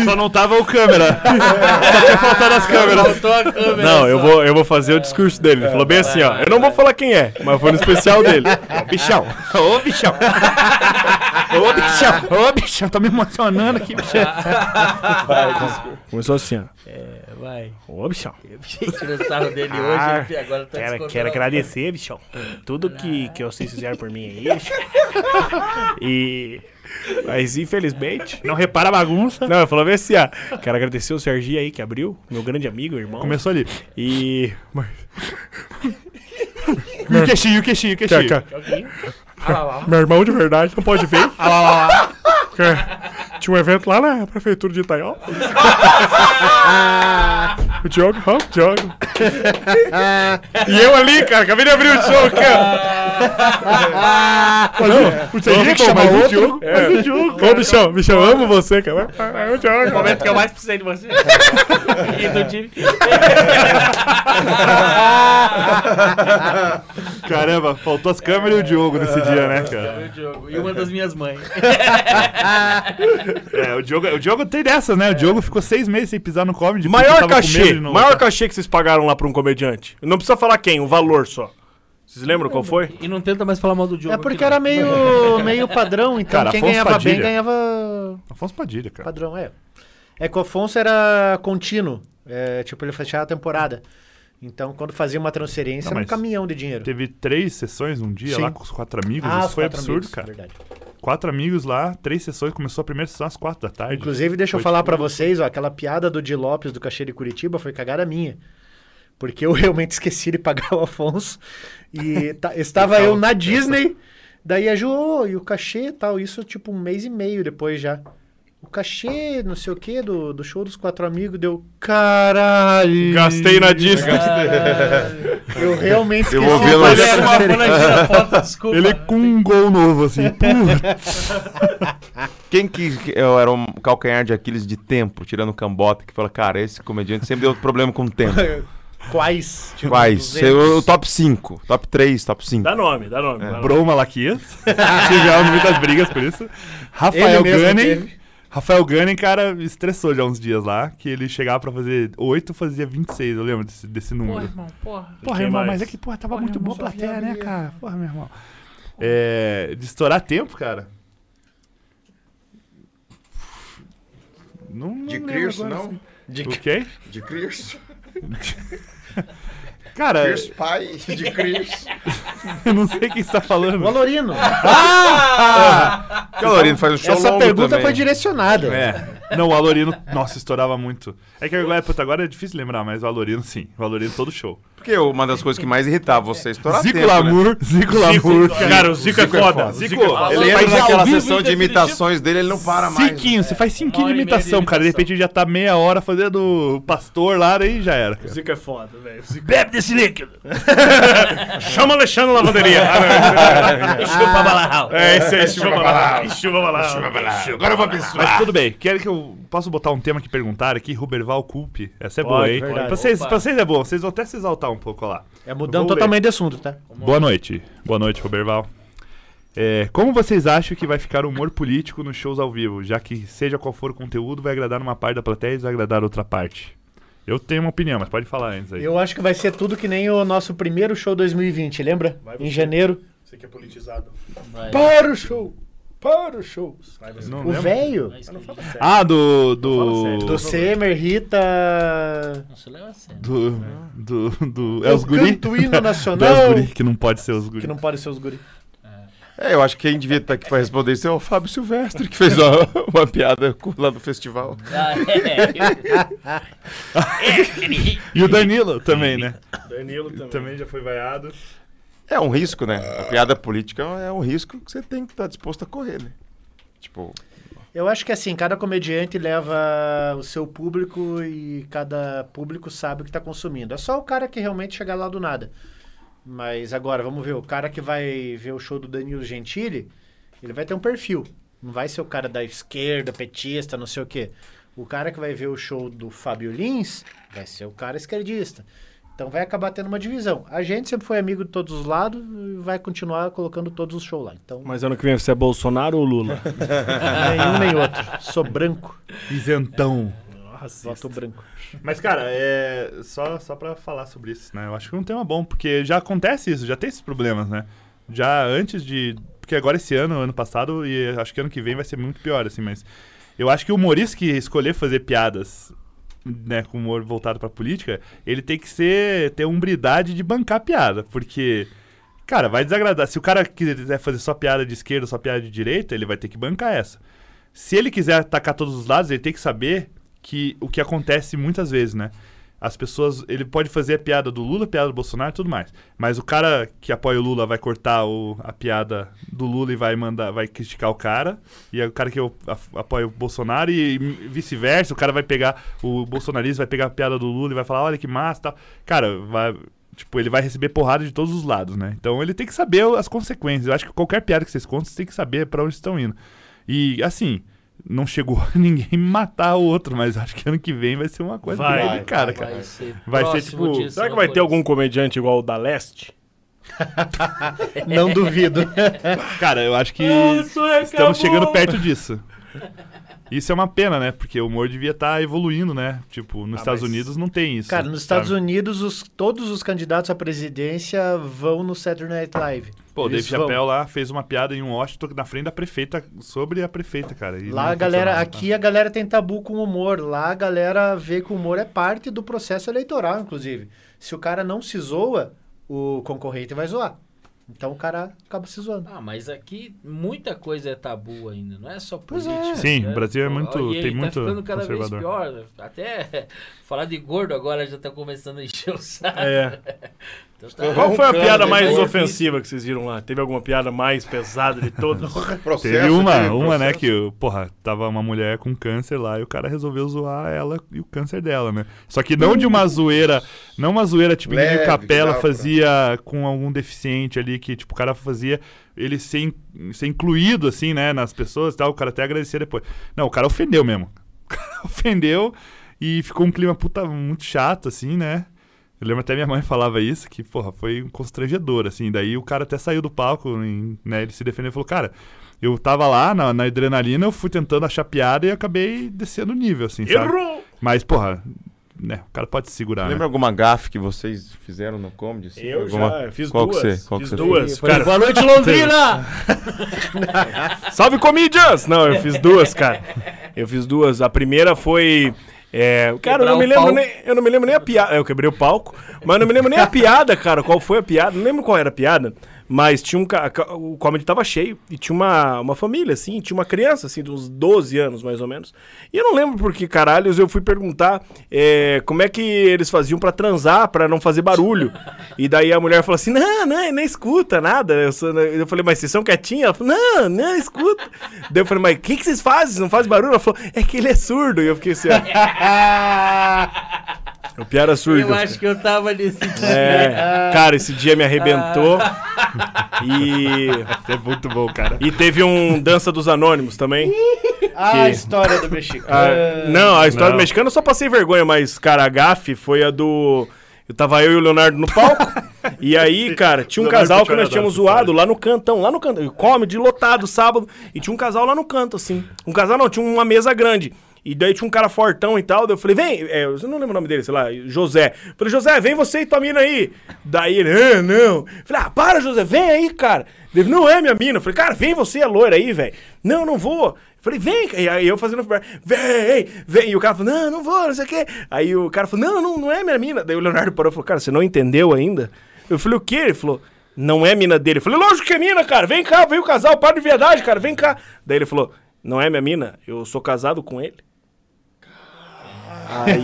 Speaker 4: Só não tava o câmera. Só tinha faltado as câmeras.
Speaker 2: Faltou a câmera.
Speaker 3: Não, eu vou, eu vou fazer o discurso dele. Ele falou bem assim, ó. Eu não vou falar quem é, mas foi no especial dele.
Speaker 4: Bichão, ô bichão. Ô bichão, ô bichão, tá me emocionando aqui, bichão.
Speaker 3: Começou assim, ó.
Speaker 2: É, vai.
Speaker 3: Ô, bichão.
Speaker 2: Eu fiquei tirando sarro dele
Speaker 3: Ah,
Speaker 2: hoje e agora tá
Speaker 3: Quero,
Speaker 2: descontando.
Speaker 3: quero agradecer, bichão. Tudo que, que vocês fizeram por mim aí, bichão. E. Mas infelizmente.
Speaker 4: Não repara a bagunça.
Speaker 3: Não, eu falou bem assim, ó. Quero agradecer o Sergi aí que abriu, meu grande amigo, irmão.
Speaker 4: Começou ali.
Speaker 3: E.
Speaker 4: E o queixinho, e o queixinho, e o queixinho.
Speaker 3: Meu irmão de verdade não pode ver. Tinha um evento lá na prefeitura de Itaiópolis. o Diogo, ó, o Diogo. e eu ali, cara, acabei de abrir o show, cara. Mas, o- o Sergi
Speaker 4: Vamos
Speaker 3: que chamar
Speaker 4: tomar
Speaker 3: o
Speaker 4: outro?
Speaker 3: um Diogo. Mas o Diogo. Ô, bichão, bichão, eu amo você, cara. É o Diogo.
Speaker 2: momento que eu mais precisei de você. e do time.
Speaker 4: Caramba, faltou as câmeras e o Diogo nesse dia, né, cara?
Speaker 2: Meu Diogo. E uma das minhas mães.
Speaker 4: É, o Diogo, o Diogo tem dessas, né? O Diogo ficou seis meses sem pisar no comedy. porque
Speaker 3: Maior
Speaker 4: tava com medo
Speaker 3: cachê,
Speaker 4: de não
Speaker 3: maior
Speaker 4: lotar.
Speaker 3: cachê que vocês pagaram lá pra um comediante. Não precisa falar quem, o valor só. Vocês lembram qual foi?
Speaker 2: E não tenta mais falar mal do Diogo.
Speaker 5: É porque
Speaker 2: aqui,
Speaker 5: era
Speaker 2: não.
Speaker 5: meio, meio padrão, então
Speaker 4: Cara,
Speaker 5: quem
Speaker 4: Afonso
Speaker 5: ganhava
Speaker 4: Padilha.
Speaker 5: bem ganhava
Speaker 4: Afonso Padilha, cara.
Speaker 5: padrão, é. É que o Afonso era contínuo, é, tipo, ele fechava a temporada. Então, quando fazia uma transferência,
Speaker 4: Não,
Speaker 5: era um
Speaker 4: mas
Speaker 5: caminhão de dinheiro.
Speaker 4: Teve três sessões um dia
Speaker 5: Sim. Ah,
Speaker 4: lá com os quatro amigos. Isso
Speaker 5: os
Speaker 4: foi
Speaker 5: quatro
Speaker 4: absurdo,
Speaker 5: amigos,
Speaker 4: cara.
Speaker 5: Verdade.
Speaker 4: Quatro amigos lá, três sessões. Começou a primeira sessão às quatro da tarde.
Speaker 5: Inclusive, deixa eu
Speaker 4: Foi
Speaker 5: falar
Speaker 4: tipo-
Speaker 5: pra vocês, ó, aquela piada do Di Lopes do cachê de Curitiba foi cagada minha. Porque eu realmente esqueci de pagar o Afonso. E ta- estava eu na Disney, daí a Ju, "Ô, e o cachê e tal, isso tipo um mês e meio depois já. O cachê, não sei o quê, do, do show dos quatro amigos deu. Caralho!
Speaker 3: Gastei na disco.
Speaker 5: Eu realmente esqueci.
Speaker 7: Devolvi a
Speaker 5: de
Speaker 2: Mas
Speaker 7: Ele
Speaker 5: pagar
Speaker 2: era
Speaker 5: a
Speaker 2: uma
Speaker 5: transferência.
Speaker 2: folangira foto, desculpa.
Speaker 4: Ele com um gol novo, assim. Putz.
Speaker 7: Quem que que eu era um calcanhar de Aquiles de tempo, tirando o cambota, que fala, cara, esse comediante sempre deu problema com o tempo.
Speaker 5: Quais? Tipo,
Speaker 7: Quais?
Speaker 5: 200.
Speaker 7: O top 5, top 3, top 5.
Speaker 3: Dá nome, dá nome. dá nome.
Speaker 4: Bro Malaquias. Tivemos muitas brigas por isso. Rafael
Speaker 5: Ele mesmo
Speaker 4: Gunning.
Speaker 5: teve.
Speaker 4: Rafael Gunning, cara, estressou já uns dias lá. Que ele chegava pra fazer 8, fazia 26. Eu lembro desse, desse número. Porra,
Speaker 3: Quem
Speaker 4: irmão,
Speaker 3: mais?
Speaker 4: mas é que, porra, tava muito boa a plateia, né, cara? Porra, meu irmão. É, de estourar tempo, cara. Não, não
Speaker 7: De
Speaker 4: lembro
Speaker 7: Crierson,
Speaker 4: agora,
Speaker 7: não?
Speaker 4: assim.
Speaker 5: De-
Speaker 4: O quê?
Speaker 7: De Cristo, É.
Speaker 4: Cara,
Speaker 7: pai de Cristo.
Speaker 4: eu não sei quem você tá falando.
Speaker 5: Valorino.
Speaker 7: Calorino faz um show
Speaker 5: Essa
Speaker 7: longo
Speaker 5: pergunta
Speaker 7: também.
Speaker 5: foi direcionada.
Speaker 4: É. Não, o Alorino, nossa, estourava muito. É que agora, puta, agora é difícil lembrar, mas o Alorino sim. O Alorino todo show.
Speaker 7: Porque uma das coisas que mais irritava você é estourar
Speaker 4: Zico
Speaker 7: tempo, né?
Speaker 4: Lamour, Zico
Speaker 3: Zico,
Speaker 4: Lamour.
Speaker 3: cara, o Zico, é foda. Zico,
Speaker 4: Zico,
Speaker 3: é foda.
Speaker 7: Ele
Speaker 2: Faz
Speaker 7: entra
Speaker 2: ao
Speaker 7: naquela
Speaker 2: vivo,
Speaker 7: sessão de
Speaker 2: definitivo.
Speaker 7: imitações dele, ele não para mais.
Speaker 4: Cinquinho, você faz cinquinho
Speaker 2: Uma
Speaker 4: de
Speaker 2: hora e meia de
Speaker 4: imitação, cara. De
Speaker 2: imitação.
Speaker 4: repente já tá meia hora fazendo o pastor lá, daí já era.
Speaker 3: O
Speaker 4: cara.
Speaker 3: Zico é foda, velho. O Zico- Bebe desse líquido. Chama Alexandre Lavanderia. Ah, não.
Speaker 2: Chupa Balahal.
Speaker 3: é, esse aí, chuva balada. Chuva balada.
Speaker 7: Agora eu vou abençoar.
Speaker 3: ah.
Speaker 4: Mas tudo bem, quero que eu posso botar um tema que perguntaram aqui, Ruberval Culpe. Essa é
Speaker 3: Pode,
Speaker 4: boa, hein?
Speaker 3: verdade.
Speaker 4: Pra vocês,
Speaker 2: Opa.
Speaker 4: pra vocês é boa, vocês vão até se exaltar um pouco lá.
Speaker 5: É
Speaker 4: Eu
Speaker 5: mudando
Speaker 4: vou ler.
Speaker 5: totalmente de assunto, tá?
Speaker 4: Boa noite. Boa noite, Roberval. É, como vocês acham que vai ficar o humor político nos shows ao vivo? Já que, seja qual for o conteúdo, vai agradar uma parte da plateia e desagradar outra parte. Eu tenho uma opinião, mas pode falar antes aí.
Speaker 5: Eu acho que vai ser tudo que nem o nosso primeiro show 2020, lembra? Em janeiro.
Speaker 3: Você que é politizado.
Speaker 5: Para o show!
Speaker 1: para os shows.
Speaker 4: Não
Speaker 5: O
Speaker 4: lembro.
Speaker 5: velho?
Speaker 8: Mas não fala
Speaker 4: Ah, do. Do.
Speaker 5: Do Semer, Rita.
Speaker 8: Não se leva a sério.
Speaker 4: Do. Do. do- é os guri?
Speaker 5: Canto hino
Speaker 4: Do é os
Speaker 5: nacional.
Speaker 4: guri, que não pode ser os guri.
Speaker 5: Que não pode ser os guri.
Speaker 7: É, eu acho que quem devia estar aqui pra responder isso é o Fábio Silvestre, que fez uma, uma piada com- lá no festival.
Speaker 8: Ah, é.
Speaker 4: E o Danilo também, né?
Speaker 3: Danilo também.
Speaker 4: já foi vaiado.
Speaker 7: É um risco, né? A piada política é um risco que você tem que estar disposto a correr, né? Tipo,
Speaker 5: Eu acho que assim, cada comediante leva o seu público e cada público sabe o que tá consumindo. É só o cara que realmente chegar lá do nada. Mas agora, vamos ver, o cara que vai ver o show do Danilo Gentili, ele vai ter um perfil. Não vai ser o cara da esquerda, petista, não sei o quê. O cara que vai ver o show do Fábio Lins vai ser o cara esquerdista. Então vai acabar tendo uma divisão. A gente sempre foi amigo de todos os lados e vai continuar colocando todos os shows lá. Então,
Speaker 3: Mas ano que vem você é Bolsonaro ou Lula?
Speaker 5: nenhum nem outro. Sou branco.
Speaker 4: Isentão.
Speaker 5: Voto branco.
Speaker 4: Mas, cara, é só, só pra falar sobre isso, né? Eu acho que é um tema bom, porque já acontece isso, já tem esses problemas, né? Já antes de. Porque agora esse ano, ano passado, e acho que ano que vem vai ser muito pior, assim, mas. Eu acho que o humorista que escolher fazer piadas, né, com humor voltado pra política, ele tem que ser. ter umbridade de bancar a piada, porque. Cara, vai desagradar. Se o cara quiser fazer só piada de esquerda, só piada de direita, ele vai ter que bancar essa. Se ele quiser atacar todos os lados, ele tem que saber que o que acontece muitas vezes, né? As pessoas. Ele pode fazer a piada do Lula, a piada do Bolsonaro e tudo mais. Mas o cara que apoia o Lula vai cortar o- a piada do Lula e vai mandar, vai criticar o cara. E aí o cara que eu- a- apoia o Bolsonaro e, e vice-versa, o cara vai pegar. O bolsonarista vai pegar a piada do Lula e vai falar, olha que massa e tal. Cara, vai. Tipo, ele vai receber porrada de todos os lados, né? Então ele tem que saber as consequências. Eu acho que qualquer piada que vocês contam, vocês têm que saber pra onde estão indo. E assim, não chegou a ninguém matar o outro, mas acho que ano que vem vai ser uma coisa
Speaker 3: Vai,
Speaker 4: bem delicada, cara.
Speaker 8: Vai ser.
Speaker 4: Vai ser,
Speaker 8: próximo
Speaker 4: tipo,
Speaker 8: disso,
Speaker 3: Será que
Speaker 8: uma
Speaker 3: vai ter
Speaker 8: coisa.
Speaker 3: algum comediante igual o da Leste?
Speaker 5: Não duvido.
Speaker 4: Cara, eu acho que
Speaker 3: Ah,
Speaker 4: estamos chegando perto disso. Isso é uma pena, né? Porque o humor devia estar evoluindo, né? Tipo, nos Estados
Speaker 3: Ah, mas-
Speaker 4: Unidos não tem isso.
Speaker 5: Cara, nos Estados
Speaker 4: sabe?
Speaker 5: Unidos, os- todos os candidatos à presidência vão no Saturday Night Live.
Speaker 4: Pô, o Dave
Speaker 5: eles vão.
Speaker 4: Chappelle lá fez uma piada em um Washington na frente da prefeita, sobre a prefeita, cara. e não
Speaker 5: Lá a galera,
Speaker 4: funcionava.
Speaker 5: aqui a galera tem tabu com o humor. Lá a galera vê que o humor é parte do processo eleitoral, inclusive. Se o cara não se zoa, o concorrente vai zoar. Então o cara acaba se zoando.
Speaker 8: Ah, mas aqui muita coisa é tabu ainda, não é só
Speaker 5: Pois
Speaker 8: política.
Speaker 5: é.
Speaker 4: Sim,
Speaker 8: né?
Speaker 4: o Brasil é muito-
Speaker 8: E ele
Speaker 4: tem
Speaker 8: tá
Speaker 4: muito
Speaker 8: ficando cada vez
Speaker 4: conservador.
Speaker 8: pior. né? Até falar de gordo agora já tá começando a encher o saco.
Speaker 3: É.
Speaker 8: Então tá-
Speaker 3: Qual foi a piada
Speaker 8: né?
Speaker 3: mais
Speaker 8: Horrível.
Speaker 3: ofensiva que vocês viram lá? Teve alguma piada mais pesada de todas?
Speaker 7: Um processo.
Speaker 4: Teve uma,
Speaker 7: teve
Speaker 4: uma, né,
Speaker 7: processo.
Speaker 4: que, porra, tava uma mulher com câncer lá e o cara resolveu zoar ela e o câncer dela, né? Só que não de uma zoeira, não uma zoeira, tipo, que nem
Speaker 7: Leve, né?
Speaker 4: o Capela
Speaker 7: que dá pra-
Speaker 4: fazia com algum deficiente ali, que, tipo, o cara fazia ele ser, in- ser incluído, assim, né, nas pessoas e tal, o cara até agradecia depois. Não, o cara ofendeu mesmo. O cara ofendeu e ficou um clima puta muito chato, assim, né? Eu lembro até minha mãe falava isso, que, porra, foi um constrangedor, assim. Daí o cara até saiu do palco, em- né? Ele se defendeu e falou, cara, eu tava lá na, na adrenalina, eu fui tentando achar piada e acabei descendo o nível, assim, sabe?
Speaker 3: Errou!
Speaker 4: Mas, porra, né? O cara pode se segurar,
Speaker 7: Lembra
Speaker 4: né?
Speaker 7: alguma gafe que vocês fizeram no comedy? assim?
Speaker 3: Eu
Speaker 7: Alguma-
Speaker 3: já fiz
Speaker 7: Qual
Speaker 3: duas.
Speaker 7: Que você, qual
Speaker 3: fiz
Speaker 7: que você
Speaker 3: duas.
Speaker 2: Foi,
Speaker 3: Cara,
Speaker 2: boa noite, Londrina!
Speaker 3: Salve comedians! Não, eu fiz duas, cara. Eu fiz duas. A primeira foi. é, cara, eu
Speaker 2: Quebrar
Speaker 3: não,
Speaker 2: o
Speaker 3: me lembro
Speaker 2: palco.
Speaker 3: nem, eu não me lembro nem a piada. Eu quebrei o palco, mas eu não me lembro nem a piada, cara. Qual foi a piada? Não lembro qual era a piada, mas tinha um. ca- ca- O comedy tava cheio e tinha uma, uma família, assim, tinha uma criança, assim, de uns 12 anos mais ou menos. E eu não lembro por que caralhos eu fui perguntar é, como é que eles faziam pra transar, pra não fazer barulho. E daí a mulher falou assim: não, não, nem escuta nada. Eu, sou- eu falei, mas vocês são quietinhos? Ela falou, não, não, escuta. daí eu falei, mas o que, que vocês fazem? Não faz barulho? Ela falou, é que ele é surdo. E eu fiquei assim, ó. O piada surdo.
Speaker 2: Eu acho que eu tava assim, nesse dia.
Speaker 3: É, cara, esse dia me arrebentou. E,
Speaker 4: Ah. É muito bom, cara.
Speaker 3: e teve um Dança dos Anônimos também.
Speaker 5: Ah,
Speaker 3: Que-
Speaker 5: a história do É, mexicano.
Speaker 3: Ah, não, a história
Speaker 4: Não.
Speaker 3: do mexicano eu só passei vergonha, mas, cara, a gafe foi a do. Eu tava eu e o Leonardo no palco. e aí, cara, tinha um
Speaker 4: Leonardo
Speaker 3: casal que nós tínhamos
Speaker 4: Pucciarada, essa
Speaker 3: zoado lá no cantão, lá no cantão. Come de lotado sábado. E tinha um casal lá no canto, assim. Um casal não, tinha uma mesa grande. E E daí tinha um cara fortão e tal. Daí eu falei, vem, é, eu não lembro o nome dele, sei lá, José. Eu falei, José, vem você e tua mina aí. Daí ele, ah, não. Eu falei, ah, para, José, vem aí, cara. Ele, não é minha mina. Eu falei, cara, vem você, é loira aí, velho. Não, não vou. Eu Falei, vem, cara. e aí eu fazendo, vem, vem. E o cara falou, não, não vou, não sei o quê. Aí o cara falou, não, não, não é minha mina. Daí o Leonardo parou e falou, cara, você não entendeu ainda? Eu falei, o quê? Ele falou, não é mina dele. Eu falei, lógico que é mina, cara. Vem cá, vem o casal, para de verdade, cara, vem cá. Daí ele falou, não é minha mina, eu sou casado com ele. Aí,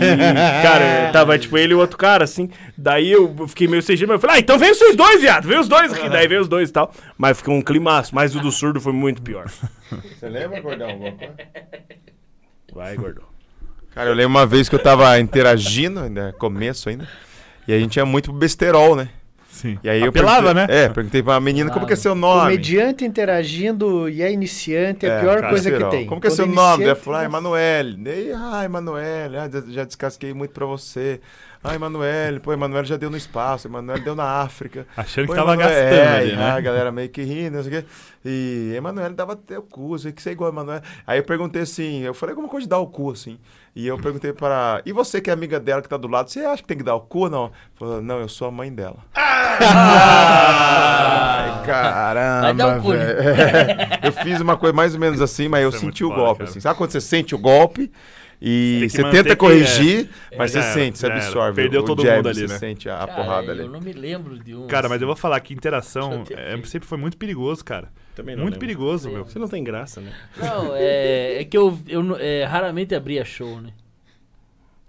Speaker 3: cara, tava tipo ele e o outro cara, assim. Daí eu fiquei meio sem jeito, mas eu falei, ah, então vem os seus dois, viado, vem os dois aqui. Daí veio os dois e tal. Mas ficou um climaço, mas o do surdo foi muito pior.
Speaker 7: Você lembra, Gordão?
Speaker 3: Vai, gordão.
Speaker 7: Cara, eu lembro uma vez que eu tava interagindo, ainda começo ainda, e a gente ia muito pro besterol, né?
Speaker 4: Sim.
Speaker 7: E aí eu
Speaker 4: Apelava,
Speaker 7: perguntei-
Speaker 4: né?
Speaker 7: É, perguntei pra uma menina como que é seu nome.
Speaker 5: Comediante interagindo e é iniciante é a
Speaker 7: É,
Speaker 5: pior
Speaker 7: cara,
Speaker 5: coisa que
Speaker 7: besterol.
Speaker 5: tem.
Speaker 7: Como que é
Speaker 5: Quando
Speaker 7: seu nome? Ela
Speaker 5: iniciante-
Speaker 7: falou, ah, Emanuele. Daí, ah, Emanuele, ah, já, já descasquei muito pra você. Ah, Emanuele, pô, Emanuele já deu no espaço, Emanuele deu na África.
Speaker 4: Achando que
Speaker 7: Pô,
Speaker 4: tava
Speaker 7: Emanuele-
Speaker 4: gastando
Speaker 7: é,
Speaker 4: ali,
Speaker 7: e
Speaker 4: né?
Speaker 7: A galera meio que rindo, não sei o quê. E Emanuele dava até o cu, sei que você é igual a Emanuele. Aí eu perguntei assim, eu falei alguma coisa de dar o cu, assim. E eu perguntei para e você que é amiga dela que tá do lado, você acha que tem que dar o cu ou não? Falou, não, eu sou a mãe dela.
Speaker 4: Ah!
Speaker 7: Ai,
Speaker 8: Vai dar
Speaker 7: caramba,
Speaker 8: o cu, né?
Speaker 7: velho. Ah, É, eu fiz uma coisa mais ou menos assim, mas eu
Speaker 4: Isso é
Speaker 7: senti
Speaker 4: muito
Speaker 7: o
Speaker 4: foda,
Speaker 7: golpe.
Speaker 4: cara.
Speaker 7: assim. Sabe quando você sente o golpe e
Speaker 4: Tem que
Speaker 7: você
Speaker 4: manter
Speaker 7: tenta
Speaker 4: que- é.
Speaker 7: corrigir, mas
Speaker 4: já
Speaker 7: você
Speaker 4: era,
Speaker 7: sente, você
Speaker 4: já era.
Speaker 7: absorve.
Speaker 4: Perdeu
Speaker 7: o
Speaker 4: todo
Speaker 7: jab,
Speaker 4: mundo ali,
Speaker 7: você
Speaker 4: né?
Speaker 7: sente a, a
Speaker 8: Cara,
Speaker 7: porrada
Speaker 8: Eu
Speaker 7: ali.
Speaker 8: não me lembro de
Speaker 7: É.
Speaker 8: um.
Speaker 4: Cara, mas eu vou falar que interação
Speaker 8: Deixa eu ter
Speaker 4: é
Speaker 8: feito.
Speaker 4: sempre foi muito perigoso, cara.
Speaker 3: Também
Speaker 4: Muito
Speaker 3: lembro.
Speaker 4: perigoso, meu.
Speaker 3: Você não tem graça, né?
Speaker 8: Não, é, é que eu, eu não- é, raramente abria show, né?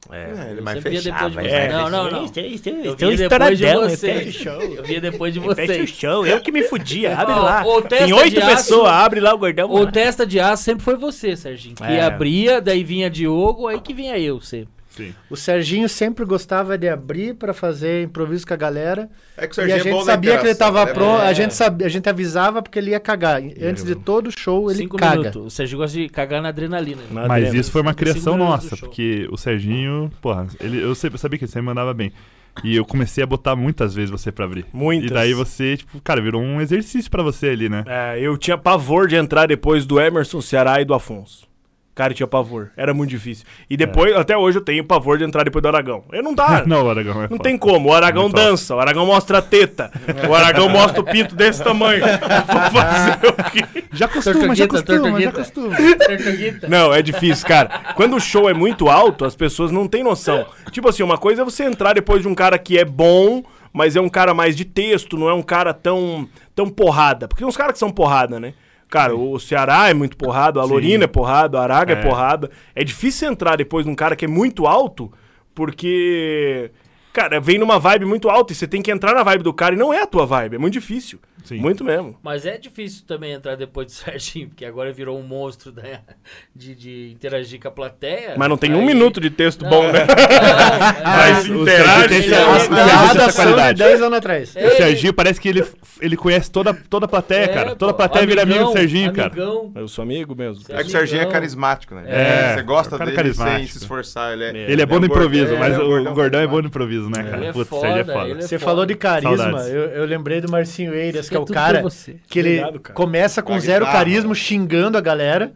Speaker 7: É, ele
Speaker 8: Eu
Speaker 7: mais
Speaker 8: sempre ia
Speaker 7: fechado.
Speaker 8: depois de você.
Speaker 3: É.
Speaker 2: é.
Speaker 7: né?
Speaker 8: não, não, não. Eu via
Speaker 2: um
Speaker 8: depois de
Speaker 2: estouradão, eu
Speaker 8: vocês.
Speaker 2: fecho o né? show.
Speaker 8: Eu via depois de
Speaker 2: Fecha o
Speaker 8: vocês.
Speaker 2: chão, eu que me fudia, abre
Speaker 8: Ó,
Speaker 2: lá.
Speaker 8: o
Speaker 2: Tem
Speaker 8: testa
Speaker 2: oito
Speaker 8: de aço-
Speaker 2: pessoas, abre lá o gordão.
Speaker 8: O testa de aço sempre foi você, Serginho. Que
Speaker 4: É.
Speaker 8: abria, daí vinha Diogo, aí que vinha eu sempre.
Speaker 5: O Serginho sempre gostava de abrir pra fazer improviso com a galera.
Speaker 7: É que
Speaker 5: E
Speaker 7: o
Speaker 5: a
Speaker 7: Serginho é
Speaker 5: gente
Speaker 7: bom na
Speaker 5: sabia que ele
Speaker 7: interação,
Speaker 5: tava
Speaker 7: né?
Speaker 5: pronto,
Speaker 8: É.
Speaker 5: a gente, sabia, a gente avisava porque ele ia cagar. Antes de todo o show, ele
Speaker 8: Cinco
Speaker 5: caga.
Speaker 8: minutos. O Serginho gosta de cagar na adrenalina. né?
Speaker 4: Mas isso foi uma criação
Speaker 8: Cinco minutos do
Speaker 4: nossa,
Speaker 8: show.
Speaker 4: porque o Serginho, porra, ele, eu sempre- sabia que ele sempre mandava bem. E eu comecei a botar muitas vezes você pra abrir.
Speaker 3: Muitas.
Speaker 4: E daí você, tipo, cara, virou um exercício pra você ali, né?
Speaker 3: É, eu tinha pavor de entrar depois do Emerson Ceará e do Afonso. Cara, eu tinha pavor. Era muito difícil. E depois,
Speaker 4: É.
Speaker 3: até hoje, eu tenho pavor de entrar depois do Aragão. Eu não dá. né?
Speaker 4: não, Aragão, é
Speaker 3: Não
Speaker 4: foda.
Speaker 3: tem como. O Aragão
Speaker 4: Muito foda.
Speaker 3: dança, o Aragão mostra a teta, o Aragão mostra o pito desse tamanho. Vou fazer o quê?
Speaker 4: Já costuma,
Speaker 8: Tortuguita,
Speaker 4: já costuma,
Speaker 8: tortuguita.
Speaker 4: já costuma.
Speaker 8: Tortuguita.
Speaker 3: Não, é difícil, cara. Quando o show é muito alto, as pessoas não têm noção. Tipo assim, uma coisa é você entrar depois de um cara que é bom, mas é um cara mais de texto, não é um cara tão, tão porrada. Porque tem uns caras que são porrada, né? Cara, o Ceará é muito porrado, a Lorina é porrado, a Araga é.
Speaker 4: É.
Speaker 3: porrada. É difícil entrar depois de um cara que é muito alto, porque. Cara, vem numa vibe muito alta e você tem que entrar na vibe do cara e não é a tua vibe, é muito difícil.
Speaker 4: Sim.
Speaker 3: Muito mesmo.
Speaker 8: Mas é difícil também entrar depois do Serginho, porque agora virou um monstro né, de, de interagir com a plateia.
Speaker 3: Mas não tem um
Speaker 8: Aí-
Speaker 3: minuto de texto bom, né?
Speaker 8: Ah,
Speaker 3: Mas
Speaker 4: O
Speaker 3: interage,
Speaker 4: Serginho tem esse-
Speaker 8: interage.
Speaker 4: o Serginho tem
Speaker 5: A
Speaker 4: essa
Speaker 5: adaptação de
Speaker 4: qualidade.
Speaker 5: 10 anos atrás.
Speaker 4: O Serginho parece que ele, ele conhece toda, toda a plateia, né, cara. Toda
Speaker 8: É,
Speaker 4: a
Speaker 8: pô,
Speaker 4: plateia vira amigo do
Speaker 8: amigão,
Speaker 4: Serginho, cara.
Speaker 8: amigão.
Speaker 3: Eu sou amigo mesmo.
Speaker 7: É que o Serginho é
Speaker 5: então-
Speaker 8: Amigão.
Speaker 7: carismático, né?
Speaker 4: É,
Speaker 7: você
Speaker 4: é um
Speaker 7: gosta
Speaker 4: cara
Speaker 7: dele sem
Speaker 4: carismático.
Speaker 7: se esforçar. Ele é,
Speaker 4: Ele é bom
Speaker 7: um
Speaker 4: no
Speaker 7: gordão-
Speaker 4: improviso,
Speaker 7: é,
Speaker 4: mas
Speaker 7: ele é um
Speaker 4: o Gordão é bom
Speaker 7: carismático.
Speaker 4: no improviso, né, cara?
Speaker 8: Ele é
Speaker 4: Putz, o
Speaker 8: foda,
Speaker 4: Serginho é foda.
Speaker 8: ele é
Speaker 5: Você falou de carisma,
Speaker 4: Saudades.
Speaker 5: eu, eu lembrei do Marcinho Eiras, que é o
Speaker 8: tudo
Speaker 5: cara
Speaker 8: por você.
Speaker 5: que ele
Speaker 3: Obrigado, cara.
Speaker 5: começa com
Speaker 7: Com a
Speaker 5: zero
Speaker 7: guitarra.
Speaker 5: carisma, xingando a galera.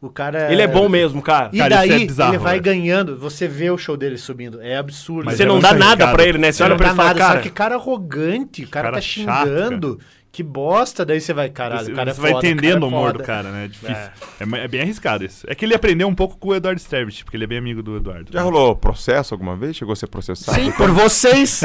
Speaker 5: O cara
Speaker 3: Ele é bom mesmo, cara.
Speaker 5: E
Speaker 4: Cara, isso é
Speaker 5: daí
Speaker 4: bizarro,
Speaker 5: ele vai
Speaker 4: velho.
Speaker 5: ganhando, você vê o show dele subindo, é absurdo.
Speaker 4: Mas
Speaker 3: você
Speaker 4: é
Speaker 3: não
Speaker 4: muito
Speaker 3: dá nada
Speaker 4: arriscado.
Speaker 3: pra ele, né? Você
Speaker 5: Não
Speaker 3: olha pra
Speaker 5: dá
Speaker 3: ele e fala,
Speaker 5: nada,
Speaker 3: cara.
Speaker 5: só que cara arrogante, o cara,
Speaker 4: Cara
Speaker 5: tá
Speaker 4: chato, cara.
Speaker 5: xingando, que bosta, daí você vai, caralho,
Speaker 4: Você-
Speaker 5: o cara é
Speaker 4: você vai
Speaker 5: foda,
Speaker 4: entendendo o
Speaker 5: cara é
Speaker 4: humor
Speaker 5: foda.
Speaker 4: do cara, né? É difícil. É. ma- é bem arriscado isso. É que ele aprendeu um pouco com o Eduardo Stervich, porque ele é bem amigo do Eduardo.
Speaker 7: Já rolou processo alguma vez? Chegou a ser processado?
Speaker 5: Sim, por vocês!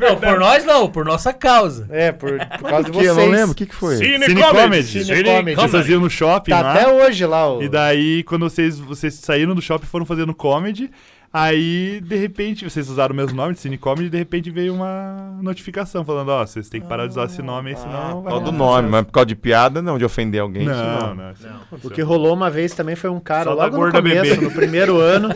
Speaker 8: Não, por nós não, por nossa causa.
Speaker 5: é, por, por causa de
Speaker 7: Que
Speaker 5: vocês.
Speaker 7: eu não lembro. O que, que foi?
Speaker 3: Cine
Speaker 4: Cine
Speaker 3: Comedy.
Speaker 4: Comedy.
Speaker 5: Cine
Speaker 4: Cine
Speaker 5: Comedy.
Speaker 4: Comedy. Vocês iam no shopping
Speaker 5: Tá
Speaker 4: lá.
Speaker 5: até hoje lá o...
Speaker 4: E daí, quando vocês, vocês saíram do shopping e foram fazendo comedy, aí, de repente, vocês usaram o mesmo nome de Cine Comedy e de repente veio uma notificação falando, ó, vocês têm que parar de usar esse nome aí, senão
Speaker 7: Por
Speaker 4: vai...
Speaker 7: causa do nome, mas por causa de piada, não, de ofender alguém. isso
Speaker 4: Não, não. isso não.
Speaker 5: O que rolou uma vez também foi um cara
Speaker 4: Só da
Speaker 5: logo no
Speaker 4: gorda
Speaker 5: começo,
Speaker 4: bebê.
Speaker 5: no primeiro ano.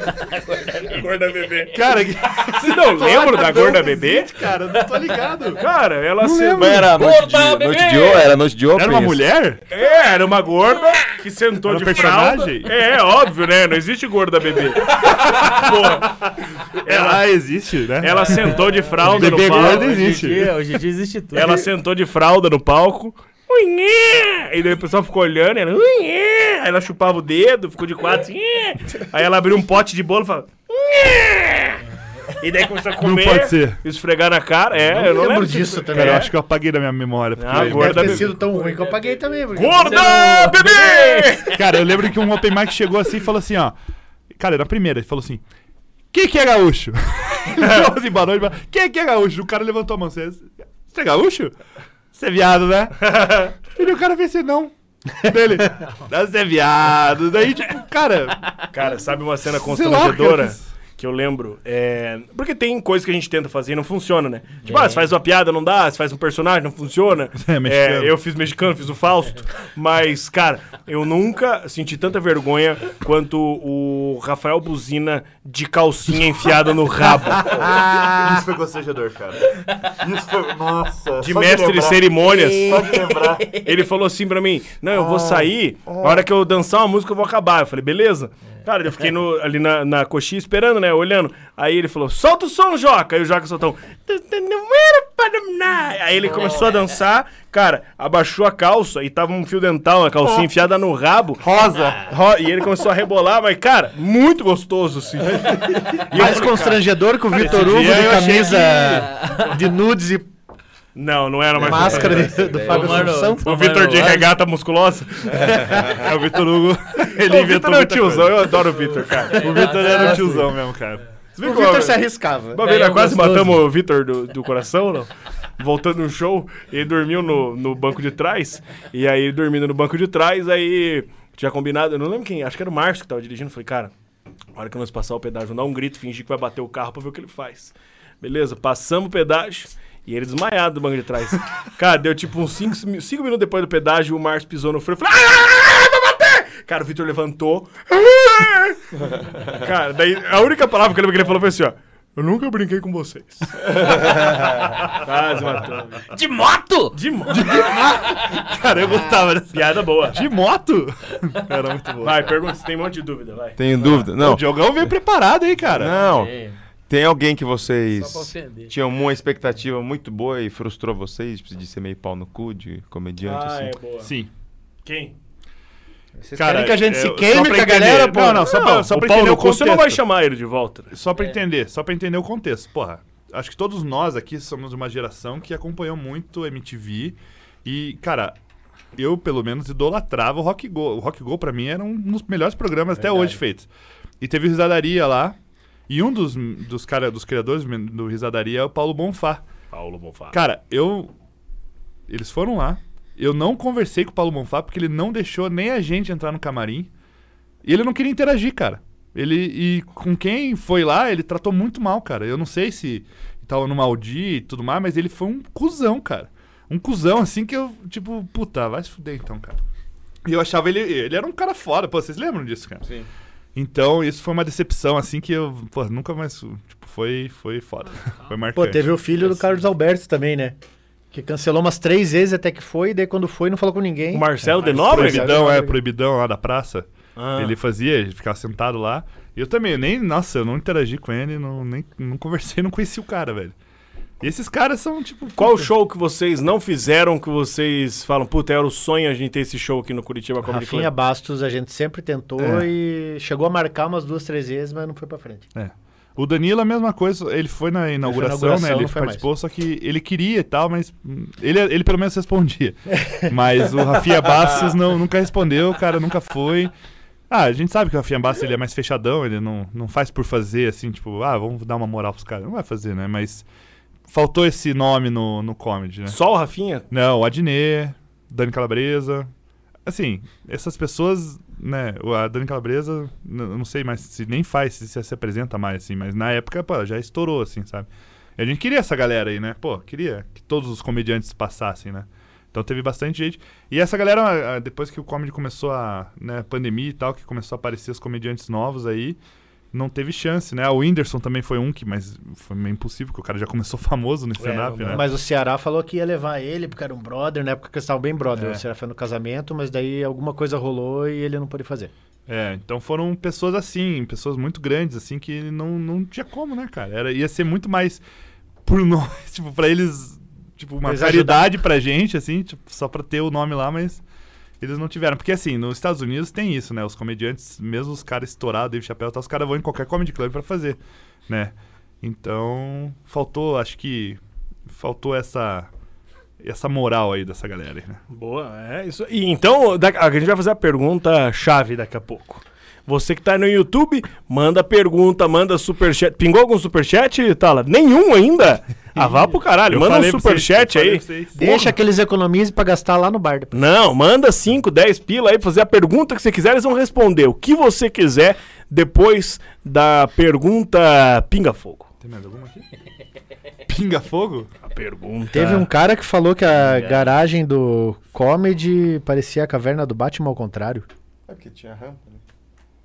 Speaker 3: Gorda bebê.
Speaker 4: Cara, que...
Speaker 3: Você não lembra da gorda bebê?
Speaker 4: cara, eu não tô ligado.
Speaker 3: Cara, ela se.
Speaker 7: Mas era noite de,
Speaker 8: Opa,
Speaker 7: noite
Speaker 8: bebê!
Speaker 7: de ouro, era noite de ouro.
Speaker 4: Era uma
Speaker 7: pensa.
Speaker 4: mulher?
Speaker 3: É, era uma gorda que sentou
Speaker 4: Era
Speaker 3: de
Speaker 4: personagem?
Speaker 3: fralda. É, é óbvio, né? Não existe gorda bebê. Porra. Ela,
Speaker 4: Ela existe, né?
Speaker 5: é
Speaker 3: ela sentou de fralda no
Speaker 4: Bebê
Speaker 3: palco.
Speaker 4: gorda existe.
Speaker 8: Hoje em dia- hoje em dia existe tudo.
Speaker 3: Ela sentou de fralda no palco. Unhê! E daí o pessoal ficou olhando, e ela, Unhê! Aí ela chupava o dedo, ficou de quatro, assim, "Nhê!" Aí ela abriu um pote de bolo e falava, Unhê! E daí começou a comer,
Speaker 4: pode ser.
Speaker 3: esfregar na cara. É, eu não
Speaker 5: lembro
Speaker 3: lembro
Speaker 5: disso
Speaker 3: disso.
Speaker 5: também.
Speaker 4: Cara, eu
Speaker 3: É.
Speaker 4: acho que eu apaguei da minha memória.
Speaker 5: É
Speaker 4: porque-
Speaker 3: Ah, gorda.
Speaker 5: Deve ter
Speaker 3: bebê.
Speaker 5: sido tão ruim que eu paguei também. porque é
Speaker 3: Gorda, bebê!
Speaker 4: Cara, eu lembro que um open mic chegou assim e falou assim, ó. Cara, na primeira, ele falou assim: Quem que é gaúcho? Ele falou assim, boa noite, boa- Quem que é gaúcho? O cara levantou a mão. Você você é gaúcho? Você é viado, né? e daí o cara fez assim: Não. Dele, você é viado. Daí, tipo, cara,
Speaker 3: Cara, sabe uma cena
Speaker 4: Sei lá,
Speaker 3: constrangedora
Speaker 4: cara.
Speaker 3: que eu lembro? É... Porque tem coisas que a gente tenta fazer e não funciona, né? Tipo, ah, você faz uma piada, não dá, você faz um personagem, não funciona.
Speaker 4: É, mexicano.
Speaker 3: eu fiz mexicano, fiz o Fausto. Mas, cara, eu nunca senti tanta vergonha quanto o Rafael Buzina de calcinha enfiada no rabo.
Speaker 4: Ah, isso foi constrangedor, cara. Isso foi. Nossa.
Speaker 3: De mestre de cerimônias.
Speaker 4: lembrar.
Speaker 3: Ele falou assim pra mim: Não, eu vou sair, na hora que eu dançar uma música eu vou acabar. Eu falei: Beleza. Cara, eu fiquei no- ali na, na coxinha esperando, né? Olhando. Aí ele falou: Solta o som, Joca. Aí o Joca soltou um. "Tu, tu, Não era para nada." Aí ele começou a dançar. Cara, abaixou a calça e tava um fio dental na calcinha enfiada no rabo. Rosa. e ele começou a rebolar, mas, cara, muito gostoso, assim. E eu
Speaker 5: Mais
Speaker 3: falei,
Speaker 5: constrangedor que o Vitor Hugo
Speaker 3: dia
Speaker 5: de
Speaker 3: eu achei
Speaker 5: camisa de nudes e
Speaker 3: Não, não era mais
Speaker 5: máscara de- do Fábio
Speaker 2: Tomando-
Speaker 5: Assunção.
Speaker 3: O Vitor de regata musculosa.
Speaker 4: É o Vitor Hugo. Ele
Speaker 3: o Vitor
Speaker 4: inventou
Speaker 3: é o
Speaker 4: muita
Speaker 3: tiozão,
Speaker 4: coisa.
Speaker 3: eu adoro o Vitor, cara. É, assim.
Speaker 4: O Vitor era o tiozão mesmo, cara.
Speaker 3: Você
Speaker 5: O
Speaker 3: viu como-
Speaker 5: Vitor se arriscava.
Speaker 3: Uma vez nós quase matamos o Vitor do, do coração, não? Voltando no show, ele dormiu no, no banco de trás. E aí, dormindo no banco de trás, aí tinha combinado. Eu não lembro quem, acho que era o Márcio que tava dirigindo. eu Falei, cara, na hora que nós passar o pedágio, dá um grito, fingir que vai bater o carro pra ver o que ele faz. Beleza, passamos o pedágio. E ele desmaiado do banco de trás. Cara, deu tipo uns 5 minutos depois do pedágio, o Márcio pisou no freio. eu Falei, ah, vai bater! Cara, o Vitor levantou. Cara, daí a única palavra que eu lembro que ele falou foi assim, ó. Eu nunca brinquei com vocês. Quase matou.
Speaker 8: De moto?
Speaker 3: De moto.
Speaker 4: Cara, eu gostava dessa.
Speaker 3: Piada boa.
Speaker 4: De moto? Era muito bom.
Speaker 3: Vai, pergunta se tem um monte de dúvida, vai.
Speaker 7: Tenho dúvida. Não.
Speaker 4: O Diogão veio preparado, hein, cara?
Speaker 7: Não.
Speaker 8: É,
Speaker 7: Tem alguém que
Speaker 8: só pra
Speaker 7: vocês
Speaker 8: ofender.
Speaker 7: tinham uma expectativa muito boa e frustrou vocês tipo, de ser meio pau no cu de comediante,
Speaker 3: Ah,
Speaker 7: assim?
Speaker 3: é boa.
Speaker 4: Sim.
Speaker 3: Quem?
Speaker 5: Vocês
Speaker 4: Cara,
Speaker 5: querem que a gente se
Speaker 4: eu-
Speaker 5: queime
Speaker 4: só
Speaker 5: com
Speaker 4: pra
Speaker 5: a
Speaker 4: entender.
Speaker 5: galera, pô?
Speaker 4: Não, não, só pra, só
Speaker 3: o
Speaker 4: pra
Speaker 3: Paulo
Speaker 4: entender o
Speaker 3: no cu,
Speaker 4: contexto.
Speaker 3: você não vai chamar ele de volta.
Speaker 4: Só pra entender, só pra entender o contexto. Porra, acho que todos nós aqui somos uma geração que acompanhou muito MTV e, cara, eu pelo menos idolatrava o Rock Go. O Rock Go pra mim era um dos melhores programas até hoje feitos. E teve risadaria lá. E um dos, dos, cara, dos criadores do Risadaria é o Paulo Bonfá.
Speaker 3: Paulo Bonfá.
Speaker 4: Cara, eu. Eles foram lá. Eu não conversei com o Paulo Bonfá porque ele não deixou nem a gente entrar no camarim. E ele não queria interagir, cara. Ele. E com quem foi lá, ele tratou muito mal, cara. Eu não sei se tava no Maldi e tudo mais, mas ele foi um cuzão, cara. Um cuzão assim que eu, tipo, puta, vai se fuder então, cara. E eu achava ele. Ele era um cara foda, pô, vocês lembram disso, cara? Sim. Então, isso foi uma decepção, assim, que eu, pô, nunca mais. Tipo, foi, foi foda. foi
Speaker 5: Pô,
Speaker 4: marcante.
Speaker 5: teve o filho do Carlos Alberto também, né? Que cancelou umas três vezes até que foi, e daí quando foi não falou com ninguém.
Speaker 3: O Marcelo de Ah. Nóbrega?
Speaker 4: Proibidão, é, proibidão lá da praça. Ele fazia, ele ficava sentado lá. E eu também, eu nem, nossa, eu não interagi com ele, não, nem, não conversei, não conheci o cara, velho. E esses caras são, tipo.
Speaker 3: Qual
Speaker 4: puta,
Speaker 3: show que vocês não fizeram que vocês falam, puta, era o sonho a gente ter esse show aqui no Curitiba Comedy
Speaker 5: Rafinha
Speaker 3: Club?
Speaker 5: Bastos a gente sempre tentou e chegou a marcar umas duas, três vezes, mas não foi pra frente.
Speaker 4: O Danilo, a mesma coisa, ele foi na inauguração,
Speaker 5: inauguração,
Speaker 4: né?
Speaker 5: não
Speaker 4: Ele
Speaker 5: foi
Speaker 4: participou, só que ele queria e tal, mas. hum, Ele, ele pelo menos respondia. mas o Rafinha Bastos não, nunca respondeu, o cara nunca foi. Ah, a gente sabe que o Rafinha Bastos ele é mais fechadão, ele não, não faz por fazer, assim, tipo, ah, vamos dar uma moral pros caras. Não vai fazer, né? Mas. Faltou esse nome no, no comedy, né?
Speaker 3: Só o Rafinha?
Speaker 4: Não, o Adnet, Dani Calabresa. Assim, essas pessoas, né? o- A Dani Calabresa, n- eu não sei mais se nem faz, se, se se apresenta mais, assim, mas na época, pô, já estourou, assim, sabe? E a gente queria essa galera aí, né? Pô, queria que todos os comediantes passassem, né? Então teve bastante gente. E essa galera, ah, depois que o comedy começou a. né, pandemia e tal, que começou a aparecer os comediantes novos aí, não teve chance, né? O Whindersson também foi um que, mas foi meio impossível, porque o cara já começou famoso no stand-up, né?
Speaker 5: Mas o Ceará falou que ia levar ele, porque era um brother, na época que eles estavam bem brother.
Speaker 4: É.
Speaker 5: O Ceará foi no casamento, mas daí alguma coisa rolou e ele não pôde fazer.
Speaker 4: É, então foram pessoas assim, pessoas muito grandes, assim, que não, não tinha como, né, cara? Era, ia ser muito mais por nós, tipo, pra eles tipo, uma
Speaker 5: Eles
Speaker 4: caridade pra gente, assim, tipo, só pra ter o nome lá, mas eles não tiveram. Porque, assim, nos Estados Unidos tem isso, né? Os comediantes, mesmo os caras estourados, Dave Chappelle, e tal, os caras vão em qualquer comedy club pra fazer, né? Então, faltou, acho que, faltou essa, essa moral aí dessa galera aí, né?
Speaker 3: Boa, é isso. E então, da- a gente vai fazer a pergunta chave daqui a pouco. Você que tá aí no YouTube, manda pergunta, manda superchat. Pingou algum superchat, Tala? Nenhum ainda? Ah, vá pro caralho,
Speaker 4: Eu
Speaker 3: manda um
Speaker 4: falei pra vocês,
Speaker 3: superchat
Speaker 4: eu falei
Speaker 3: aí.
Speaker 4: pra vocês.
Speaker 5: Deixa que eles economizem pra gastar lá no bar depois.
Speaker 3: Não, manda 5, 10 pila aí pra fazer a pergunta que você quiser, eles vão responder o que você quiser depois da pergunta Pinga Fogo.
Speaker 4: Tem mais alguma aqui? Pinga fogo?
Speaker 3: A pergunta.
Speaker 5: Teve um cara que falou que a garagem do comedy parecia a caverna do Batman ao contrário.
Speaker 7: É porque tinha rampa, né?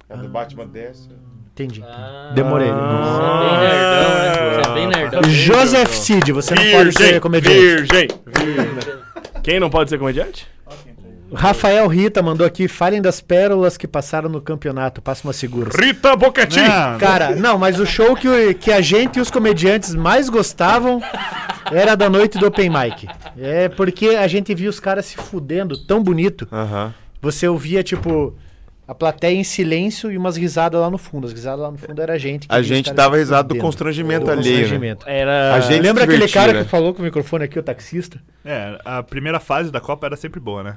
Speaker 7: A
Speaker 5: Ah.
Speaker 7: do Batman desce.
Speaker 5: Entendi.
Speaker 8: Ah,
Speaker 5: Demorei.
Speaker 8: Você é bem nerdão, né? Você é bem
Speaker 2: Tá
Speaker 8: nerdão.
Speaker 5: Joseph Cid, você não pode ser comediante.
Speaker 3: virgem, virgem. Quem não pode ser comediante?
Speaker 5: Rafael Rita mandou aqui, falem das pérolas que passaram no campeonato, passa uma segura.
Speaker 3: Rita Bocati.
Speaker 7: Ah.
Speaker 4: Não,
Speaker 5: Cara, não, mas o show que, o- que a gente e os comediantes mais gostavam era da noite do Open Mic. É porque a gente via os caras se fudendo tão bonito.
Speaker 7: Aham.
Speaker 5: Você ouvia, tipo, a plateia em silêncio e umas risadas lá no fundo. As risadas lá no fundo era a gente. que
Speaker 7: A
Speaker 5: via os
Speaker 7: gente
Speaker 5: caras
Speaker 7: dava
Speaker 5: se
Speaker 7: risada do
Speaker 5: fudendo.
Speaker 7: constrangimento
Speaker 5: Do
Speaker 7: alheio, né?
Speaker 5: constrangimento. Ah,
Speaker 2: Era.
Speaker 7: A gente
Speaker 5: Lembra
Speaker 7: se
Speaker 5: aquele
Speaker 7: divertia,
Speaker 5: cara
Speaker 7: né?
Speaker 5: que falou com o microfone aqui, o taxista?
Speaker 4: É, a primeira fase da Copa era sempre boa, né?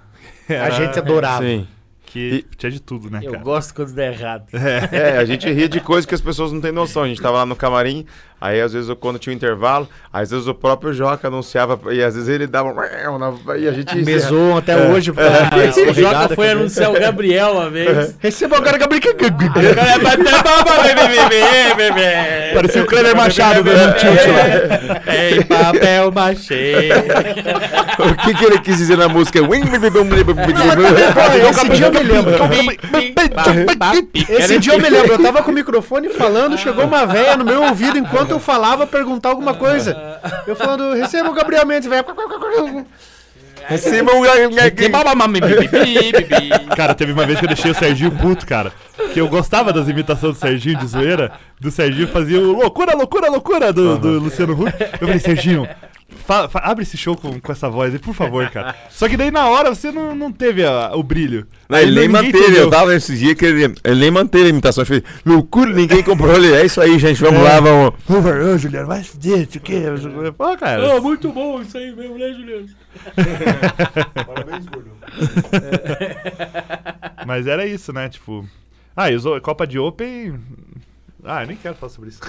Speaker 5: A gente adorava.
Speaker 7: Sim.
Speaker 4: Que tinha de tudo, né,
Speaker 2: Eu
Speaker 4: cara?
Speaker 2: gosto quando dá errado.
Speaker 7: É, a gente ria de coisa que as pessoas não têm noção. A gente tava lá no camarim, aí às vezes eu- quando tinha um intervalo, às vezes o próprio Joca anunciava, e às vezes ele dava. um na- E a gente.
Speaker 5: Mesou até hoje. pra-
Speaker 8: Ah,
Speaker 2: O Joca
Speaker 5: escorregada
Speaker 2: foi
Speaker 5: que-
Speaker 2: anunciar o Gabriel uma vez.
Speaker 5: Receba agora, Gabriel.
Speaker 2: É
Speaker 4: Parecia o Kleber Machado vendo
Speaker 2: Em papel machê.
Speaker 7: O que, que ele quis dizer na música?
Speaker 5: é Esse dia eu me lembro. Esse dia eu me lembro, eu tava com o microfone falando, chegou uma véia no meu ouvido enquanto eu falava perguntar alguma coisa. Eu falando, receba o Gabriel Mendes, véia.
Speaker 7: Receba um.
Speaker 4: Cara, teve uma vez que eu deixei o Serginho puto, cara. Que eu gostava das imitações do Serginho de zoeira. Do Serginho fazia o loucura, loucura, loucura do, do Luciano Huck. Eu falei, Serginho, fa- fa- abre esse show com, com essa voz aí, por favor, cara. Só que daí na hora você não, não teve a- o brilho.
Speaker 7: Não, ele nem
Speaker 4: Ninguém
Speaker 7: manteve,
Speaker 4: entendeu.
Speaker 7: eu tava nesse dia que ele, ele nem manteve a imitação. Ele fez, loucura, ninguém comprou. Ele, é isso aí, gente, vamos lá, vamos.
Speaker 4: Ô, Juliano, vai fuder, não sei o quê. Pô, cara.
Speaker 2: muito bom isso aí mesmo, né, Juliano?
Speaker 4: Mas era isso, né? Tipo. Ah, e os o- Copa de Open. Ah, eu nem quero falar sobre isso.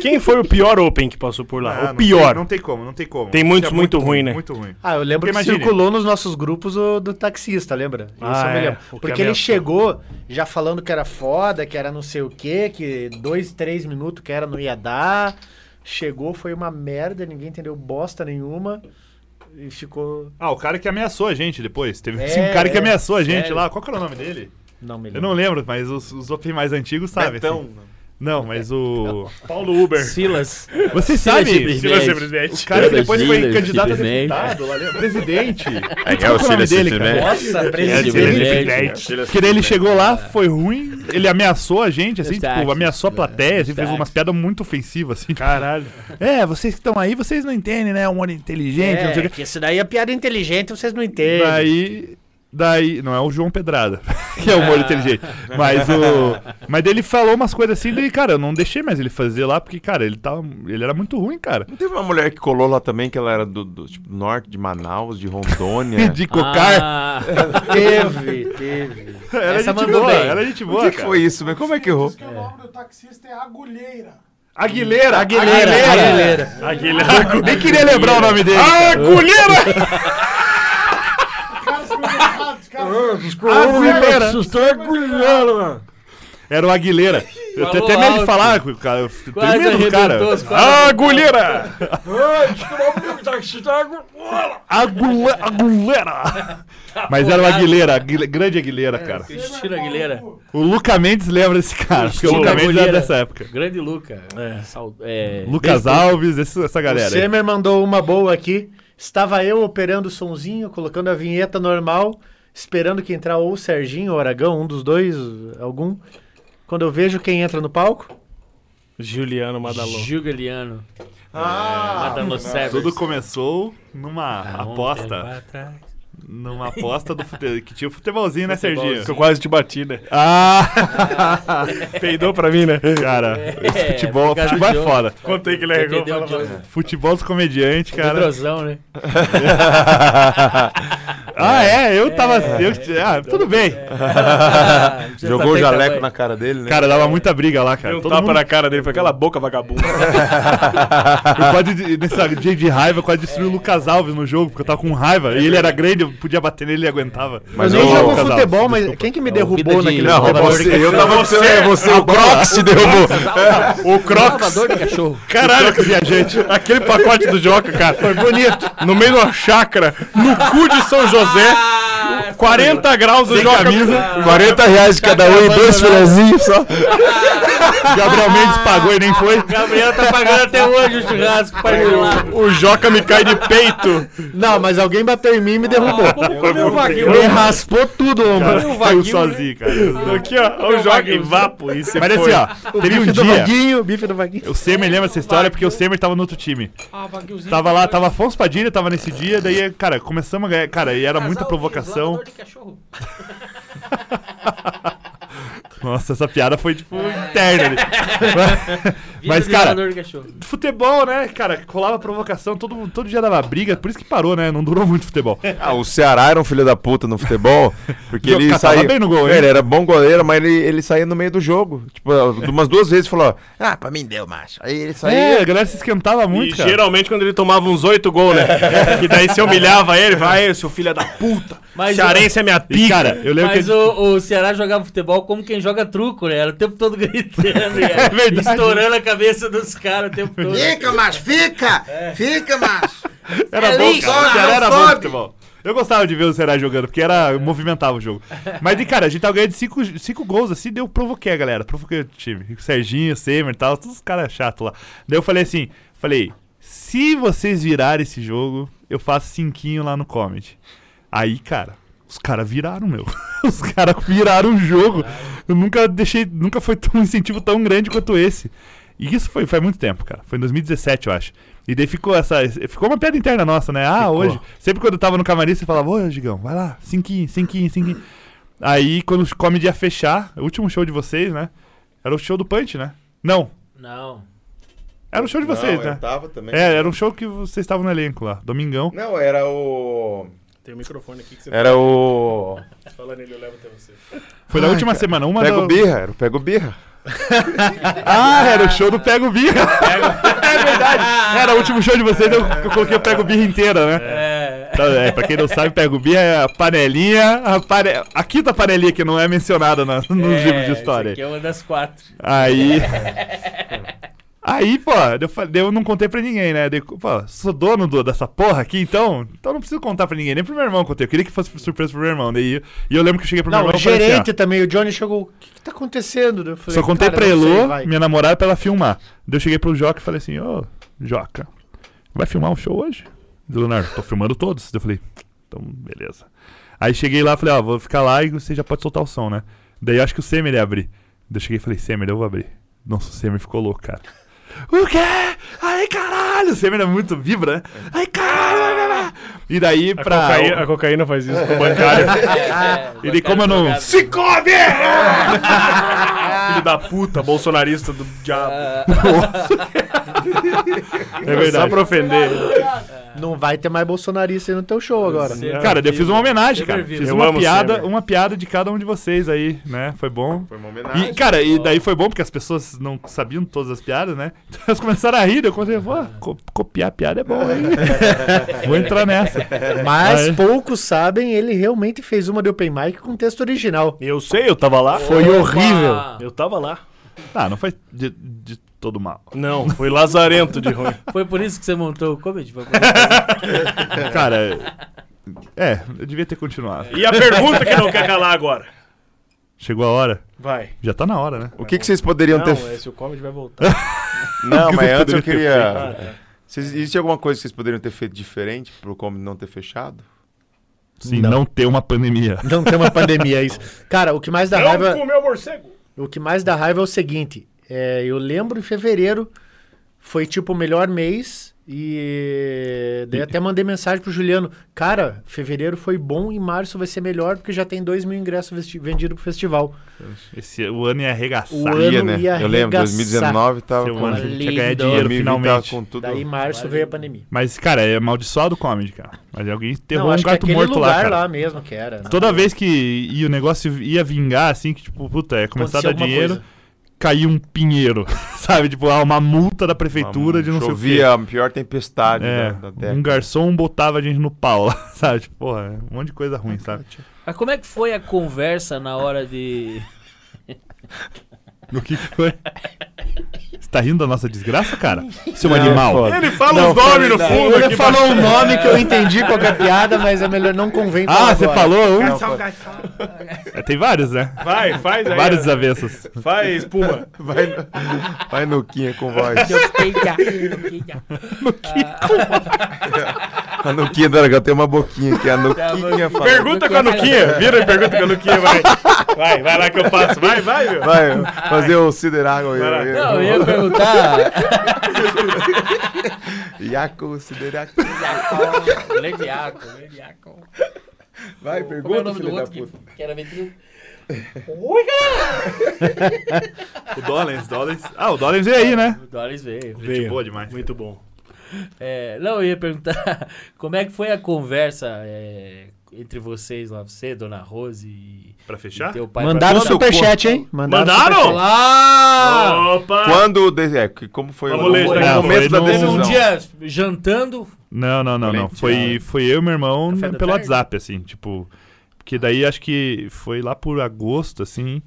Speaker 3: Quem foi o pior Open que passou por lá?
Speaker 4: Ah,
Speaker 3: o
Speaker 4: não
Speaker 3: pior.
Speaker 4: tem- não tem como, não tem como.
Speaker 3: Tem muitos muito ruim, né?
Speaker 4: Muito ruim.
Speaker 5: Ah, eu lembro
Speaker 4: Porque
Speaker 5: que
Speaker 4: imagine.
Speaker 5: circulou nos nossos grupos o do taxista, lembra? Isso
Speaker 3: Ah,
Speaker 5: eu me
Speaker 3: é.
Speaker 5: lembro.
Speaker 3: O que
Speaker 5: Porque ele
Speaker 3: ameaçou.
Speaker 5: chegou já falando que era foda, que era não sei o quê, que dois, três minutos que era não ia dar. Chegou, foi uma merda, ninguém entendeu bosta nenhuma. E ficou.
Speaker 4: Ah, o cara que ameaçou a gente depois. Teve
Speaker 5: É,
Speaker 4: um cara que
Speaker 5: é,
Speaker 4: ameaçou a gente
Speaker 5: sério.
Speaker 4: lá. Qual que era o nome dele?
Speaker 5: Não me
Speaker 4: Eu
Speaker 5: lembro.
Speaker 4: não lembro, mas os, os Open mais antigos sabem. assim.
Speaker 5: né?
Speaker 4: Não, mas o.
Speaker 3: Paulo Uber.
Speaker 2: Silas.
Speaker 4: Vocês sabem?
Speaker 2: Simplesmente.
Speaker 4: é O cara que depois foi
Speaker 2: Giller,
Speaker 4: candidato a
Speaker 2: Simplesmente.
Speaker 4: deputado, lá, lembra? presidente.
Speaker 7: É,
Speaker 4: Qual que é o nome dele, cara?
Speaker 7: né?
Speaker 5: Nossa,
Speaker 2: Simplesmente.
Speaker 4: né? Porque daí ele chegou lá, foi ruim, ele ameaçou a gente, assim,
Speaker 2: Destaque.
Speaker 4: tipo, ameaçou a plateia, assim, fez
Speaker 2: Destaque.
Speaker 4: umas piadas muito ofensivas, assim.
Speaker 3: Caralho.
Speaker 4: É, vocês que estão aí, vocês não entendem, né? Um homem inteligente, não sei o
Speaker 5: É,
Speaker 4: quê.
Speaker 5: que isso daí é piada inteligente, vocês não
Speaker 2: É,
Speaker 5: entendem.
Speaker 4: Daí. Daí. Não é o João Pedrada, que é o humor inteligente. Mas o. Mas daí ele falou umas coisas assim, daí, cara, eu não deixei mais ele fazer lá, porque, cara, ele tava. Ele era muito ruim, cara.
Speaker 7: Não teve uma mulher que colou lá também, que ela era do, do, tipo, norte, de Manaus, de Rondônia.
Speaker 4: De
Speaker 2: Ah.
Speaker 4: cocar.
Speaker 5: Teve, teve.
Speaker 4: era
Speaker 5: essa
Speaker 4: gente
Speaker 5: mandou
Speaker 4: boa,
Speaker 5: bem.
Speaker 4: era gente
Speaker 7: O
Speaker 4: boa.
Speaker 7: que, que
Speaker 4: cara.
Speaker 7: foi isso, velho? Como é que errou?
Speaker 4: Aguilera!
Speaker 5: Aguilera, Aguilera.
Speaker 4: Aguilera. Nem queria lembrar o nome dele. Aguilera! Aguilera! Era o Aguilera. Eu tenho até
Speaker 2: Falou
Speaker 4: medo de
Speaker 2: alto.
Speaker 4: falar, cara. Eu tenho
Speaker 2: Quase
Speaker 4: medo do cara.
Speaker 2: arrebentou os quatro.
Speaker 4: Agulheira! Agule- Agulera! Mas era o Aguilera, Aguile- grande Aguilera, cara.
Speaker 2: Cristina Aguilera.
Speaker 4: O Luca Mendes lembra desse cara, porque o
Speaker 2: Cristina
Speaker 4: Luca Mendes era
Speaker 2: Aguilera.
Speaker 4: dessa época.
Speaker 2: Grande Luca. Sal- é,
Speaker 4: Lucas Alves, esse- essa galera.
Speaker 5: O
Speaker 4: aí.
Speaker 5: Semer mandou uma boa aqui. Estava eu operando o sonzinho, colocando a vinheta normal, esperando que entrar ou o Serginho ou o Aragão, um dos dois, algum. Quando eu vejo quem entra no palco,
Speaker 3: Juliano Madalon.
Speaker 2: Juliano.
Speaker 7: Ah,
Speaker 2: Madalon Severs.
Speaker 4: Tudo tá. começou
Speaker 2: Há
Speaker 4: numa
Speaker 2: um tempo
Speaker 4: aposta.
Speaker 2: atrás.
Speaker 4: Numa aposta do futebol. Que tinha o futebolzinho, né, Serginho?
Speaker 3: Que eu quase te bati, né?
Speaker 4: Ah!
Speaker 3: Peidou pra mim, né?
Speaker 4: cara, esse futebol,
Speaker 2: obrigado,
Speaker 4: futebol é
Speaker 2: Diogo.
Speaker 4: foda.
Speaker 3: Contei que ele arregou.
Speaker 2: Entendeu,
Speaker 3: fala-
Speaker 4: né?
Speaker 2: Diogo?
Speaker 4: Futebol dos comediantes, cara.
Speaker 2: Pedrosão, né?
Speaker 4: ah, é? Eu tava. eu- ah, tudo bem. Ah,
Speaker 7: Jogou o jaleco na cara dele, né?
Speaker 4: Cara, dava muita briga lá, cara.
Speaker 3: Deu um
Speaker 4: Todo
Speaker 3: tapa
Speaker 4: mundo-
Speaker 3: na cara dele, foi aquela boca vagabunda.
Speaker 4: Eu quase, de- nesse dia de raiva, eu quase destruí o Lucas Alves no jogo, porque eu tava com raiva. E ele era grande, eu podia bater nele e ele aguentava.
Speaker 7: Mas
Speaker 4: eu
Speaker 5: Nem
Speaker 7: o-
Speaker 5: jogou
Speaker 4: Lucas Alves,
Speaker 5: futebol, mas
Speaker 4: desculpa.
Speaker 5: quem que me
Speaker 2: vida
Speaker 5: derrubou
Speaker 2: de-
Speaker 5: naquele
Speaker 7: Não,
Speaker 5: futebol?
Speaker 7: você, eu tava você, você, o Crocs te derrubou.
Speaker 4: É, O Crocs.
Speaker 2: Salvador de cachorro.
Speaker 4: Caralho, que viajante. Aquele pacote do Joca, cara. Foi bonito.
Speaker 3: No meio de uma chácara, no cu de São José,
Speaker 2: Ah,
Speaker 3: 40 graus o
Speaker 4: Sem
Speaker 3: Joca.
Speaker 4: camisa.
Speaker 7: 40 reais de cada um e dois filezinhos só.
Speaker 4: Gabriel Mendes pagou e nem foi.
Speaker 2: Ah. Gabriel tá pagando até hoje o churrasco particular.
Speaker 4: O Joca me cai de peito.
Speaker 5: Não, mas alguém bateu em mim e me derrubou.
Speaker 4: Foi muito
Speaker 5: Me raspou tudo,
Speaker 4: Cara,
Speaker 5: mano.
Speaker 4: Saiu
Speaker 2: né?
Speaker 4: sozinho, cara.
Speaker 3: Aqui, ó, o Joca em vapo. é E você
Speaker 4: Mas
Speaker 3: foi.
Speaker 4: assim, ó, teve um
Speaker 5: Bife do
Speaker 4: dia.
Speaker 5: Vaguinho, bife do Vaguinho.
Speaker 4: O Semer lembra essa história porque o Semer tava no outro time.
Speaker 2: Ah,
Speaker 4: Tava lá, tava Afonso Padilha, tava nesse dia, daí, cara, começamos a ganhar. Cara, e era muita provocação. Nossa, essa piada foi tipo interna ali. Mas, cara,
Speaker 2: Salvador de cachorro.
Speaker 4: futebol, né, cara, colava provocação, todo, todo dia dava briga, por isso que parou, né? Não durou muito futebol.
Speaker 7: Ah, o Ceará era um filho da puta no futebol, porque
Speaker 4: Jogava-
Speaker 7: ele saiu.
Speaker 4: bem no gol, hein?
Speaker 7: ele era bom goleiro, mas ele, ele saía no meio do jogo. Tipo, umas duas vezes falou: Ah, pra mim deu, macho. Aí ele
Speaker 4: É,
Speaker 7: saía.
Speaker 4: a galera se esquentava
Speaker 3: E
Speaker 4: muito, cara.
Speaker 3: geralmente quando ele tomava uns oito gols, né? que daí você humilhava ele, vai, seu filho é da puta.
Speaker 2: Mas
Speaker 3: Cearense é minha pica.
Speaker 4: E, cara, eu lembro
Speaker 2: Mas
Speaker 4: que. a gente-
Speaker 2: o, o Ceará jogava futebol como quem joga truco, né? Era o tempo todo gritando,
Speaker 4: É
Speaker 2: cara.
Speaker 4: verdade.
Speaker 2: estourando a cabeça dos caras o tempo todo.
Speaker 9: Fica, macho, fica! Fica, macho!
Speaker 4: Era bom,
Speaker 9: Feliz,
Speaker 4: cara. O
Speaker 9: sobe,
Speaker 4: Ceará era
Speaker 9: sobe.
Speaker 4: bom futebol. Eu gostava de ver o Ceará jogando, porque era movimentava o jogo. Mas, e, cara, a gente tava ganhando 5 cinco, cinco gols, assim, deu provoquei a galera, provoquei o time. O Serginho, o Semer e tal, todos os caras chatos lá. Daí eu falei assim, falei, se vocês virarem esse jogo, eu faço cinquinho lá no Comedy. Aí, cara, os caras viraram, meu. Os caras viraram o jogo. Eu nunca deixei, nunca foi tão- um incentivo tão grande quanto esse. E isso foi faz muito tempo, cara. Foi em 2017, eu acho. E daí ficou essa. Ficou uma piada interna nossa, né? Ah, hoje. Sempre quando eu tava no camarim, você falava, ô Gigão, vai lá, cinquinho, cinquinho, cinquinho. Aí, quando o comedy ia fechar, o último show de vocês, né? Era o show do Punch, né? Não,
Speaker 2: Não.
Speaker 4: era o show de vocês, né?
Speaker 7: tava também.
Speaker 4: É, era um show que vocês estavam no elenco lá, domingão.
Speaker 7: Não, era o.
Speaker 3: Tem um microfone aqui que você
Speaker 7: Era o.
Speaker 3: fala nele, eu levo até você.
Speaker 4: Foi na última semana, uma
Speaker 7: Pego
Speaker 4: birra.
Speaker 7: birra, era o Pego birra.
Speaker 4: Ah, era o show do Pego Birra. é verdade. Era o último show de vocês, eu, eu coloquei o Pego Birra inteira, né?
Speaker 2: É.
Speaker 4: Tá, é, pra quem não sabe, pega o Bia, é a panelinha, a, pane... a quinta panelinha que não é mencionada na- nos
Speaker 2: é,
Speaker 4: livros de
Speaker 2: isso
Speaker 4: história.
Speaker 2: aqui é uma das quatro.
Speaker 4: Aí. Aí, pô, eu, fa- eu não contei pra ninguém, né? Daí, pô, sou dono do- dessa porra aqui, então. Então não preciso contar pra ninguém, nem pro meu irmão eu contei. Eu queria que fosse surpresa pro meu irmão. Daí, eu- e eu lembro que eu cheguei pro
Speaker 5: Não,
Speaker 4: meu
Speaker 5: o
Speaker 4: irmão e falei assim,
Speaker 5: gerente também, o Johnny chegou. O que, que tá acontecendo? Eu
Speaker 4: ó,
Speaker 5: falei,
Speaker 4: Só contei
Speaker 5: "Cara,
Speaker 4: pra
Speaker 5: não sei,
Speaker 4: Elô,
Speaker 5: vai."
Speaker 4: minha namorada, pra ela filmar. Daí eu cheguei pro Joca e falei assim, ô, Joca, vai filmar um show hoje? Do Leonardo, tô filmando todos. Daí Eu falei, então, beleza. Aí cheguei lá, falei, ó, vou ficar lá e você já pode soltar o som, né? Daí acho que o Semer ia abrir. Daí eu cheguei e falei, Semer, eu vou abrir. Nossa, o Semer ficou louco, cara. O quê? Ai, caralho! O Semer é muito vibra, né? Ai, caralho! blá, blá, blá. E daí
Speaker 3: A,
Speaker 4: pra.
Speaker 3: cocaína, é a cocaína faz isso com o bancário.
Speaker 4: Ele, como eu não.
Speaker 2: Se
Speaker 3: É. Filho da puta, bolsonarista do diabo. Ah.
Speaker 4: É verdade.
Speaker 3: Só pra ofender.
Speaker 5: Não vai ter mais bolsonarista aí no teu show agora.
Speaker 4: Cara, eu fiz uma homenagem, cara.
Speaker 2: Semer
Speaker 4: Fiz
Speaker 3: Eu
Speaker 4: uma
Speaker 3: amo o
Speaker 4: piada,
Speaker 3: Semer.
Speaker 4: uma piada de cada um de vocês aí, né? Foi bom.
Speaker 7: Foi uma
Speaker 3: Ah,
Speaker 4: E, cara, e daí foi bom porque as pessoas não sabiam todas as piadas, né? Então elas começaram a rir, eu comecei, pô, co- copiar a piada é bom, hein? Vou entrar nessa.
Speaker 5: Mas
Speaker 4: Aí-
Speaker 5: poucos sabem, ele realmente fez uma de open mic com texto original.
Speaker 3: Eu sei, eu tava lá.
Speaker 5: Foi horrível.
Speaker 3: Eu tava lá.
Speaker 4: Ah, não foi de, de todo mal.
Speaker 3: Não, foi lazarento de ruim.
Speaker 2: Foi por isso que você montou o comedy. Foi por-
Speaker 4: Cara, é, eu devia ter continuado.
Speaker 3: E a pergunta que não quer calar agora?
Speaker 4: Chegou a hora.
Speaker 3: Vai.
Speaker 4: Já tá na hora, né?
Speaker 7: O que, que vocês poderiam
Speaker 3: Não,
Speaker 7: ter.
Speaker 3: é, se o comedy vai voltar.
Speaker 7: Não,
Speaker 4: que
Speaker 7: mas
Speaker 4: vocês
Speaker 7: antes eu
Speaker 4: poderiam ter
Speaker 7: queria. Vocês, existe alguma coisa que vocês poderiam ter feito diferente pro Comedy não ter fechado?
Speaker 4: Sim, não, ter uma pandemia.
Speaker 5: Não tem uma pandemia, é isso. Cara, o que mais dá
Speaker 3: Não
Speaker 5: raiva.
Speaker 3: comeu morcego.
Speaker 5: O que mais dá raiva é o seguinte: É, eu lembro em fevereiro, foi tipo o melhor mês. E daí até mandei mensagem pro Juliano. Cara, fevereiro foi bom e março vai ser melhor porque já tem dois mil ingressos vesti- vendidos pro festival.
Speaker 4: Esse, o ano ia arregaçar.
Speaker 5: O ano tá
Speaker 7: Ia, né?
Speaker 5: ia
Speaker 7: Eu lembro,
Speaker 5: arregaçar.
Speaker 7: 2019 tava
Speaker 4: Esse é
Speaker 7: com...
Speaker 4: ano a gente ia ganhar
Speaker 2: Lindo.
Speaker 4: dinheiro
Speaker 7: 2020 tava
Speaker 4: finalmente.
Speaker 7: tá com tudo.
Speaker 5: Daí março veio a pandemia.
Speaker 4: Mas, cara, é amaldiçoado o comedy, cara. Mas alguém enterrou um
Speaker 5: acho que
Speaker 4: gato
Speaker 5: aquele
Speaker 4: morto lá,
Speaker 5: lugar
Speaker 4: cara.
Speaker 5: lá mesmo que era. né?
Speaker 4: Toda vez que ia- o negócio ia vingar, assim, que tipo, puta, ia começar a dar
Speaker 5: Aconteceu alguma
Speaker 4: dinheiro,
Speaker 5: coisa.
Speaker 4: caiu um pinheiro, sabe? Tipo, ah, uma multa da prefeitura de não sei o quê.
Speaker 7: Chovia a pior tempestade
Speaker 4: É,
Speaker 7: da, da
Speaker 4: um
Speaker 7: década.
Speaker 4: garçom botava a gente no pau lá, sabe? Tipo, porra, um monte de coisa ruim, sabe?
Speaker 2: Mas como é que foi a conversa na hora de.
Speaker 4: O que que foi? Você tá rindo da nossa desgraça, cara? Seu animal.
Speaker 3: Ele fala os nomes no fundo
Speaker 5: Ele
Speaker 3: aqui.
Speaker 5: falou um nome que eu entendi qual que é a piada, mas é melhor não convém falar
Speaker 4: Ah, você
Speaker 5: agora.
Speaker 4: falou? um?
Speaker 9: Garçom, garçom.
Speaker 4: É, tem vários, né?
Speaker 3: Vai, faz aí.
Speaker 4: Vários avessos.
Speaker 3: Faz espuma.
Speaker 7: Vai, no- vai Nuquinha com voz. A Nuquinha do Aragão tem uma boquinha aqui. A
Speaker 2: Tá
Speaker 7: Nuquinha fala.
Speaker 3: Pergunta com a Nuquinha. Vira e pergunta com a Nuquinha, vai. Vai, vai lá que eu faço. Vai, vai, meu.
Speaker 7: Vai fazer o Siderágua.
Speaker 3: lá.
Speaker 2: Não, eu ia perguntar.
Speaker 7: Iaco, Siderágua.
Speaker 2: Lediaco, Lediaco.
Speaker 7: Vai,
Speaker 2: Como é o
Speaker 7: pergunta,
Speaker 2: nome
Speaker 7: filho
Speaker 2: do
Speaker 7: da
Speaker 2: outro que,
Speaker 7: puta.
Speaker 2: que era vendido?
Speaker 4: O Dolens, Dolens. Ah, o Dolens veio aí, né?
Speaker 2: O Doris veio.
Speaker 4: Gente boa demais.
Speaker 3: Muito bom.
Speaker 2: É, não, eu ia perguntar como é que foi a conversa é, entre vocês lá, você, Dona Rose e
Speaker 4: Pra fechar?
Speaker 2: teu pai.
Speaker 5: Mandaram
Speaker 7: Quando eu
Speaker 5: superchat, hein?
Speaker 3: Mandaram?
Speaker 5: superchat.
Speaker 3: Lá! Opa!
Speaker 7: Quando. de- é, que- como foi
Speaker 3: Vamos ler, tá?
Speaker 7: o começo da
Speaker 4: então. Não, foi
Speaker 2: Teve
Speaker 7: decisão?
Speaker 2: um dia jantando,
Speaker 4: Não, não, não, não.
Speaker 7: Lente,
Speaker 4: Foi, foi eu e meu irmão
Speaker 2: Café
Speaker 4: n-
Speaker 2: da
Speaker 4: pelo
Speaker 2: tarde?
Speaker 4: WhatsApp, assim, tipo. Porque daí acho que foi lá por agosto, assim.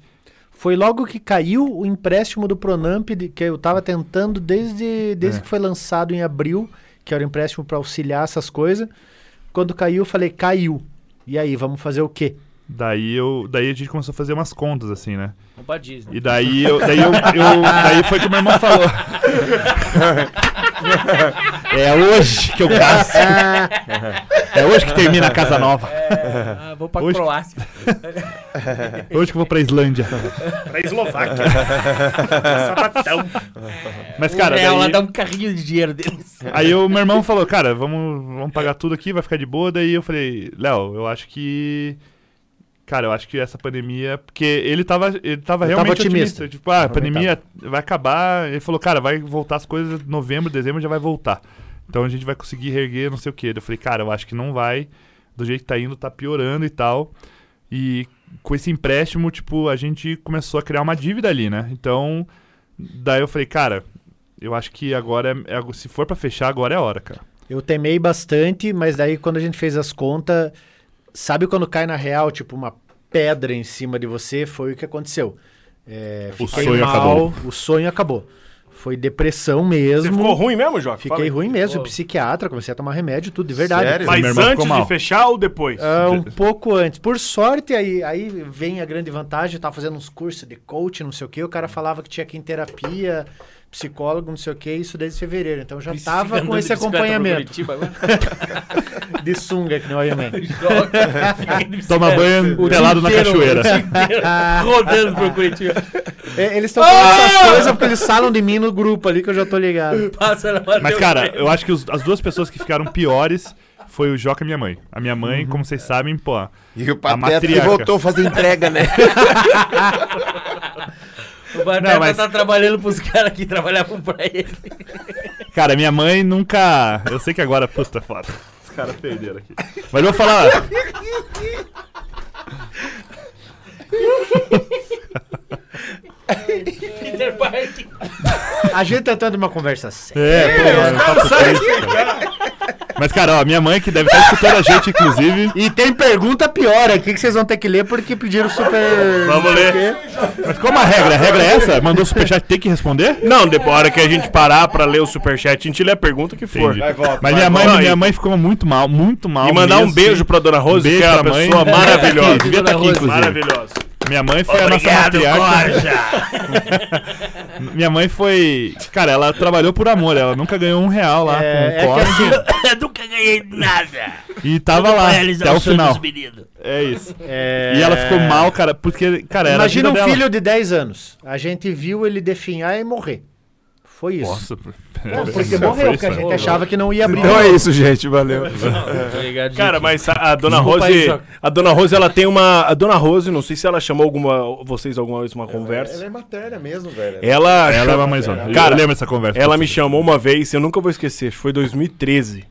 Speaker 5: Foi logo que caiu o empréstimo do Pronamp, de- que eu tava tentando desde, desde
Speaker 4: É.
Speaker 5: que foi lançado em abril, que era o empréstimo para auxiliar essas coisas. Quando caiu, eu falei, caiu. E aí, vamos fazer o quê?
Speaker 4: Daí eu. Daí a gente começou a fazer umas contas, assim, né?
Speaker 2: vamos pra Disney.
Speaker 4: E daí eu. Daí, eu, eu- daí foi que meu irmão falou. É hoje que eu caso. É hoje que termina a casa nova.
Speaker 2: Ah, vou pra
Speaker 4: Hoje-
Speaker 2: Croácia.
Speaker 4: Hoje que eu vou pra Islândia.
Speaker 3: Pra Eslováquia. Sapatão.
Speaker 4: Mas, cara.
Speaker 2: o real lá
Speaker 4: daí-
Speaker 2: dá um carrinho de dinheiro deles.
Speaker 4: Aí o meu irmão falou, cara, vamos, vamos pagar tudo aqui, vai ficar de boa. Daí eu falei, Léo, eu acho que. Cara, eu acho que essa pandemia. Porque ele tava, ele tava
Speaker 5: Ele tava
Speaker 4: realmente
Speaker 5: otimista.
Speaker 4: otimista. Tipo, ah, a pandemia vai acabar. Ele falou, cara, vai voltar as coisas em novembro, dezembro já vai voltar. Então a gente vai conseguir reerguer, não sei o quê. Daí Eu falei, cara, eu acho que não vai. Do jeito que tá indo, tá piorando e tal. E com esse empréstimo, tipo, a gente começou a criar uma dívida ali, né? Então, daí eu falei, cara, eu acho que agora é, é- se for pra fechar, agora é a hora, cara.
Speaker 5: Eu temei bastante, mas daí quando a gente fez as contas, sabe quando cai na real, tipo uma pedra em cima de você? Foi o que aconteceu. É,
Speaker 4: O
Speaker 5: fiquei
Speaker 4: sonho
Speaker 5: mal, O sonho acabou. Foi depressão
Speaker 3: Você
Speaker 5: mesmo.
Speaker 3: ficou ruim mesmo, Joca?
Speaker 5: Fiquei
Speaker 3: Fala aí.
Speaker 5: ruim mesmo,
Speaker 2: Ficou.
Speaker 5: psiquiatra, comecei a tomar remédio, tudo, de verdade.
Speaker 7: Sério?
Speaker 4: Meu
Speaker 3: Mas
Speaker 4: irmão ficou
Speaker 3: antes de
Speaker 4: mal.
Speaker 3: fechar ou depois?
Speaker 5: Ah, um pouco antes. Por sorte, aí, aí vem a grande vantagem. Eu tava fazendo uns cursos de coach, não sei o quê. O cara falava que tinha que ir em terapia, psicólogo, não sei o quê. Isso desde fevereiro. Então eu já
Speaker 2: Fica
Speaker 5: tava
Speaker 2: andando
Speaker 5: com
Speaker 2: de
Speaker 5: esse
Speaker 2: bicicleta pra
Speaker 5: acompanhamento
Speaker 2: Curitiba agora.
Speaker 5: de sunga que não é Ironman.
Speaker 2: Joga, fica de bicicleta
Speaker 4: Toma banho pelado na cachoeira.
Speaker 2: Rodando pro Curitiba.
Speaker 5: É, Eles estão falando
Speaker 2: Ah!
Speaker 5: essas coisas porque eles falam de mim no grupo ali que eu já tô ligado.
Speaker 2: Passa na Mateus
Speaker 4: Mas, cara,
Speaker 2: Pereira.
Speaker 4: eu acho que os- as duas pessoas que ficaram piores foi o Joca e minha mãe. A minha mãe, como vocês sabem, pô.
Speaker 7: E o
Speaker 4: A
Speaker 7: Pateta que
Speaker 4: matriarca.
Speaker 7: voltou a fazer entrega, né?
Speaker 2: o Batata
Speaker 4: Não, mas-
Speaker 2: tá trabalhando pros caras que trabalhavam pra ele.
Speaker 4: Cara, minha mãe nunca. Eu sei que agora, puta é foda. Os caras perderam aqui. Mas eu vou falar. é,
Speaker 2: Peter Park.
Speaker 5: A gente tá tendo uma conversa séria.
Speaker 4: É, pô, eu papo
Speaker 3: é,
Speaker 4: triste, cara. Mas, cara, ó, minha mãe que deve estar escutando a gente, inclusive.
Speaker 5: E tem pergunta pior aqui que vocês vão ter que ler porque
Speaker 2: É.
Speaker 5: pediram super.
Speaker 4: Vamos ler. Mas como a regra? A regra é essa? Mandou superchat, tem que responder?
Speaker 3: Não, depois a hora que a gente parar pra ler o superchat, a gente lê a pergunta que for.
Speaker 4: Entendi. Mas minha mãe, minha mãe ficou muito mal, muito mal.
Speaker 3: E mandar um
Speaker 4: mesmo.
Speaker 3: beijo pra Dona Rose,
Speaker 4: Um Beijo
Speaker 3: que é uma
Speaker 4: pra mãe. tá
Speaker 3: pessoa maravilhosa.
Speaker 4: Devia estar aqui, inclusive.
Speaker 3: Maravilhosa.
Speaker 4: Minha mãe foi a nossa matriarca. Minha mãe foi. Cara, ela trabalhou por amor, ela nunca ganhou um real
Speaker 2: Tá
Speaker 4: lá
Speaker 5: É,
Speaker 4: com o
Speaker 5: é que
Speaker 4: Corsa.
Speaker 8: Eu nunca ganhei nada.
Speaker 4: E tava lá até o final.
Speaker 8: meninos.
Speaker 4: É isso.
Speaker 5: É,
Speaker 4: E ela ficou mal, cara, porque, cara, era. a
Speaker 5: Imagina um
Speaker 4: vida dela.
Speaker 5: filho de 10 anos. A gente viu ele definhar e morrer. Foi isso.
Speaker 4: Nossa, pô.
Speaker 5: Não,
Speaker 4: Foi
Speaker 5: porque
Speaker 4: isso,
Speaker 5: morreu,
Speaker 4: foi
Speaker 5: porque a
Speaker 4: isso,
Speaker 5: gente
Speaker 4: né?
Speaker 5: achava que não ia abrir.
Speaker 7: Então é isso, gente. Valeu.
Speaker 8: Obrigado,
Speaker 3: Cara,
Speaker 8: gente.
Speaker 3: mas a, a dona
Speaker 2: Desculpa aí,
Speaker 3: Rose.
Speaker 2: Joca.
Speaker 3: a dona Rose, ela tem uma. A dona Rose, não sei se ela chamou alguma, vocês alguma vez uma
Speaker 7: Ela
Speaker 3: conversa.
Speaker 7: é materna mesmo, velho.
Speaker 3: Ela.
Speaker 4: Ela é
Speaker 3: chama-
Speaker 4: uma mãezona.
Speaker 3: Cara,
Speaker 4: Cara, lembra essa conversa?
Speaker 3: Ela me chamou uma vez, eu nunca vou esquecer, acho que foi 2013.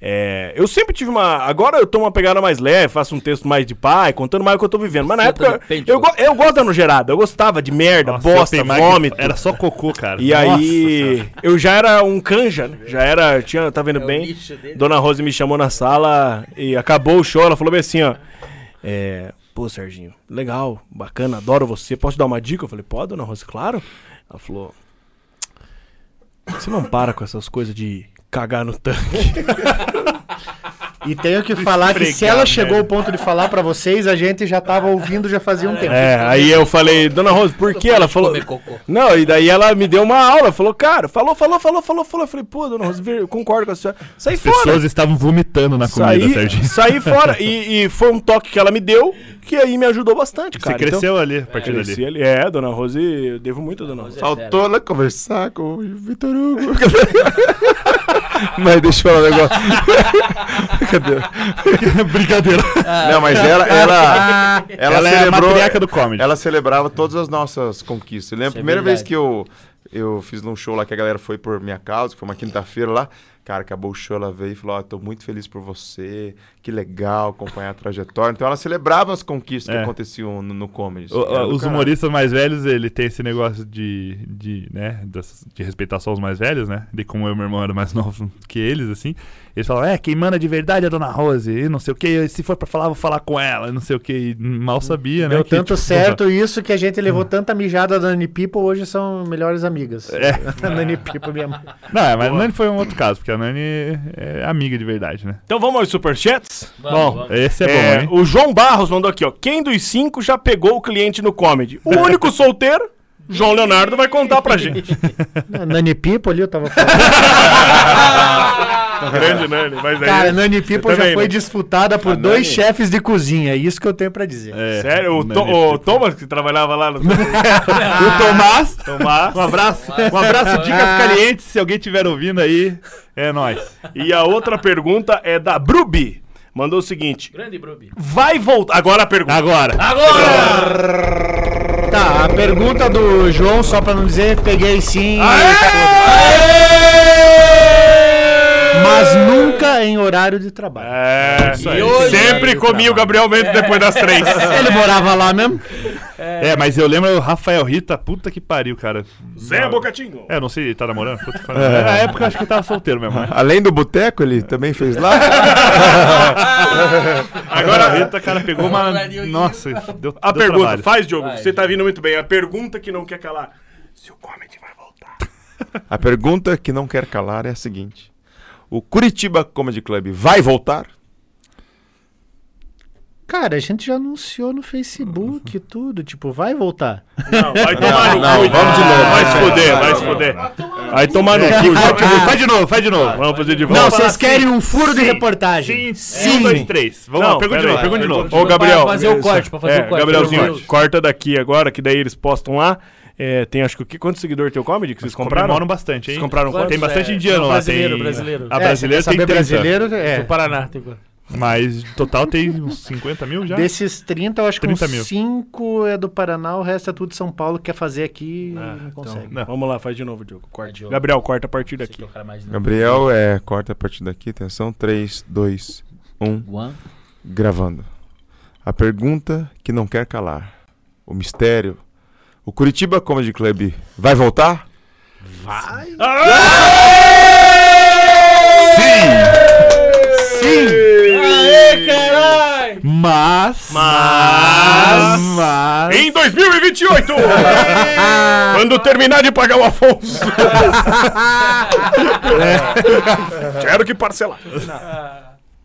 Speaker 3: É, eu sempre tive uma. Agora eu tô uma pegada mais leve, faço um texto mais de pai, contando mais o que eu tô vivendo. Mas na
Speaker 8: Senta
Speaker 3: época.
Speaker 8: no pente,
Speaker 3: Eu, go- eu gosto da nogerada, eu gostava de merda,
Speaker 4: Nossa,
Speaker 3: bosta,
Speaker 4: eu tenho mais-
Speaker 3: vômito.
Speaker 4: Era só cocô, cara.
Speaker 3: E
Speaker 4: Nossa
Speaker 3: aí,
Speaker 4: Senhora.
Speaker 3: eu já era um canja, né? Já era, tinha, tá vendo
Speaker 8: É o
Speaker 3: bem.
Speaker 8: lixo dele.
Speaker 3: Dona Rose me chamou na sala e acabou o show, ela falou bem assim, ó. É, pô, Serginho, legal, bacana, adoro você. Posso te dar uma dica? Eu falei, pode, Dona Rose, claro. Ela falou, você não para com essas coisas de cagar no tanque.
Speaker 5: E tenho que falar que se
Speaker 4: Esfregar,
Speaker 5: ela chegou
Speaker 4: velho.
Speaker 5: ao ponto de falar pra vocês, a gente já tava ouvindo já fazia um tempo.
Speaker 3: É, aí eu falei, Dona Rose, por que? Ela falou,
Speaker 8: Comer cocô.
Speaker 3: Não, e daí ela me deu uma aula, falou, cara, falou, falou, falou, falou, falou. Eu falei, pô, dona Rosa, eu concordo com a senhora. Sai
Speaker 4: As
Speaker 3: fora.
Speaker 4: pessoas estavam vomitando na comida,
Speaker 3: saí,
Speaker 4: Serginho.
Speaker 3: saí fora. E, e foi um toque que ela me deu, que aí me ajudou bastante,
Speaker 4: Você
Speaker 3: cara.
Speaker 4: cresceu ali a
Speaker 3: então,
Speaker 4: partir
Speaker 3: cresci ali.
Speaker 4: dali.
Speaker 3: É, dona Rose, eu devo muito a dona Rose.
Speaker 7: Faltou ela conversar com o Vitor Hugo. mas deixa eu falar um negócio.
Speaker 4: Brincadeira.
Speaker 7: Não, mas ela, ela,
Speaker 4: Ela,
Speaker 7: ela,
Speaker 4: é a
Speaker 7: celebrou.
Speaker 4: matriarca do comedy.
Speaker 7: Ela celebrava todas as nossas conquistas. Eu lembro, a
Speaker 8: é
Speaker 7: primeira vez
Speaker 8: verdade.
Speaker 7: que eu, eu fiz um show lá que a galera foi por minha causa, que foi uma quinta-feira lá. Cara, acabou o show, ela veio e falou: Ó, tô muito feliz por você, que legal acompanhar a trajetória. Então ela celebrava as conquistas
Speaker 4: É.
Speaker 7: que aconteciam no, no comedy.
Speaker 4: O-
Speaker 7: assim, era do
Speaker 4: os
Speaker 7: caralho.
Speaker 4: humoristas mais velhos, ele tem esse negócio de, de, né, das- de respeitar só os mais velhos, né? De como eu e meu irmão era mais novo que eles, assim. Eles falam, é, quem manda de verdade é a Dona Rose, e não sei o que, se for pra falar, vou falar com ela, e não sei o que. Mal sabia, né?
Speaker 5: Deu
Speaker 4: que,
Speaker 5: tanto
Speaker 4: tipo,
Speaker 5: certo isso que a gente levou tanta mijada da Nani People, hoje são melhores amigas.
Speaker 4: É.
Speaker 5: A Nani People, minha mãe.
Speaker 4: Não, é, mas a Nani foi um outro caso, porque a Nani é amiga de verdade, né?
Speaker 3: Então vamos aos superchats?
Speaker 8: Vamos, vamos.
Speaker 4: Esse é,
Speaker 3: É,
Speaker 4: bom, hein?
Speaker 3: o João Barros mandou aqui, ó. Quem dos cinco já pegou o cliente no comedy? O único solteiro, João Leonardo, vai contar pra gente.
Speaker 5: A Nani People ali, eu tava falando.
Speaker 3: Grande Nani, mas aí...
Speaker 5: Cara, a Nani People já
Speaker 3: também,
Speaker 5: foi
Speaker 3: né?
Speaker 5: disputada por
Speaker 7: A
Speaker 5: dois
Speaker 7: Nani-
Speaker 5: chefes de cozinha, é isso que eu tenho pra dizer.
Speaker 4: É,
Speaker 3: Sério, o,
Speaker 4: Nani
Speaker 3: To- o
Speaker 4: Pipo.
Speaker 3: Thomas que trabalhava lá no.
Speaker 4: O Tomás.
Speaker 3: Tomás.
Speaker 4: Um abraço. Um abraço, dicas calientes. Se alguém estiver ouvindo aí, é nóis.
Speaker 3: E a outra pergunta é da Brubi. Mandou o seguinte:
Speaker 8: Grande Brubi.
Speaker 3: vai voltar. Agora a pergunta.
Speaker 4: Agora.
Speaker 8: Agora!
Speaker 5: Tá, a pergunta do João, só pra não dizer, peguei sim, mas nunca em horário de trabalho.
Speaker 3: É,
Speaker 8: aí. E hoje-
Speaker 3: sempre comia o Gabriel Mendes depois das três.
Speaker 5: Ele morava lá mesmo?
Speaker 4: É, mas eu lembro o Rafael Rita, puta que pariu, cara.
Speaker 3: Zé Bocatinho.
Speaker 4: É, não sei, ele tá namorando? Puta, que pariu.
Speaker 8: É.
Speaker 4: Na época eu acho que ele tava solteiro mesmo, né?
Speaker 7: Além do boteco, ele também fez lá.
Speaker 4: Agora a Rita, cara, pegou uma.
Speaker 8: Mandaria o
Speaker 4: Nossa, deu
Speaker 3: A
Speaker 4: deu
Speaker 3: pergunta,
Speaker 4: trabalho.
Speaker 3: faz, Diogo. Você tá vindo muito bem. A pergunta que não quer calar: se o comedy vai voltar.
Speaker 7: A pergunta que não quer calar é a seguinte: O Curitiba Comedy Club vai voltar?
Speaker 5: Cara, a gente já anunciou no Facebook e tudo, tipo, vai voltar.
Speaker 3: Não, vai
Speaker 7: Não,
Speaker 3: tomar no
Speaker 7: não,
Speaker 3: cu.
Speaker 7: vamos de novo.
Speaker 3: Vai se
Speaker 7: Não,
Speaker 3: fuder,
Speaker 7: não,
Speaker 3: vai
Speaker 7: não,
Speaker 3: se
Speaker 7: não,
Speaker 3: fuder. Vai tomar no cu. João.
Speaker 4: Faz de novo, faz de novo.
Speaker 3: É. Vamos fazer de volta.
Speaker 5: Não, vocês querem um furo de
Speaker 4: Sim,
Speaker 5: reportagem. É,
Speaker 4: Um, dois, três. Vamos
Speaker 3: Não,
Speaker 4: lá, pergunta de
Speaker 3: pera
Speaker 4: novo,
Speaker 3: aí.
Speaker 4: pergunta de novo.
Speaker 3: Ô, Gabriel.
Speaker 8: Pra fazer o corte, pra fazer
Speaker 3: É,
Speaker 8: o corte.
Speaker 3: Gabrielzinho,
Speaker 8: Gabriel.
Speaker 3: corta daqui agora, que daí eles postam lá. É, tem acho que o quê? Quantos seguidores tem o comedy que vocês
Speaker 8: é
Speaker 3: compraram?
Speaker 4: Comemoram bastante, hein?
Speaker 3: Vocês compraram
Speaker 8: Quantos?
Speaker 3: quanto?
Speaker 4: Tem bastante
Speaker 8: É,
Speaker 4: indiano
Speaker 8: não,
Speaker 4: lá.
Speaker 8: brasileiro,
Speaker 4: tem...
Speaker 8: brasileiro.
Speaker 4: A
Speaker 5: É,
Speaker 4: brasileira
Speaker 5: você quer
Speaker 4: Ah, tem 30.
Speaker 5: saber brasileiro, é.
Speaker 8: Do Paraná, tem quanto?
Speaker 4: Mas total tem uns 50 mil já?
Speaker 5: Desses 30, eu acho que
Speaker 4: 30
Speaker 5: uns
Speaker 4: mil.
Speaker 5: 5 é do Paraná, o resto é tudo São Paulo que quer fazer aqui e não consegue.
Speaker 4: Ah, então, Não.
Speaker 3: Vamos lá, faz de novo, Diogo. Corte.
Speaker 8: É, Diogo.
Speaker 3: Gabriel, corta a partir daqui.
Speaker 8: Aqui. O cara mais novo.
Speaker 7: Gabriel, é, corta a partir daqui, atenção. 3, 2, 1.
Speaker 8: One.
Speaker 7: Gravando. A pergunta que não quer calar. O mistério. O Curitiba Comedy Club vai voltar?
Speaker 8: Aê, caralho!
Speaker 4: Mas.
Speaker 8: Ah,
Speaker 3: Mas-
Speaker 4: Mas.
Speaker 3: Em 2028! quando terminar de pagar o Afonso. É. Quero que parcelar.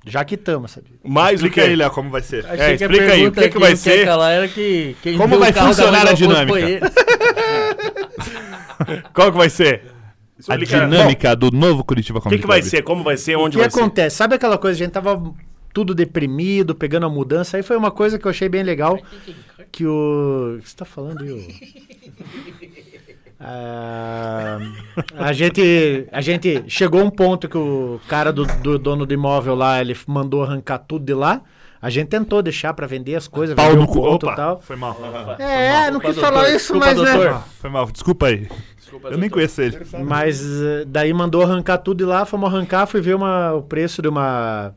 Speaker 5: Já quitamos, sabia?
Speaker 3: Mais do que
Speaker 4: Explica aí, Léo, como vai ser.
Speaker 3: É, explica aí, o que, que vai ser?
Speaker 8: Ela era que quem
Speaker 4: Como
Speaker 8: deu o
Speaker 4: vai
Speaker 8: carro da
Speaker 4: funcionar
Speaker 8: Maria
Speaker 4: a
Speaker 8: Augusta
Speaker 4: dinâmica?
Speaker 8: foi ele.
Speaker 3: Qual que vai ser?
Speaker 4: A
Speaker 3: Explica-
Speaker 4: dinâmica do novo Curitiba
Speaker 3: O que,
Speaker 4: Comedy
Speaker 3: que vai
Speaker 4: Club.
Speaker 3: ser? Como vai ser?
Speaker 5: O
Speaker 3: Onde
Speaker 5: que
Speaker 3: vai ser?
Speaker 5: acontece? Sabe aquela coisa, a gente tava tudo deprimido, pegando a mudança. Aí foi uma coisa que eu achei bem legal. Que o. O que você tá falando aí, ô? Ah, a, gente, a gente chegou a um ponto que o cara do, do dono do imóvel lá, ele mandou arrancar tudo de lá. A gente tentou deixar pra vender as coisas,
Speaker 4: Pau
Speaker 5: vender
Speaker 4: no
Speaker 5: o
Speaker 4: cu.
Speaker 5: ponto e
Speaker 4: Opa,
Speaker 5: tal.
Speaker 4: foi mal.
Speaker 5: É, não quis falar isso,
Speaker 8: Desculpa,
Speaker 5: mas né?
Speaker 8: doutor.
Speaker 4: Ah, Foi mal, desculpa aí. Eu nem conheço ele.
Speaker 5: Mas eh, daí mandou arrancar tudo de lá, fomos arrancar, fui ver uma- o preço de uma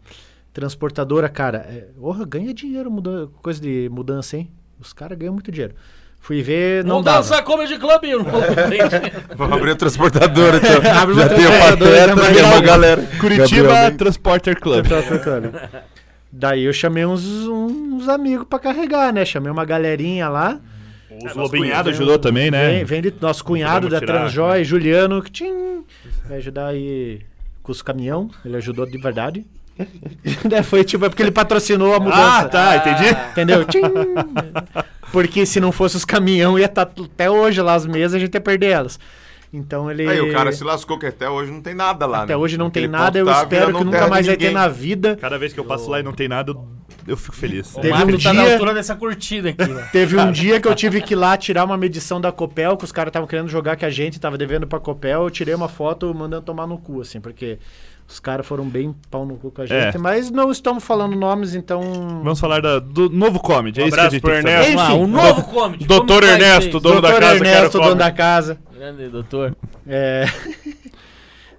Speaker 5: transportadora, cara. É, orra, ganha dinheiro, muda- coisa de mudança, hein? Os caras ganham muito dinheiro. Fui ver, não dá.
Speaker 8: Mudança Comedy Club. eu não entendi.
Speaker 7: Vamos abrir o transportador, então.
Speaker 5: Abre uma
Speaker 7: Já tem o
Speaker 5: transportadora, já
Speaker 4: tá
Speaker 7: pateta,
Speaker 5: vai
Speaker 7: tem
Speaker 5: dar
Speaker 7: é uma
Speaker 5: um-
Speaker 7: galera.
Speaker 4: Curitiba
Speaker 7: Gabriel, né?
Speaker 4: Transporter Club.
Speaker 5: Daí eu chamei uns, uns amigos pra carregar, né? Chamei uma galerinha lá.
Speaker 4: O Lobinhado ajudou
Speaker 5: Vem,
Speaker 4: também, né?
Speaker 5: vem de nosso cunhado
Speaker 4: podemos
Speaker 5: da
Speaker 4: tirar, né?
Speaker 5: Transjoy, Juliano, que tchim, vai ajudar aí com os caminhão. Ele ajudou de verdade. Né, Foi tipo, é porque ele patrocinou a mudança.
Speaker 4: Ah, tá, entendi.
Speaker 5: Entendeu? Tchim! Porque se não fosse os caminhão, ia estar até hoje lá as mesas, a gente ia perder elas. Então ele.
Speaker 7: Aí o cara se lascou, que até hoje não tem nada lá.
Speaker 5: Até
Speaker 7: né?
Speaker 5: hoje não tem
Speaker 7: Aquele
Speaker 5: nada,
Speaker 7: ponto
Speaker 5: eu
Speaker 7: tá
Speaker 5: espero
Speaker 7: virando
Speaker 5: que
Speaker 7: terra
Speaker 5: nunca
Speaker 7: de
Speaker 5: mais vai ter
Speaker 7: ninguém.
Speaker 5: na vida. um
Speaker 4: Cada vez que eu passo lá e não tem nada, eu- eu fico feliz.
Speaker 8: O Marco tá na
Speaker 5: dia-
Speaker 8: altura dessa curtida aqui, ó.
Speaker 5: Teve um dia que eu tive que ir lá tirar uma medição da Copel, que os caras estavam querendo jogar que a gente tava devendo pra Copel. Eu tirei uma foto mandando tomar no cu, assim, porque os caras foram bem pau no cu com a gente.
Speaker 4: É.
Speaker 5: Mas não estamos falando nomes, então.
Speaker 4: Vamos falar da- do novo comedy.
Speaker 3: Um
Speaker 4: é isso que a
Speaker 3: abraço
Speaker 4: gente
Speaker 3: pro
Speaker 4: tem que
Speaker 3: Ernesto.
Speaker 5: Enfim.
Speaker 8: Ah, um novo comedy.
Speaker 3: Doutor
Speaker 8: Como vai ser?
Speaker 3: Ernesto, dono da
Speaker 5: Doutor
Speaker 3: casa, quero
Speaker 5: Ernesto, dono
Speaker 3: comer.
Speaker 5: da casa.
Speaker 8: Grande doutor.
Speaker 5: É...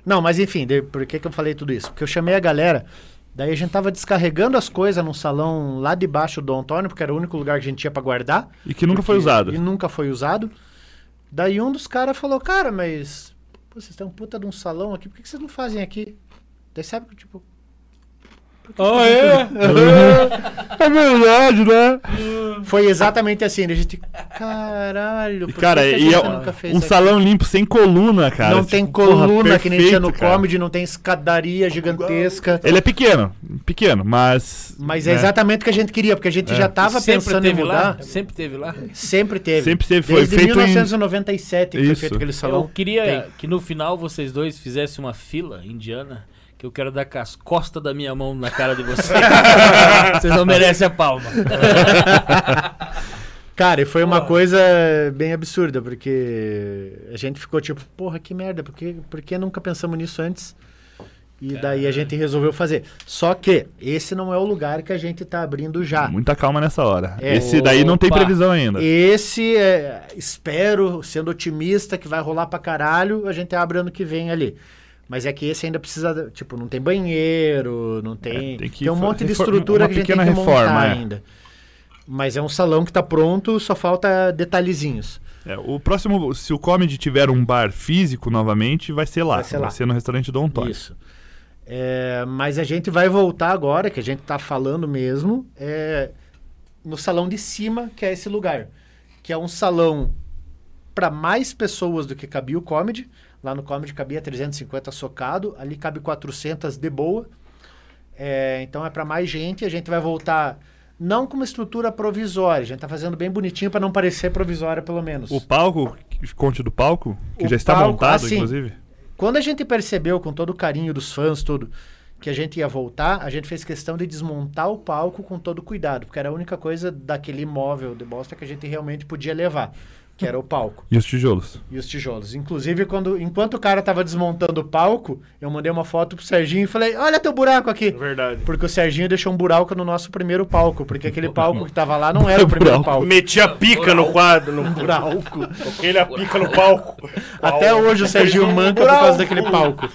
Speaker 5: Não, mas enfim, de- por que, que eu falei tudo isso? Porque eu chamei a galera, daí a gente tava descarregando as coisas num salão lá debaixo do Antônio, porque era o único lugar que a gente tinha pra guardar.
Speaker 4: E que nunca foi
Speaker 5: que-
Speaker 4: usado.
Speaker 5: E nunca foi usado. Daí um dos caras falou, cara, mas pô, vocês têm um puta de um salão aqui, por que, que vocês não fazem aqui? Daí sabe que, tipo,
Speaker 4: Ah, é? é verdade, né?
Speaker 5: foi exatamente assim. A gente, caralho,
Speaker 4: E,
Speaker 5: por
Speaker 4: cara,
Speaker 5: que que a
Speaker 4: e
Speaker 5: gente
Speaker 4: é um,
Speaker 5: nunca fez
Speaker 4: um
Speaker 5: aqui?"
Speaker 4: salão limpo sem coluna, cara.
Speaker 5: não
Speaker 4: Tipo,
Speaker 5: tem
Speaker 4: porra,
Speaker 5: coluna que nem tinha no
Speaker 4: perfeito, cara.
Speaker 5: comedy, não tem escadaria gigantesca.
Speaker 4: Ele é pequeno, pequeno, mas.
Speaker 5: Mas é
Speaker 4: né,
Speaker 5: exatamente o que a gente queria, porque a
Speaker 4: É.
Speaker 5: gente já tava
Speaker 8: Sempre
Speaker 5: pensando em
Speaker 8: teve
Speaker 5: mudar.
Speaker 8: lá? Sempre teve lá?
Speaker 5: Sempre teve.
Speaker 4: Sempre teve, foi
Speaker 5: Desde
Speaker 4: feito em-
Speaker 5: 1997 que foi
Speaker 4: Isso.
Speaker 5: feito aquele
Speaker 8: Eu
Speaker 5: salão.
Speaker 8: queria
Speaker 5: Tem.
Speaker 8: que no final vocês dois fizessem uma fila indiana. Que eu quero dar com as costas da minha mão na cara de vocês. vocês não merecem a palma.
Speaker 5: Cara, e foi uma coisa bem absurda, porque a gente ficou tipo, porra, que merda, por que, por que nunca pensamos nisso antes? E daí a gente resolveu fazer. Só que esse não é o lugar que a gente tá abrindo já.
Speaker 4: Muita calma nessa hora.
Speaker 5: É.
Speaker 4: Esse daí não tem
Speaker 8: Opa.
Speaker 4: previsão ainda.
Speaker 5: Esse, é, espero, sendo otimista, que vai rolar pra caralho, a gente abre ano que vem ali. Mas é que esse ainda precisa, tipo, não tem banheiro, não tem...
Speaker 4: É, tem
Speaker 5: tem,
Speaker 4: que
Speaker 5: um
Speaker 4: fa-
Speaker 5: monte de
Speaker 4: reforma-
Speaker 5: estrutura
Speaker 4: uma
Speaker 5: que a gente tem
Speaker 4: pequena
Speaker 5: que
Speaker 4: reforma,
Speaker 5: montar
Speaker 4: é.
Speaker 5: ainda. Mas é um salão que tá pronto, só falta detalhezinhos.
Speaker 4: É, o próximo, se o comedy tiver um bar físico novamente, vai ser lá.
Speaker 5: Vai ser lá.
Speaker 4: no restaurante Dom Antônio.
Speaker 5: Isso. É, mas a gente vai voltar agora, que a gente tá falando mesmo, é, no salão de cima, que é esse lugar. Que é um salão para mais pessoas do que cabia o comedy. Lá no comedy cabia 350 socado, ali cabe 400 de boa. É, então é para mais gente, a gente vai voltar não com uma estrutura provisória, a gente tá fazendo bem bonitinho para não parecer provisória pelo menos.
Speaker 4: O palco, conte do palco, que
Speaker 5: O
Speaker 4: já está
Speaker 5: palco,
Speaker 4: montado,
Speaker 5: assim,
Speaker 4: inclusive.
Speaker 5: Quando a gente percebeu, com todo o carinho dos fãs, tudo, que a gente ia voltar, a gente fez questão de desmontar o palco com todo cuidado, porque era a única coisa daquele imóvel de bosta que a gente realmente podia levar, que era o palco
Speaker 4: E os tijolos.
Speaker 5: e os tijolos. Inclusive, quando, enquanto o cara tava desmontando o palco, eu mandei uma foto pro Serginho e falei, olha teu buraco aqui.
Speaker 3: Verdade.
Speaker 5: Porque o Serginho deixou um buraco no nosso primeiro palco, porque aquele palco que tava lá não é era o primeiro palco.
Speaker 3: Meti a pica no quadro. No...
Speaker 5: Buraco.
Speaker 3: Ele a pica no palco.
Speaker 5: Até hoje o Serginho manca por causa daquele palco.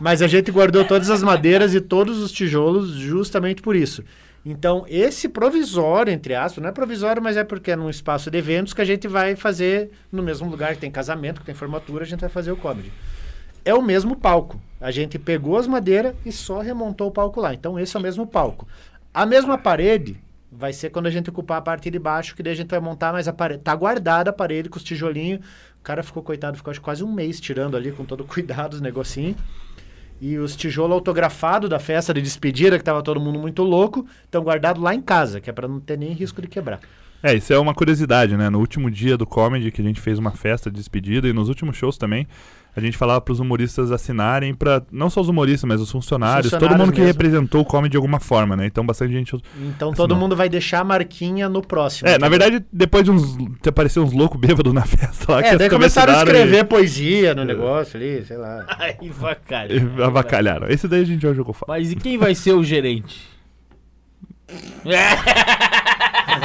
Speaker 5: Mas a gente guardou todas as madeiras e todos os tijolos justamente por isso. Então, esse provisório, entre aspas, não é provisório, mas é porque é num espaço de eventos que a gente vai fazer no mesmo lugar que tem casamento, que tem formatura, a gente vai fazer o comedy. É o mesmo palco. A gente pegou as madeiras e só remontou o palco lá. Então, esse é o mesmo palco. A mesma parede vai ser quando a gente ocupar a parte de baixo, que daí a gente vai montar, mas a parede. Tá guardada a parede com os tijolinhos. O cara ficou, coitado, ficou acho, quase um mês tirando ali com todo cuidado os negocinhos. E os tijolos autografados da festa de despedida, que tava todo mundo muito louco, estão guardados lá em casa, que é pra não ter nem risco de quebrar.
Speaker 4: É, isso é uma curiosidade, né? No último dia do comedy, que a gente fez uma festa de despedida, e nos últimos shows também, a gente falava pros humoristas assinarem pra. Não só os humoristas, mas os
Speaker 5: Os
Speaker 4: funcionários,
Speaker 5: funcionários
Speaker 4: todo mundo que
Speaker 5: mesmo.
Speaker 4: representou o comedy de alguma forma, né? Então bastante gente.
Speaker 5: Então todo
Speaker 4: Assinou.
Speaker 5: mundo vai deixar a marquinha no próximo.
Speaker 4: É, na verdade, depois de uns. ter aparecido uns loucos bêbados na festa lá, que
Speaker 5: É,
Speaker 4: eles
Speaker 5: daí começaram a
Speaker 4: assinaram e-
Speaker 5: escrever poesia no negócio ali, sei lá.
Speaker 8: Aí vacalha.
Speaker 4: e Avacalharam. Esse daí a gente já jogou fora.
Speaker 8: Mas e quem vai ser o gerente?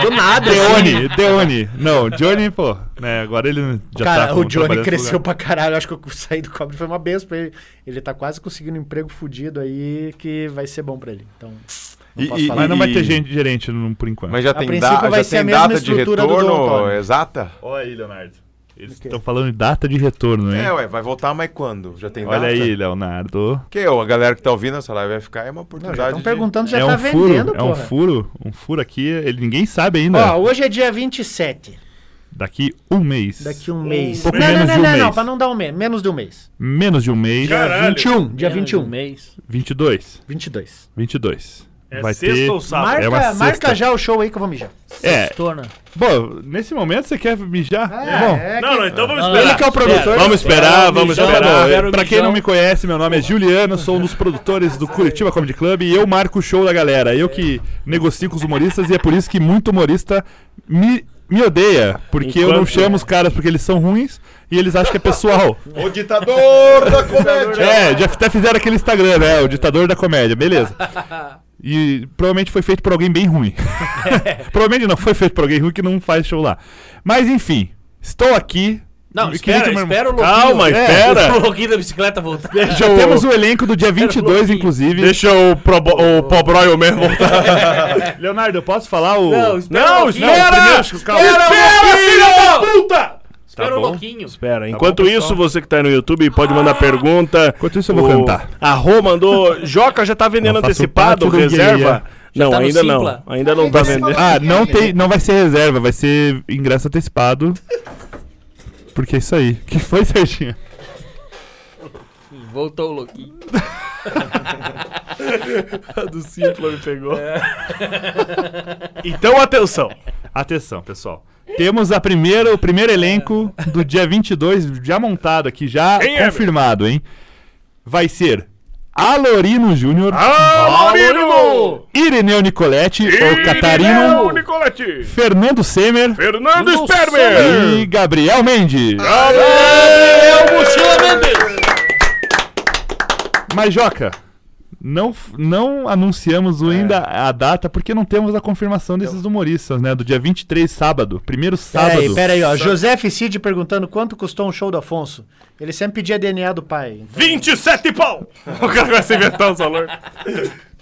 Speaker 5: Do nada,
Speaker 4: Deone, Deone. Não, Johnny, pô. Né, agora ele já
Speaker 5: Cara,
Speaker 4: tá. com-
Speaker 5: o Johnny
Speaker 4: trabalhando
Speaker 5: cresceu
Speaker 4: no
Speaker 5: pra caralho. Eu acho que eu saí do cobre foi uma benção pra ele. Ele tá quase conseguindo um emprego fudido aí que vai ser bom pra ele. Então, não
Speaker 7: E-
Speaker 5: posso
Speaker 7: e-
Speaker 4: lugar.
Speaker 5: falar.
Speaker 4: Mas não vai
Speaker 7: E-
Speaker 4: ter gente gerente no- por enquanto.
Speaker 7: Mas já
Speaker 5: A
Speaker 7: tem,
Speaker 5: princípio
Speaker 7: da,
Speaker 5: vai
Speaker 7: já
Speaker 5: ser a
Speaker 7: tem
Speaker 5: mesma
Speaker 7: data de
Speaker 5: estrutura do Dom
Speaker 7: retorno
Speaker 5: Antônio.
Speaker 7: exata?
Speaker 4: Olha aí, Leonardo. Eles
Speaker 5: quê?
Speaker 4: estão falando de data de retorno, hein?
Speaker 7: É, ué, vai voltar, mas quando? Já tem data?
Speaker 4: Olha aí, Leonardo.
Speaker 7: Que eu, a galera que tá ouvindo essa live vai ficar, é uma
Speaker 5: Não,
Speaker 7: oportunidade.
Speaker 5: já estão
Speaker 7: de-
Speaker 5: perguntando, já
Speaker 4: é
Speaker 5: tá
Speaker 4: um furo,
Speaker 5: vendendo,
Speaker 4: é um
Speaker 5: porra.
Speaker 4: furo, né? um furo aqui, ele ninguém sabe ainda.
Speaker 5: Ó, hoje é dia 27.
Speaker 4: Daqui um mês.
Speaker 5: Daqui um mês.
Speaker 4: pouco
Speaker 5: não,
Speaker 4: menos
Speaker 5: não,
Speaker 4: de um
Speaker 5: não, não, não,
Speaker 4: mês.
Speaker 5: pra não dar um mês. Menos de um mês.
Speaker 4: Menos de um mês.
Speaker 3: Caralho.
Speaker 5: 21, dia
Speaker 8: Menos de
Speaker 5: 21.
Speaker 8: Um mês.
Speaker 4: 22.
Speaker 5: 22.
Speaker 4: 22.
Speaker 3: É
Speaker 4: Vai
Speaker 3: sexta
Speaker 4: ter.
Speaker 3: ou sábado?
Speaker 5: Marca,
Speaker 4: é uma sexta.
Speaker 5: marca já o show aí que eu vou mijar.
Speaker 4: É.
Speaker 8: Torna.
Speaker 4: Bom, nesse momento você quer mijar? Bom,
Speaker 5: é
Speaker 3: Não, não, então vamos
Speaker 8: Não,
Speaker 3: esperar.
Speaker 4: Ele que é o produtor.
Speaker 8: Vamos
Speaker 4: esperar, vamos
Speaker 8: esperar.
Speaker 4: Pra quem não me conhece, meu nome é Juliano, sou um dos produtores do Curitiba Comedy Club e eu marco o show da galera. Eu que negocio com os humoristas e é por isso que muito humorista me, me odeia. Porque eu não
Speaker 3: Enquanto-
Speaker 4: chamo os caras porque eles são ruins e eles acham que é pessoal.
Speaker 7: O ditador da comédia!
Speaker 4: É, já até fizeram aquele Instagram, né? O ditador da comédia, beleza. E provavelmente foi feito por alguém bem ruim. provavelmente não foi feito por alguém ruim que não faz show lá. Mas enfim, estou aqui.
Speaker 8: Não,
Speaker 4: Eu queria
Speaker 8: espera,
Speaker 4: que meu irmão-
Speaker 8: espera o louquinho.
Speaker 4: Calma,
Speaker 8: É,
Speaker 4: espera.
Speaker 8: O louquinho da bicicleta voltar.
Speaker 3: Tá
Speaker 4: Já temos o elenco do
Speaker 8: um
Speaker 4: dia 22,
Speaker 8: louquinho.
Speaker 4: inclusive.
Speaker 3: Deixa o, Probo- o Pobroil mesmo voltar.
Speaker 4: Leonardo, eu posso falar o.
Speaker 8: Não, espera o
Speaker 3: Não,
Speaker 8: louquinho.
Speaker 3: espera!
Speaker 4: calma.
Speaker 3: Espera, filha da puta!
Speaker 8: Espera o louquinho.
Speaker 3: Espera, enquanto isso, você que tá no YouTube pode mandar pergunta.
Speaker 4: Ah! Enquanto isso, eu vou
Speaker 3: O
Speaker 4: cantar.
Speaker 3: A Rô mandou. Joca já tá vendendo
Speaker 4: Não, faço
Speaker 3: antecipado,
Speaker 4: parte do
Speaker 3: reserva. Não,
Speaker 8: tá no
Speaker 3: ainda não.
Speaker 8: Simpla.
Speaker 3: Ainda não tá vendendo.
Speaker 4: Ah, não, tem, não vai ser reserva, vai ser ingresso antecipado. Porque é isso aí. que foi, Serginho?
Speaker 8: Voltou o louquinho.
Speaker 3: do Simpla me pegou. Então, atenção.
Speaker 4: Atenção, pessoal. Temos a primeira, o primeiro elenco do dia 22, já montado aqui, já
Speaker 3: Quem é,
Speaker 4: confirmado, hein? Vai ser Alorino Júnior,
Speaker 3: Alorino!
Speaker 4: Irineu Nicoletti, ou
Speaker 3: Irineu
Speaker 4: Catarino,
Speaker 3: Nicoletti!
Speaker 4: Fernando Semer
Speaker 3: é Fernando Ah! Sperber!
Speaker 4: e Gabriel Mendes. Mas, Joca, não, f- não anunciamos ainda
Speaker 3: É.
Speaker 4: a data porque não temos a confirmação
Speaker 3: Então.
Speaker 4: desses humoristas, né? Do dia 23, sábado. Primeiro sábado.
Speaker 5: Peraí, peraí, ó. José F. Cid perguntando quanto custou um show do Afonso. Ele sempre pedia DNA do pai.
Speaker 3: 27 pau! O cara vai se inventar um valor.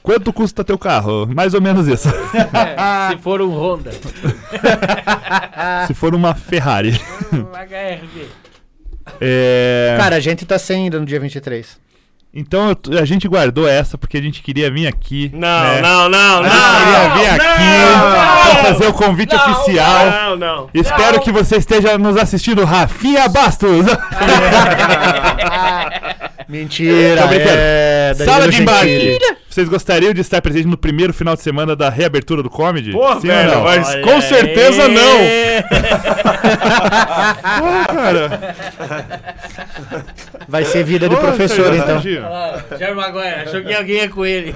Speaker 4: Quanto custa teu carro? Mais ou menos isso.
Speaker 8: Se for um Honda.
Speaker 4: Se for uma Ferrari.
Speaker 8: HRV.
Speaker 4: É,
Speaker 5: Cara, a gente tá sem ainda no dia 23.
Speaker 4: Então eu t- a gente guardou essa porque a gente queria vir aqui.
Speaker 3: Não,
Speaker 4: né?
Speaker 3: não, não,
Speaker 4: A gente queria
Speaker 3: não!
Speaker 4: vir aqui pra fazer um o convite oficial.
Speaker 3: Não, não.
Speaker 4: Espero que você esteja nos assistindo, Rafinha Bastos.
Speaker 3: Ah,
Speaker 5: Mentira,
Speaker 4: É. Tô brincando.
Speaker 5: é, Danilo
Speaker 4: Sala de
Speaker 5: Gentili.
Speaker 4: embarque. Vocês gostariam de estar presente no primeiro final de semana da reabertura do comedy? Um
Speaker 3: Porra,
Speaker 4: Sim ou
Speaker 3: velho,
Speaker 4: não?
Speaker 3: mas com certeza não.
Speaker 4: Ah, cara.
Speaker 5: Vai ser vida de professor,
Speaker 4: Serginho,
Speaker 5: então.
Speaker 4: Serginho.
Speaker 8: Jair Maguire, achou que alguém ia com ele.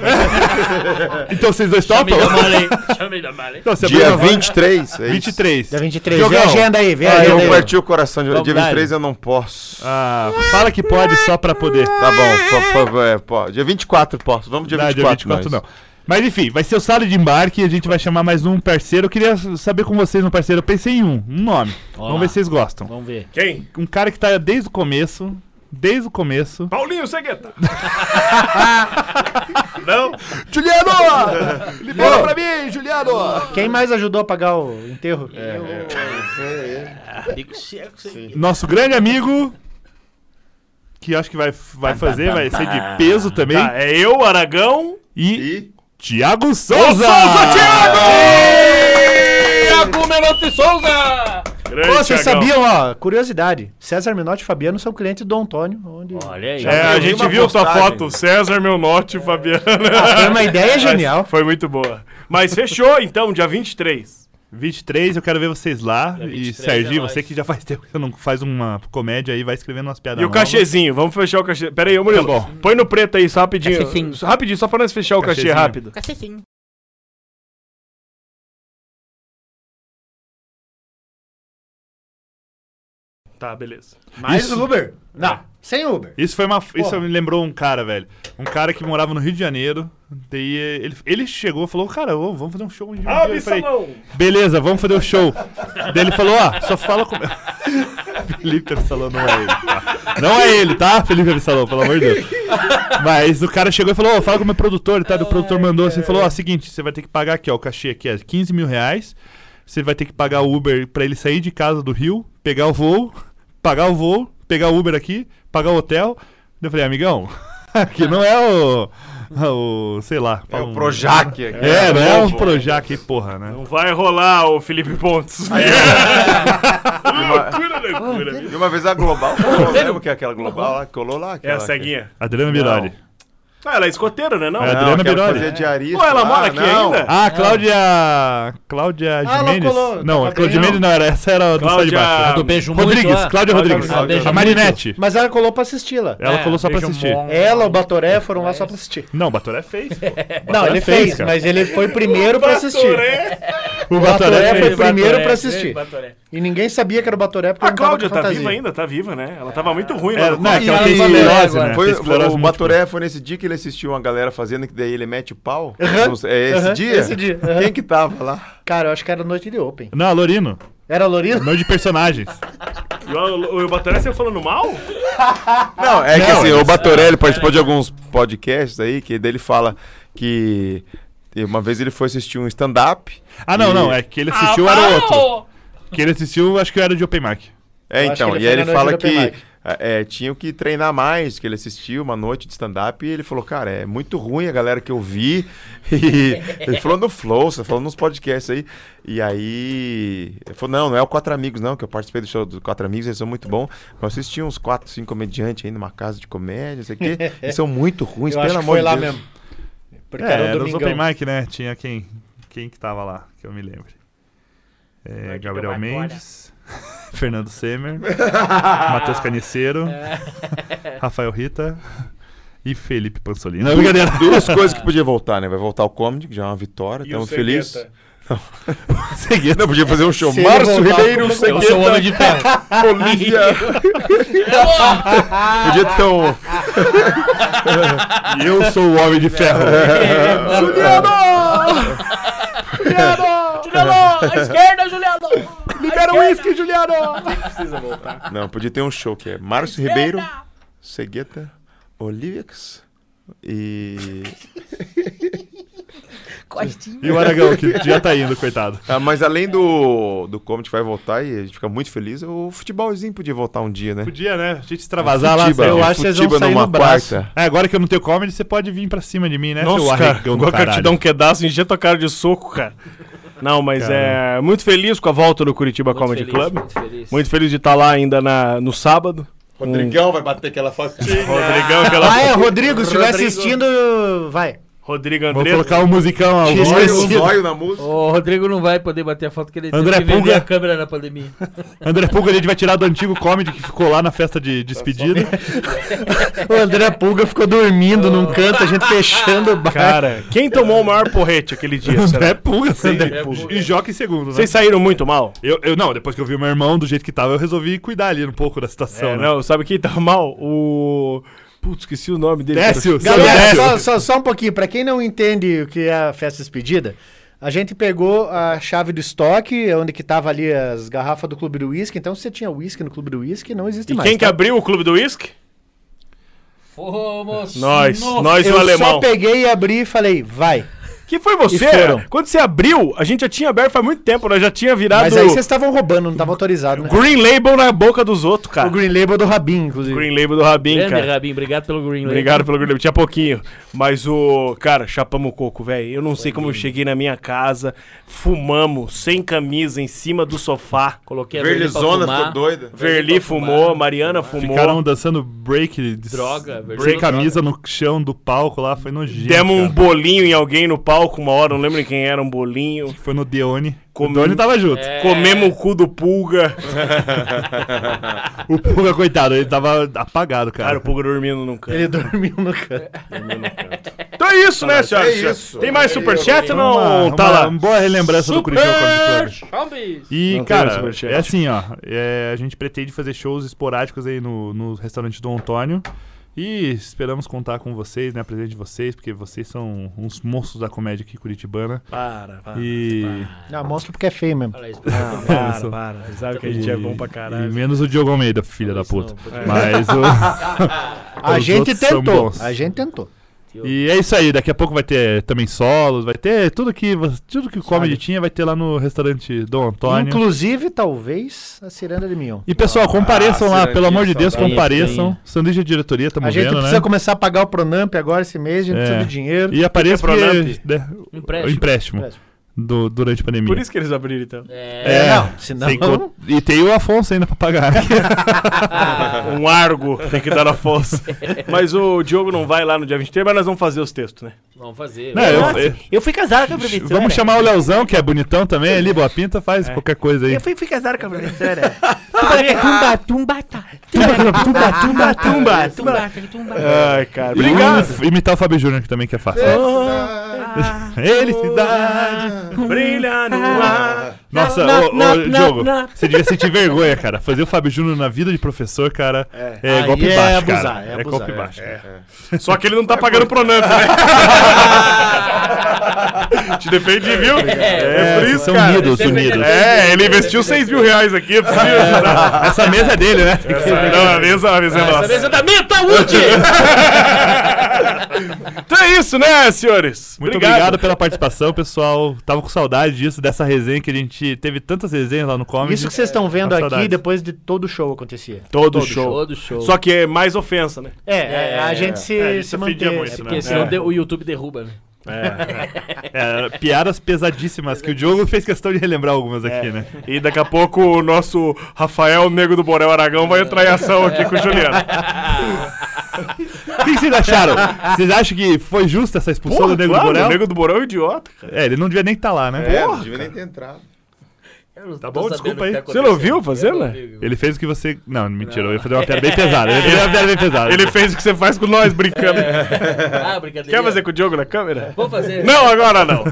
Speaker 4: Então vocês dois topam?
Speaker 8: Chamei da Malay. Chamei da Malay.
Speaker 4: Então, você
Speaker 7: Dia
Speaker 4: aprova-
Speaker 7: 23, é isso.
Speaker 4: 23.
Speaker 5: Dia 23.
Speaker 4: Jogão.
Speaker 5: Vê a agenda aí, vê a
Speaker 7: Ah,
Speaker 5: agenda
Speaker 7: eu
Speaker 5: aí.
Speaker 7: parti o coração de Dia
Speaker 4: Verdade.
Speaker 7: 23 eu não posso.
Speaker 4: Ah, fala que pode só pra poder.
Speaker 7: Tá bom, po- po- é, po- dia 24 posso. Vamos dia
Speaker 4: Não,
Speaker 7: 24,
Speaker 4: dia 24
Speaker 7: nós.
Speaker 4: não. Mas enfim, vai ser o sala de embarque e a gente vai chamar mais um parceiro. Eu queria saber com vocês um parceiro. Eu pensei em um, um nome. Vamos ver se vocês gostam.
Speaker 8: Vamos ver.
Speaker 3: Quem?
Speaker 4: Um cara que tá desde o começo. Desde o começo.
Speaker 3: Paulinho Segueta.
Speaker 4: Juliano! Libera pra mim, Juliano!
Speaker 5: Quem mais ajudou a pagar o enterro?
Speaker 4: É,
Speaker 8: Bico seco, sei.
Speaker 4: Nosso grande amigo. Que acho que vai,
Speaker 8: Tá,
Speaker 4: vai fazer, vai ser de peso também.
Speaker 3: Tá, é eu, Aragão.
Speaker 4: E
Speaker 7: E
Speaker 4: Tiago Souza!
Speaker 3: Souza, Thiago!
Speaker 8: Thiago Menotti Souza!
Speaker 3: Grande
Speaker 5: Pô, vocês
Speaker 3: Thiagão.
Speaker 5: sabiam, ó, curiosidade. César Menotti e Fabiano são clientes do Antônio, onde...
Speaker 2: Olha aí.
Speaker 3: É, a
Speaker 7: eu vi
Speaker 3: gente
Speaker 7: uma
Speaker 3: viu tua
Speaker 7: postagem.
Speaker 3: foto, César, meu norte, Fabiano.
Speaker 5: Ah, foi uma ideia genial.
Speaker 3: Mas Foi muito boa. Mas fechou, então, dia 23.
Speaker 4: 23, eu quero ver vocês lá.
Speaker 8: Dia
Speaker 4: E
Speaker 8: 23
Speaker 4: Serginho,
Speaker 8: é nóis.
Speaker 4: você que já faz tempo que você não faz uma comédia aí, vai escrevendo umas piadas
Speaker 3: E o
Speaker 4: novas.
Speaker 3: cachezinho, vamos fechar o cachê. Pera aí, ô Murilo. Põe no preto aí, só rapidinho.
Speaker 8: Cachezinho.
Speaker 3: Só Rapidinho, só pra nós fechar o cachê
Speaker 4: Cachezinho.
Speaker 3: rápido. Tá, beleza.
Speaker 5: Mais
Speaker 4: Isso-
Speaker 5: Uber? Não, sem Uber.
Speaker 4: Isso foi uma. Isso
Speaker 5: Porra.
Speaker 4: me lembrou um cara, velho. Um cara que morava no Rio de Janeiro. Daí eh, ele, ele chegou e falou: Cara, ô, vamos fazer um show em Rio de Janeiro. Eu falei, Beleza, vamos fazer o show. Daí ele falou: Ó, só fala com. Felipe Absalão não é ele. Tá? Não é ele, tá? Felipe Absalão, pelo amor de Deus. Mas o cara chegou e falou: Ó, fala com o meu produtor, tá? E O produtor mandou assim: falou: Ó, seguinte, você vai ter que pagar aqui, ó, o cachê aqui é 15 mil reais. Você vai ter que pagar o Uber pra ele sair de casa do Rio, pegar o voo, pagar o voo, pegar o Uber aqui, pagar o hotel. Daí Eu falei: Amigão, aqui não é o. O, sei lá.
Speaker 7: É
Speaker 4: um-
Speaker 7: o Projac aqui. né?
Speaker 4: É, não é um Projac, porra, né?
Speaker 3: Não vai rolar, ô Felipe Pontes. loucura, loucura.
Speaker 7: E uma vez a Global, eu lembro que é aquela Global lá, colou lá.
Speaker 3: É
Speaker 7: aquela
Speaker 3: a ceguinha.
Speaker 4: Adriano Biroli.
Speaker 3: Ah, ela é escoteira, né? Não?
Speaker 4: É,
Speaker 7: Que... Não,
Speaker 4: Adriana
Speaker 7: aquela que
Speaker 4: Biroli.
Speaker 7: fazia diarista.
Speaker 3: Pô, ela
Speaker 7: lá,
Speaker 3: mora aqui
Speaker 7: não.
Speaker 3: ainda?
Speaker 4: Ah, Cláudia. Cláudia
Speaker 5: Ah,
Speaker 4: Jimenez.
Speaker 5: colou,
Speaker 4: não,
Speaker 5: tava
Speaker 4: a Cláudia
Speaker 5: bem,
Speaker 4: Jimenez não era, essa era do Sai de
Speaker 3: Cláudia-
Speaker 4: Baixo.
Speaker 3: Do
Speaker 8: Beijo Muito,
Speaker 4: Rodrigues,
Speaker 8: ó.
Speaker 4: Cláudia Rodrigues.
Speaker 7: Cláudia Rodrigues.
Speaker 4: A Marinette.
Speaker 5: Mas ela colou pra assisti lá.
Speaker 4: Ela
Speaker 2: É,
Speaker 4: colou só pra
Speaker 8: Beijo
Speaker 4: assistir.
Speaker 8: bom.
Speaker 5: Ela, o Batoré foram
Speaker 4: É
Speaker 5: lá só pra assistir.
Speaker 4: Não, o é Batoré fez. pô. O
Speaker 5: Não,
Speaker 4: Batoré
Speaker 5: ele fez,
Speaker 4: cara.
Speaker 5: mas ele foi primeiro pra assistir.
Speaker 3: Toré.
Speaker 4: O
Speaker 5: O é Batoré
Speaker 4: Batoré
Speaker 5: foi
Speaker 4: fez.
Speaker 5: primeiro
Speaker 8: Batoré,
Speaker 5: pra assistir.
Speaker 8: Batoré.
Speaker 5: E ninguém sabia que era o Batoré porque
Speaker 3: A
Speaker 5: não tava
Speaker 3: Cláudia
Speaker 5: de
Speaker 3: tá
Speaker 5: fantasia.
Speaker 3: viva ainda, tá viva, né? Ela tava muito ruim,
Speaker 4: É,
Speaker 3: mano.
Speaker 4: não, é que ela
Speaker 8: E-
Speaker 4: tem esclerose, né?
Speaker 7: Foi,
Speaker 4: Tem esclerose
Speaker 7: o
Speaker 4: múltipla.
Speaker 7: Batoré foi nesse dia que ele assistiu uma galera fazendo, que daí ele mete o pau.
Speaker 5: Aham.
Speaker 7: Não sei, É esse
Speaker 5: Aham,
Speaker 7: dia?
Speaker 5: esse dia, aham.
Speaker 7: Quem que tava lá?
Speaker 5: Cara, eu acho que era noite de Open.
Speaker 4: Não, a Lorino.
Speaker 5: Era Lorino?
Speaker 4: Nome de personagens.
Speaker 3: E O, o, o Batoré saiu falando mal?
Speaker 7: Não, é que assim, o Batoré ele participou de alguns podcasts aí, que daí ele fala que uma vez ele foi assistir um stand-up.
Speaker 4: Ah, não, não. É que ele assistiu era outro. Que ele assistiu, acho que era de Open Mic.
Speaker 7: É,
Speaker 5: Eu acho
Speaker 7: então,
Speaker 5: que ele
Speaker 7: e aí
Speaker 5: foi
Speaker 7: ele
Speaker 5: na
Speaker 7: fala
Speaker 5: noite do open
Speaker 7: que
Speaker 5: mic.
Speaker 7: é, é, tinham que treinar mais, que ele assistiu uma noite de stand-up e ele falou, cara, é muito ruim a galera que eu vi. E ele falou no Flow, você falou nos podcasts aí. E aí. Ele falou, não, não é o Quatro Amigos, não, que eu participei do show do Quatro Amigos, eles são muito bons. Eu assisti uns quatro, cinco comediantes aí numa casa de comédia, não sei o quê. Eles são muito ruins,
Speaker 5: Eu
Speaker 7: pelo
Speaker 5: acho que
Speaker 7: amor
Speaker 5: foi
Speaker 7: de
Speaker 5: lá
Speaker 7: Deus.
Speaker 5: mesmo. Porque
Speaker 4: É,
Speaker 5: era o
Speaker 4: era os
Speaker 5: Domingão.
Speaker 4: Open Mic, né? Tinha quem? Quem que tava lá, que eu me lembre. É, Gabriel Mendes, Fernando Semer, Matheus Caniceiro, Rafael Rita e Felipe Pansolini.
Speaker 7: é
Speaker 4: Não, brincadeira.
Speaker 7: Duas coisas que podia voltar, né? Vai voltar o comedy, que já é uma vitória,
Speaker 3: E o
Speaker 7: estamos
Speaker 3: Segueta?
Speaker 7: felizes. Não, podia fazer um show.
Speaker 5: Se ele
Speaker 7: Márcio
Speaker 5: voltar,
Speaker 7: Ribeiro,
Speaker 5: como é que
Speaker 8: Eu sou o
Speaker 7: Segueta,
Speaker 8: homem de ferro.
Speaker 7: Bolívia. Podia ter um.
Speaker 4: E eu sou o Homem de Ferro.
Speaker 8: Juliano, à esquerda, Juliano.
Speaker 4: Libera o uísque, Juliano!
Speaker 7: Não, podia ter um show que é Márcio Ribeiro, Segueta, Olivix e.
Speaker 4: E o Aragão, que já tá indo, coitado.
Speaker 7: Ah, mas além do, do comedy vai voltar e a gente fica muito feliz, o futebolzinho podia voltar um dia, né?
Speaker 4: Podia, né? A gente extravasar lá.
Speaker 7: Futiba,
Speaker 4: sei lá.
Speaker 5: acho que eles vão
Speaker 7: Futiba
Speaker 5: sair
Speaker 7: numa
Speaker 5: no braço.
Speaker 7: quarta.
Speaker 4: É, agora que eu não tenho comedy, você pode vir pra cima de mim, né, seu
Speaker 3: Nossa, cara,
Speaker 4: arregão do
Speaker 3: igual que eu te
Speaker 4: caralho.
Speaker 3: dar um pedaço, encher tua cara de soco, cara. Não, mas é muito feliz com a volta do Curitiba Comedy
Speaker 8: Feliz,
Speaker 3: Club.
Speaker 8: muito feliz.
Speaker 3: Muito feliz de estar lá ainda na, no sábado.
Speaker 7: Rodrigão vai bater aquela fotinha.
Speaker 3: Rodrigão, aquela...
Speaker 5: Ah, é, Rodrigo, se estiver assistindo, vai.
Speaker 3: Rodrigo
Speaker 4: Vou
Speaker 3: André.
Speaker 4: colocar um musicão ao
Speaker 5: Tinha
Speaker 4: vivo.
Speaker 5: esquecido.
Speaker 7: na música.
Speaker 8: O Rodrigo não vai poder bater a foto que ele teve
Speaker 4: André
Speaker 8: que vender
Speaker 4: Pulga.
Speaker 8: a câmera na pandemia.
Speaker 4: André Pulga a gente vai tirar do antigo comedy que ficou lá na festa de despedida.
Speaker 5: O André Pulga ficou dormindo num
Speaker 4: Ah.
Speaker 5: canto, a gente fechando o bar.
Speaker 3: Cara, quem tomou o maior porrete aquele dia? será?
Speaker 4: André Pulga, sim.
Speaker 8: Pulga. Pulga.
Speaker 4: E joga em segundo, né?
Speaker 3: Vocês saíram muito mal?
Speaker 4: Eu, eu- não, depois que eu vi o meu irmão do jeito que tava, eu resolvi cuidar ali um pouco da situação.
Speaker 3: É,
Speaker 4: né?
Speaker 3: não, sabe quem tá mal? O. Putz, esqueci o nome dele.
Speaker 4: Décio, seu
Speaker 5: Galera,
Speaker 4: Décio.
Speaker 5: só, só- só um pouquinho. Pra quem não entende o que é a festa despedida, a gente pegou a chave do estoque, onde que tava ali as garrafas do Clube do Whisky. Então, se você tinha whisky no Clube do Whisky, não existe
Speaker 3: E
Speaker 5: mais.
Speaker 3: quem que
Speaker 5: tá?
Speaker 3: abriu o clube do uísque?
Speaker 8: Fomos.
Speaker 3: Nós,
Speaker 8: no-
Speaker 3: nós e o
Speaker 5: Eu só
Speaker 4: um
Speaker 3: alemão.
Speaker 5: peguei, abri e falei, vai.
Speaker 3: Que foi você?
Speaker 5: E foram.
Speaker 3: Quando você abriu, a gente já tinha aberto faz muito tempo, nós já tinha
Speaker 4: Tá
Speaker 3: virado
Speaker 5: Mas aí vocês estavam roubando, não estavam autorizados, né?
Speaker 3: Green Label na boca dos outros, cara.
Speaker 5: O Green Label é do Rabin, inclusive.
Speaker 3: Green Label do Rabin,
Speaker 2: Grande,
Speaker 3: cara.
Speaker 2: Rabin, obrigado pelo Green Label.
Speaker 3: Obrigado pelo grupo. Tinha pouquinho. Mas o. Cara, chapamos o coco, velho. Eu não sei como eu cheguei na minha casa. Fumamos, sem camisa, em cima do sofá.
Speaker 2: Coloquei a Verli pra
Speaker 7: Verlizona
Speaker 2: fumar.
Speaker 7: ficou doida.
Speaker 3: Verli fumou, Mariana fumou.
Speaker 4: Ficaram um dançando break de
Speaker 2: Droga,
Speaker 4: sem
Speaker 2: Verlizona
Speaker 4: camisa no chão do palco lá, foi nojento.
Speaker 3: Demos um
Speaker 4: cara.
Speaker 3: bolinho em alguém no palco uma hora, não lembro em quem era um bolinho.
Speaker 4: Foi no Deone.
Speaker 3: Comi-
Speaker 4: O Deone tava junto.
Speaker 3: É. tá- Comemos o cu do pulga.
Speaker 4: O Pulga, coitado, ele tava apagado,
Speaker 3: Cara,
Speaker 4: cara.
Speaker 3: o pulga dormindo num canto.
Speaker 5: Ele dormiu no canto.
Speaker 3: Então é isso, né, senhoras e senhores?
Speaker 7: isso.
Speaker 3: Tem mais superchat ou não,
Speaker 4: É Uma-
Speaker 3: tá lá?
Speaker 4: Uma boa relembrança do Curitiba Comedy Club.
Speaker 2: Zombies.
Speaker 4: E,
Speaker 3: Não tem mais
Speaker 4: cara,
Speaker 3: superchat.
Speaker 4: é assim, ó. é, a gente pretende fazer shows esporádicos aí no, no restaurante do Antônio. E esperamos contar com vocês, né? A presença de vocês, porque vocês são uns monstros da comédia aqui curitibana.
Speaker 3: Para, para.
Speaker 4: E.
Speaker 5: Não, mostra porque é feio mesmo.
Speaker 2: Fala isso.
Speaker 3: Para, para. Sabe que a gente é
Speaker 4: e-
Speaker 3: bom pra
Speaker 4: E
Speaker 3: caralho.
Speaker 4: menos o Diogo Almeida, filha da
Speaker 2: Isso não,
Speaker 4: puta.
Speaker 3: é.
Speaker 2: pode-
Speaker 4: Mas o.
Speaker 5: A
Speaker 4: Os
Speaker 5: gente
Speaker 4: outros são
Speaker 5: tentou.
Speaker 4: bons.
Speaker 5: A gente tentou.
Speaker 4: E é isso aí, daqui a pouco vai ter também solos, vai ter tudo que vo- tudo que o comedy tinha vai ter lá no restaurante Dom Antônio.
Speaker 5: Inclusive, talvez, a Ciranda de Mion.
Speaker 4: e pessoal, compareçam lá,
Speaker 7: Cirandinha,
Speaker 4: pelo amor de Deus,
Speaker 2: saudade.
Speaker 4: compareçam.
Speaker 2: Cirandinha.
Speaker 4: Sanduíche de diretoria,
Speaker 5: A
Speaker 4: tamo
Speaker 5: gente
Speaker 4: vendo,
Speaker 5: precisa
Speaker 4: né?
Speaker 5: começar a pagar o Pronamp agora esse mês, a gente
Speaker 4: É.
Speaker 5: precisa de dinheiro.
Speaker 4: E apareça
Speaker 3: Fica pro
Speaker 4: porque, né,
Speaker 2: Um
Speaker 4: o
Speaker 2: empréstimo.
Speaker 4: empréstimo
Speaker 5: Empréstimo.
Speaker 4: do, durante a pandemia.
Speaker 3: Por isso que eles abriram, então.
Speaker 2: É.
Speaker 4: é,
Speaker 5: não, senão-
Speaker 4: tem co- E tem o Afonso ainda pra pagar.
Speaker 3: Um argo tem que dar na fossa. mas o Diogo não vai lá no dia 23, mas nós vamos fazer os textos, né?
Speaker 2: Vamos fazer.
Speaker 4: Não, eu- eu-
Speaker 2: Eu fui casado com a professora.
Speaker 5: né,
Speaker 4: vamos chamar o Leozão, que é bonitão também, ali, boa pinta, faz
Speaker 5: É.
Speaker 4: qualquer coisa aí.
Speaker 2: fui, fui casado com a professora. né? tumba, tumba, tá. tumba, tumba, tumba, tumba, tumba.
Speaker 3: Ai, cara.
Speaker 4: E
Speaker 3: É Obrigado.
Speaker 4: vamos imitar o Fábio Júnior, que também que é fácil. Ah. Felicidade!
Speaker 3: Brilha no ar.
Speaker 4: Nossa,
Speaker 2: Na-
Speaker 4: ô, ô,
Speaker 2: na- na-
Speaker 4: Diogo,
Speaker 2: na-
Speaker 4: você devia sentir vergonha, cara. Fazer o Fábio Júnior na vida de professor, cara, é,
Speaker 5: Aí
Speaker 4: golpe
Speaker 5: é
Speaker 4: baixo,
Speaker 5: abusar,
Speaker 4: cara.
Speaker 5: é
Speaker 4: É,
Speaker 5: abusar,
Speaker 4: golpe
Speaker 5: é.
Speaker 4: baixo. cara.
Speaker 3: Só que ele não tá pagando pro Nanto, né? Te defendi, viu?
Speaker 4: É,
Speaker 3: por
Speaker 4: vocês
Speaker 3: isso,
Speaker 4: são
Speaker 3: cara.
Speaker 4: unidos, unidos.
Speaker 3: É, ele investiu 6 mil reais aqui, é possível ajudar.
Speaker 4: Essa mesa é dele, né?
Speaker 3: Essa- Não, a mesa, a mesa é nossa.
Speaker 2: Cabeça da minha, tá útil!
Speaker 3: Então é isso, né, senhores?
Speaker 4: Muito obrigado. pela participação, pessoal. Tava com saudade disso, dessa resenha que a gente teve tantas resenhas lá no Comedy.
Speaker 5: Isso que vocês estão vendo
Speaker 4: Dá
Speaker 5: aqui
Speaker 4: saudades.
Speaker 5: depois de todo o show acontecer.
Speaker 3: Todo, show.
Speaker 2: do show.
Speaker 3: Só que é mais ofensa, né?
Speaker 5: É, é, a gente se,
Speaker 4: É, isso
Speaker 5: se
Speaker 4: ofendia
Speaker 5: mantém.
Speaker 4: muito, né?
Speaker 2: Porque senão de- o YouTube derruba, né?
Speaker 4: É, piadas pesadíssimas, que o Diogo fez questão de relembrar algumas aqui, né?
Speaker 3: E daqui a pouco o nosso Rafael Negro do Borel Aragão vai entrar em ação aqui com o Juliano.
Speaker 4: O que que vocês acharam? Vocês acham que foi justa essa expulsão do Nego
Speaker 3: claro,
Speaker 4: do Borel?
Speaker 3: O Nego do Borel é um idiota, cara.
Speaker 4: É, ele não devia nem estar lá, né?
Speaker 7: É, não devia nem ter entrado.
Speaker 4: Tá bom, desculpa aí.
Speaker 3: Você não viu fazendo? né?
Speaker 4: Ele fez o que você. Não, mentira, eu ia fazer uma piada bem pesada. Eu ia fazer uma piada bem pesada. É,
Speaker 3: Ele fez o que você faz com nós brincando.
Speaker 2: Ah, brincadeira.
Speaker 3: Quer fazer com o Diogo na câmera?
Speaker 2: Vou fazer.
Speaker 3: Não, agora não.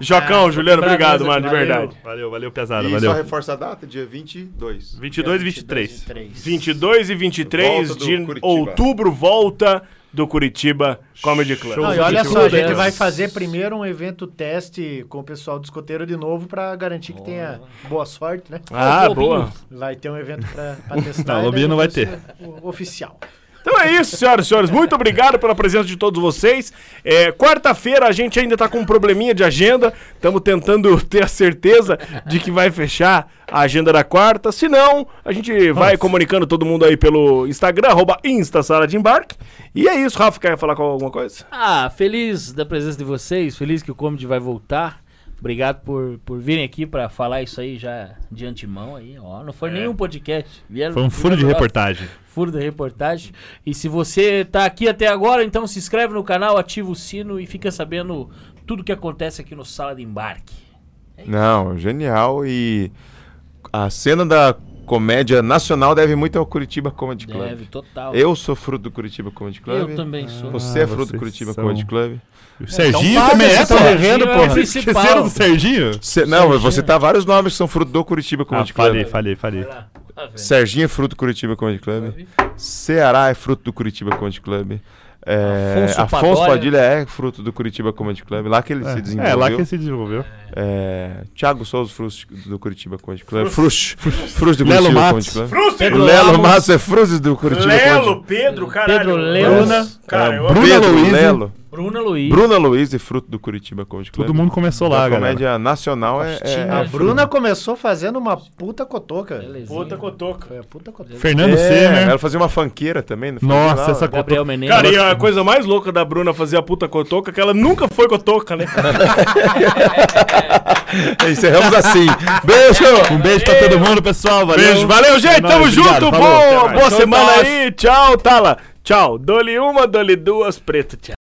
Speaker 3: Jocão, Juliano, obrigado,
Speaker 2: nós,
Speaker 3: mano, de
Speaker 2: valeu.
Speaker 3: verdade.
Speaker 4: Valeu, valeu, pesada,
Speaker 7: E
Speaker 4: valeu.
Speaker 7: só reforça a data, dia 22.
Speaker 4: 22 23.
Speaker 3: 22 e 23
Speaker 7: Volta do
Speaker 3: de
Speaker 7: Curitiba.
Speaker 3: outubro, volta do Curitiba Comedy Club.
Speaker 4: Show.
Speaker 5: Não, e
Speaker 4: Os
Speaker 5: olha
Speaker 4: outros
Speaker 5: só, a
Speaker 4: shows.
Speaker 5: gente vai fazer primeiro um evento teste com o pessoal do escoteiro de novo pra garantir que tenha boa sorte, né?
Speaker 3: Ah, boa.
Speaker 5: Vai ter um evento pra, pra testar.
Speaker 4: Não,
Speaker 5: e
Speaker 4: o
Speaker 5: daí
Speaker 4: Lobinho não vai
Speaker 5: ser
Speaker 4: ter.
Speaker 5: o- Oficial.
Speaker 3: Então é isso, senhoras e senhores. Muito obrigado pela presença de todos vocês. É, Quarta-feira a gente ainda tá com um probleminha de agenda. Estamos tentando ter a certeza de que vai fechar a agenda da quarta. Se não, a gente vai comunicando todo mundo aí pelo Instagram, arroba Insta Sala de Embarque. E é isso, Rafa, quer falar com alguma coisa?
Speaker 2: Ah, feliz da presença de vocês, feliz que o Comedy vai voltar. Obrigado por, por virem aqui pra falar isso aí já de antemão aí, ó. Não foi nenhum podcast. Vieram
Speaker 4: É. Foi um furo de
Speaker 2: vieram lá,
Speaker 4: reportagem.
Speaker 2: Furo de reportagem. E se você tá aqui até agora, então se inscreve no canal, ativa o sino e fica sabendo tudo que acontece aqui no Sala de Embarque.
Speaker 7: Não, genial. E a cena da comédia nacional deve muito ao Curitiba Comedy Club.
Speaker 2: Deve, total.
Speaker 7: Eu sou fruto do Curitiba Comedy
Speaker 2: Eu
Speaker 7: Club.
Speaker 2: também sou.
Speaker 7: Você é fruto
Speaker 4: vocês
Speaker 7: do Curitiba
Speaker 4: são-
Speaker 7: Comedy Club.
Speaker 4: O Serginho
Speaker 2: paga,
Speaker 4: também
Speaker 2: vocês
Speaker 4: é,
Speaker 2: tão devendo,
Speaker 4: pô.
Speaker 2: porra.
Speaker 4: Vocês Esqueceram do Serginho?
Speaker 7: Cê- não, eu vou citar vários nomes que são fruto do Curitiba
Speaker 4: Ah,
Speaker 7: Comedy Club.
Speaker 4: falei, falei, falei.
Speaker 7: Serginho é fruto do Curitiba Comedy Club. Ceará é fruto do Curitiba Comedy Club. É,
Speaker 2: Afonso
Speaker 7: Afonso,
Speaker 2: Padilha.
Speaker 7: Padilha é fruto do Curitiba Comedy Club. Lá que ele se
Speaker 4: É,
Speaker 7: desenvolveu.
Speaker 4: lá que ele se desenvolveu.
Speaker 7: É, Thiago Souza, Frux do Curitiba Comedy Club. Frux. Frux do
Speaker 4: Lelo
Speaker 7: Curitiba
Speaker 4: Matos.
Speaker 7: Comedy Club.
Speaker 3: Pedro,
Speaker 7: O Lelo Matos é Frux do Curitiba Comedy Club.
Speaker 3: Pedro,
Speaker 2: Pedro Lemos.
Speaker 7: É,
Speaker 3: Cara, eu
Speaker 7: Bruna
Speaker 4: Bruna
Speaker 7: Pedro,
Speaker 4: Luiz.
Speaker 7: Lelo.
Speaker 8: Bruna Luiz.
Speaker 7: Bruna Luiz e Fruto do Curitiba Comedy Club.
Speaker 4: Todo mundo começou lá,
Speaker 7: a
Speaker 4: galera.
Speaker 7: comédia nacional é, é-
Speaker 5: A Bruna começou fazendo uma puta cotoca.
Speaker 8: Belezinha.
Speaker 3: Puta cotoca.
Speaker 5: Foi a puta cotoca.
Speaker 4: Fernando né?
Speaker 7: é,
Speaker 4: Semer.
Speaker 7: Ela fazia uma fanqueira também. no
Speaker 4: Nossa,
Speaker 7: final.
Speaker 4: essa cotoca.
Speaker 8: Gabriel Menezes.
Speaker 3: Cara, e a coisa mais louca da Bruna fazer a puta cotoca é que ela nunca foi cotoca, né?
Speaker 7: Encerramos assim. Beijo!
Speaker 4: Um beijo pra todo mundo, pessoal. Valeu.
Speaker 3: Beijo, valeu, gente.
Speaker 4: É nóis,
Speaker 3: Tamo
Speaker 4: obrigado,
Speaker 3: junto.
Speaker 4: falou, até
Speaker 3: boa
Speaker 4: mais.
Speaker 3: boa
Speaker 4: Então
Speaker 3: semana
Speaker 4: tá.
Speaker 3: aí. Tchau, Tala. Tchau. Dole uma, dole duas, preto. Tchau.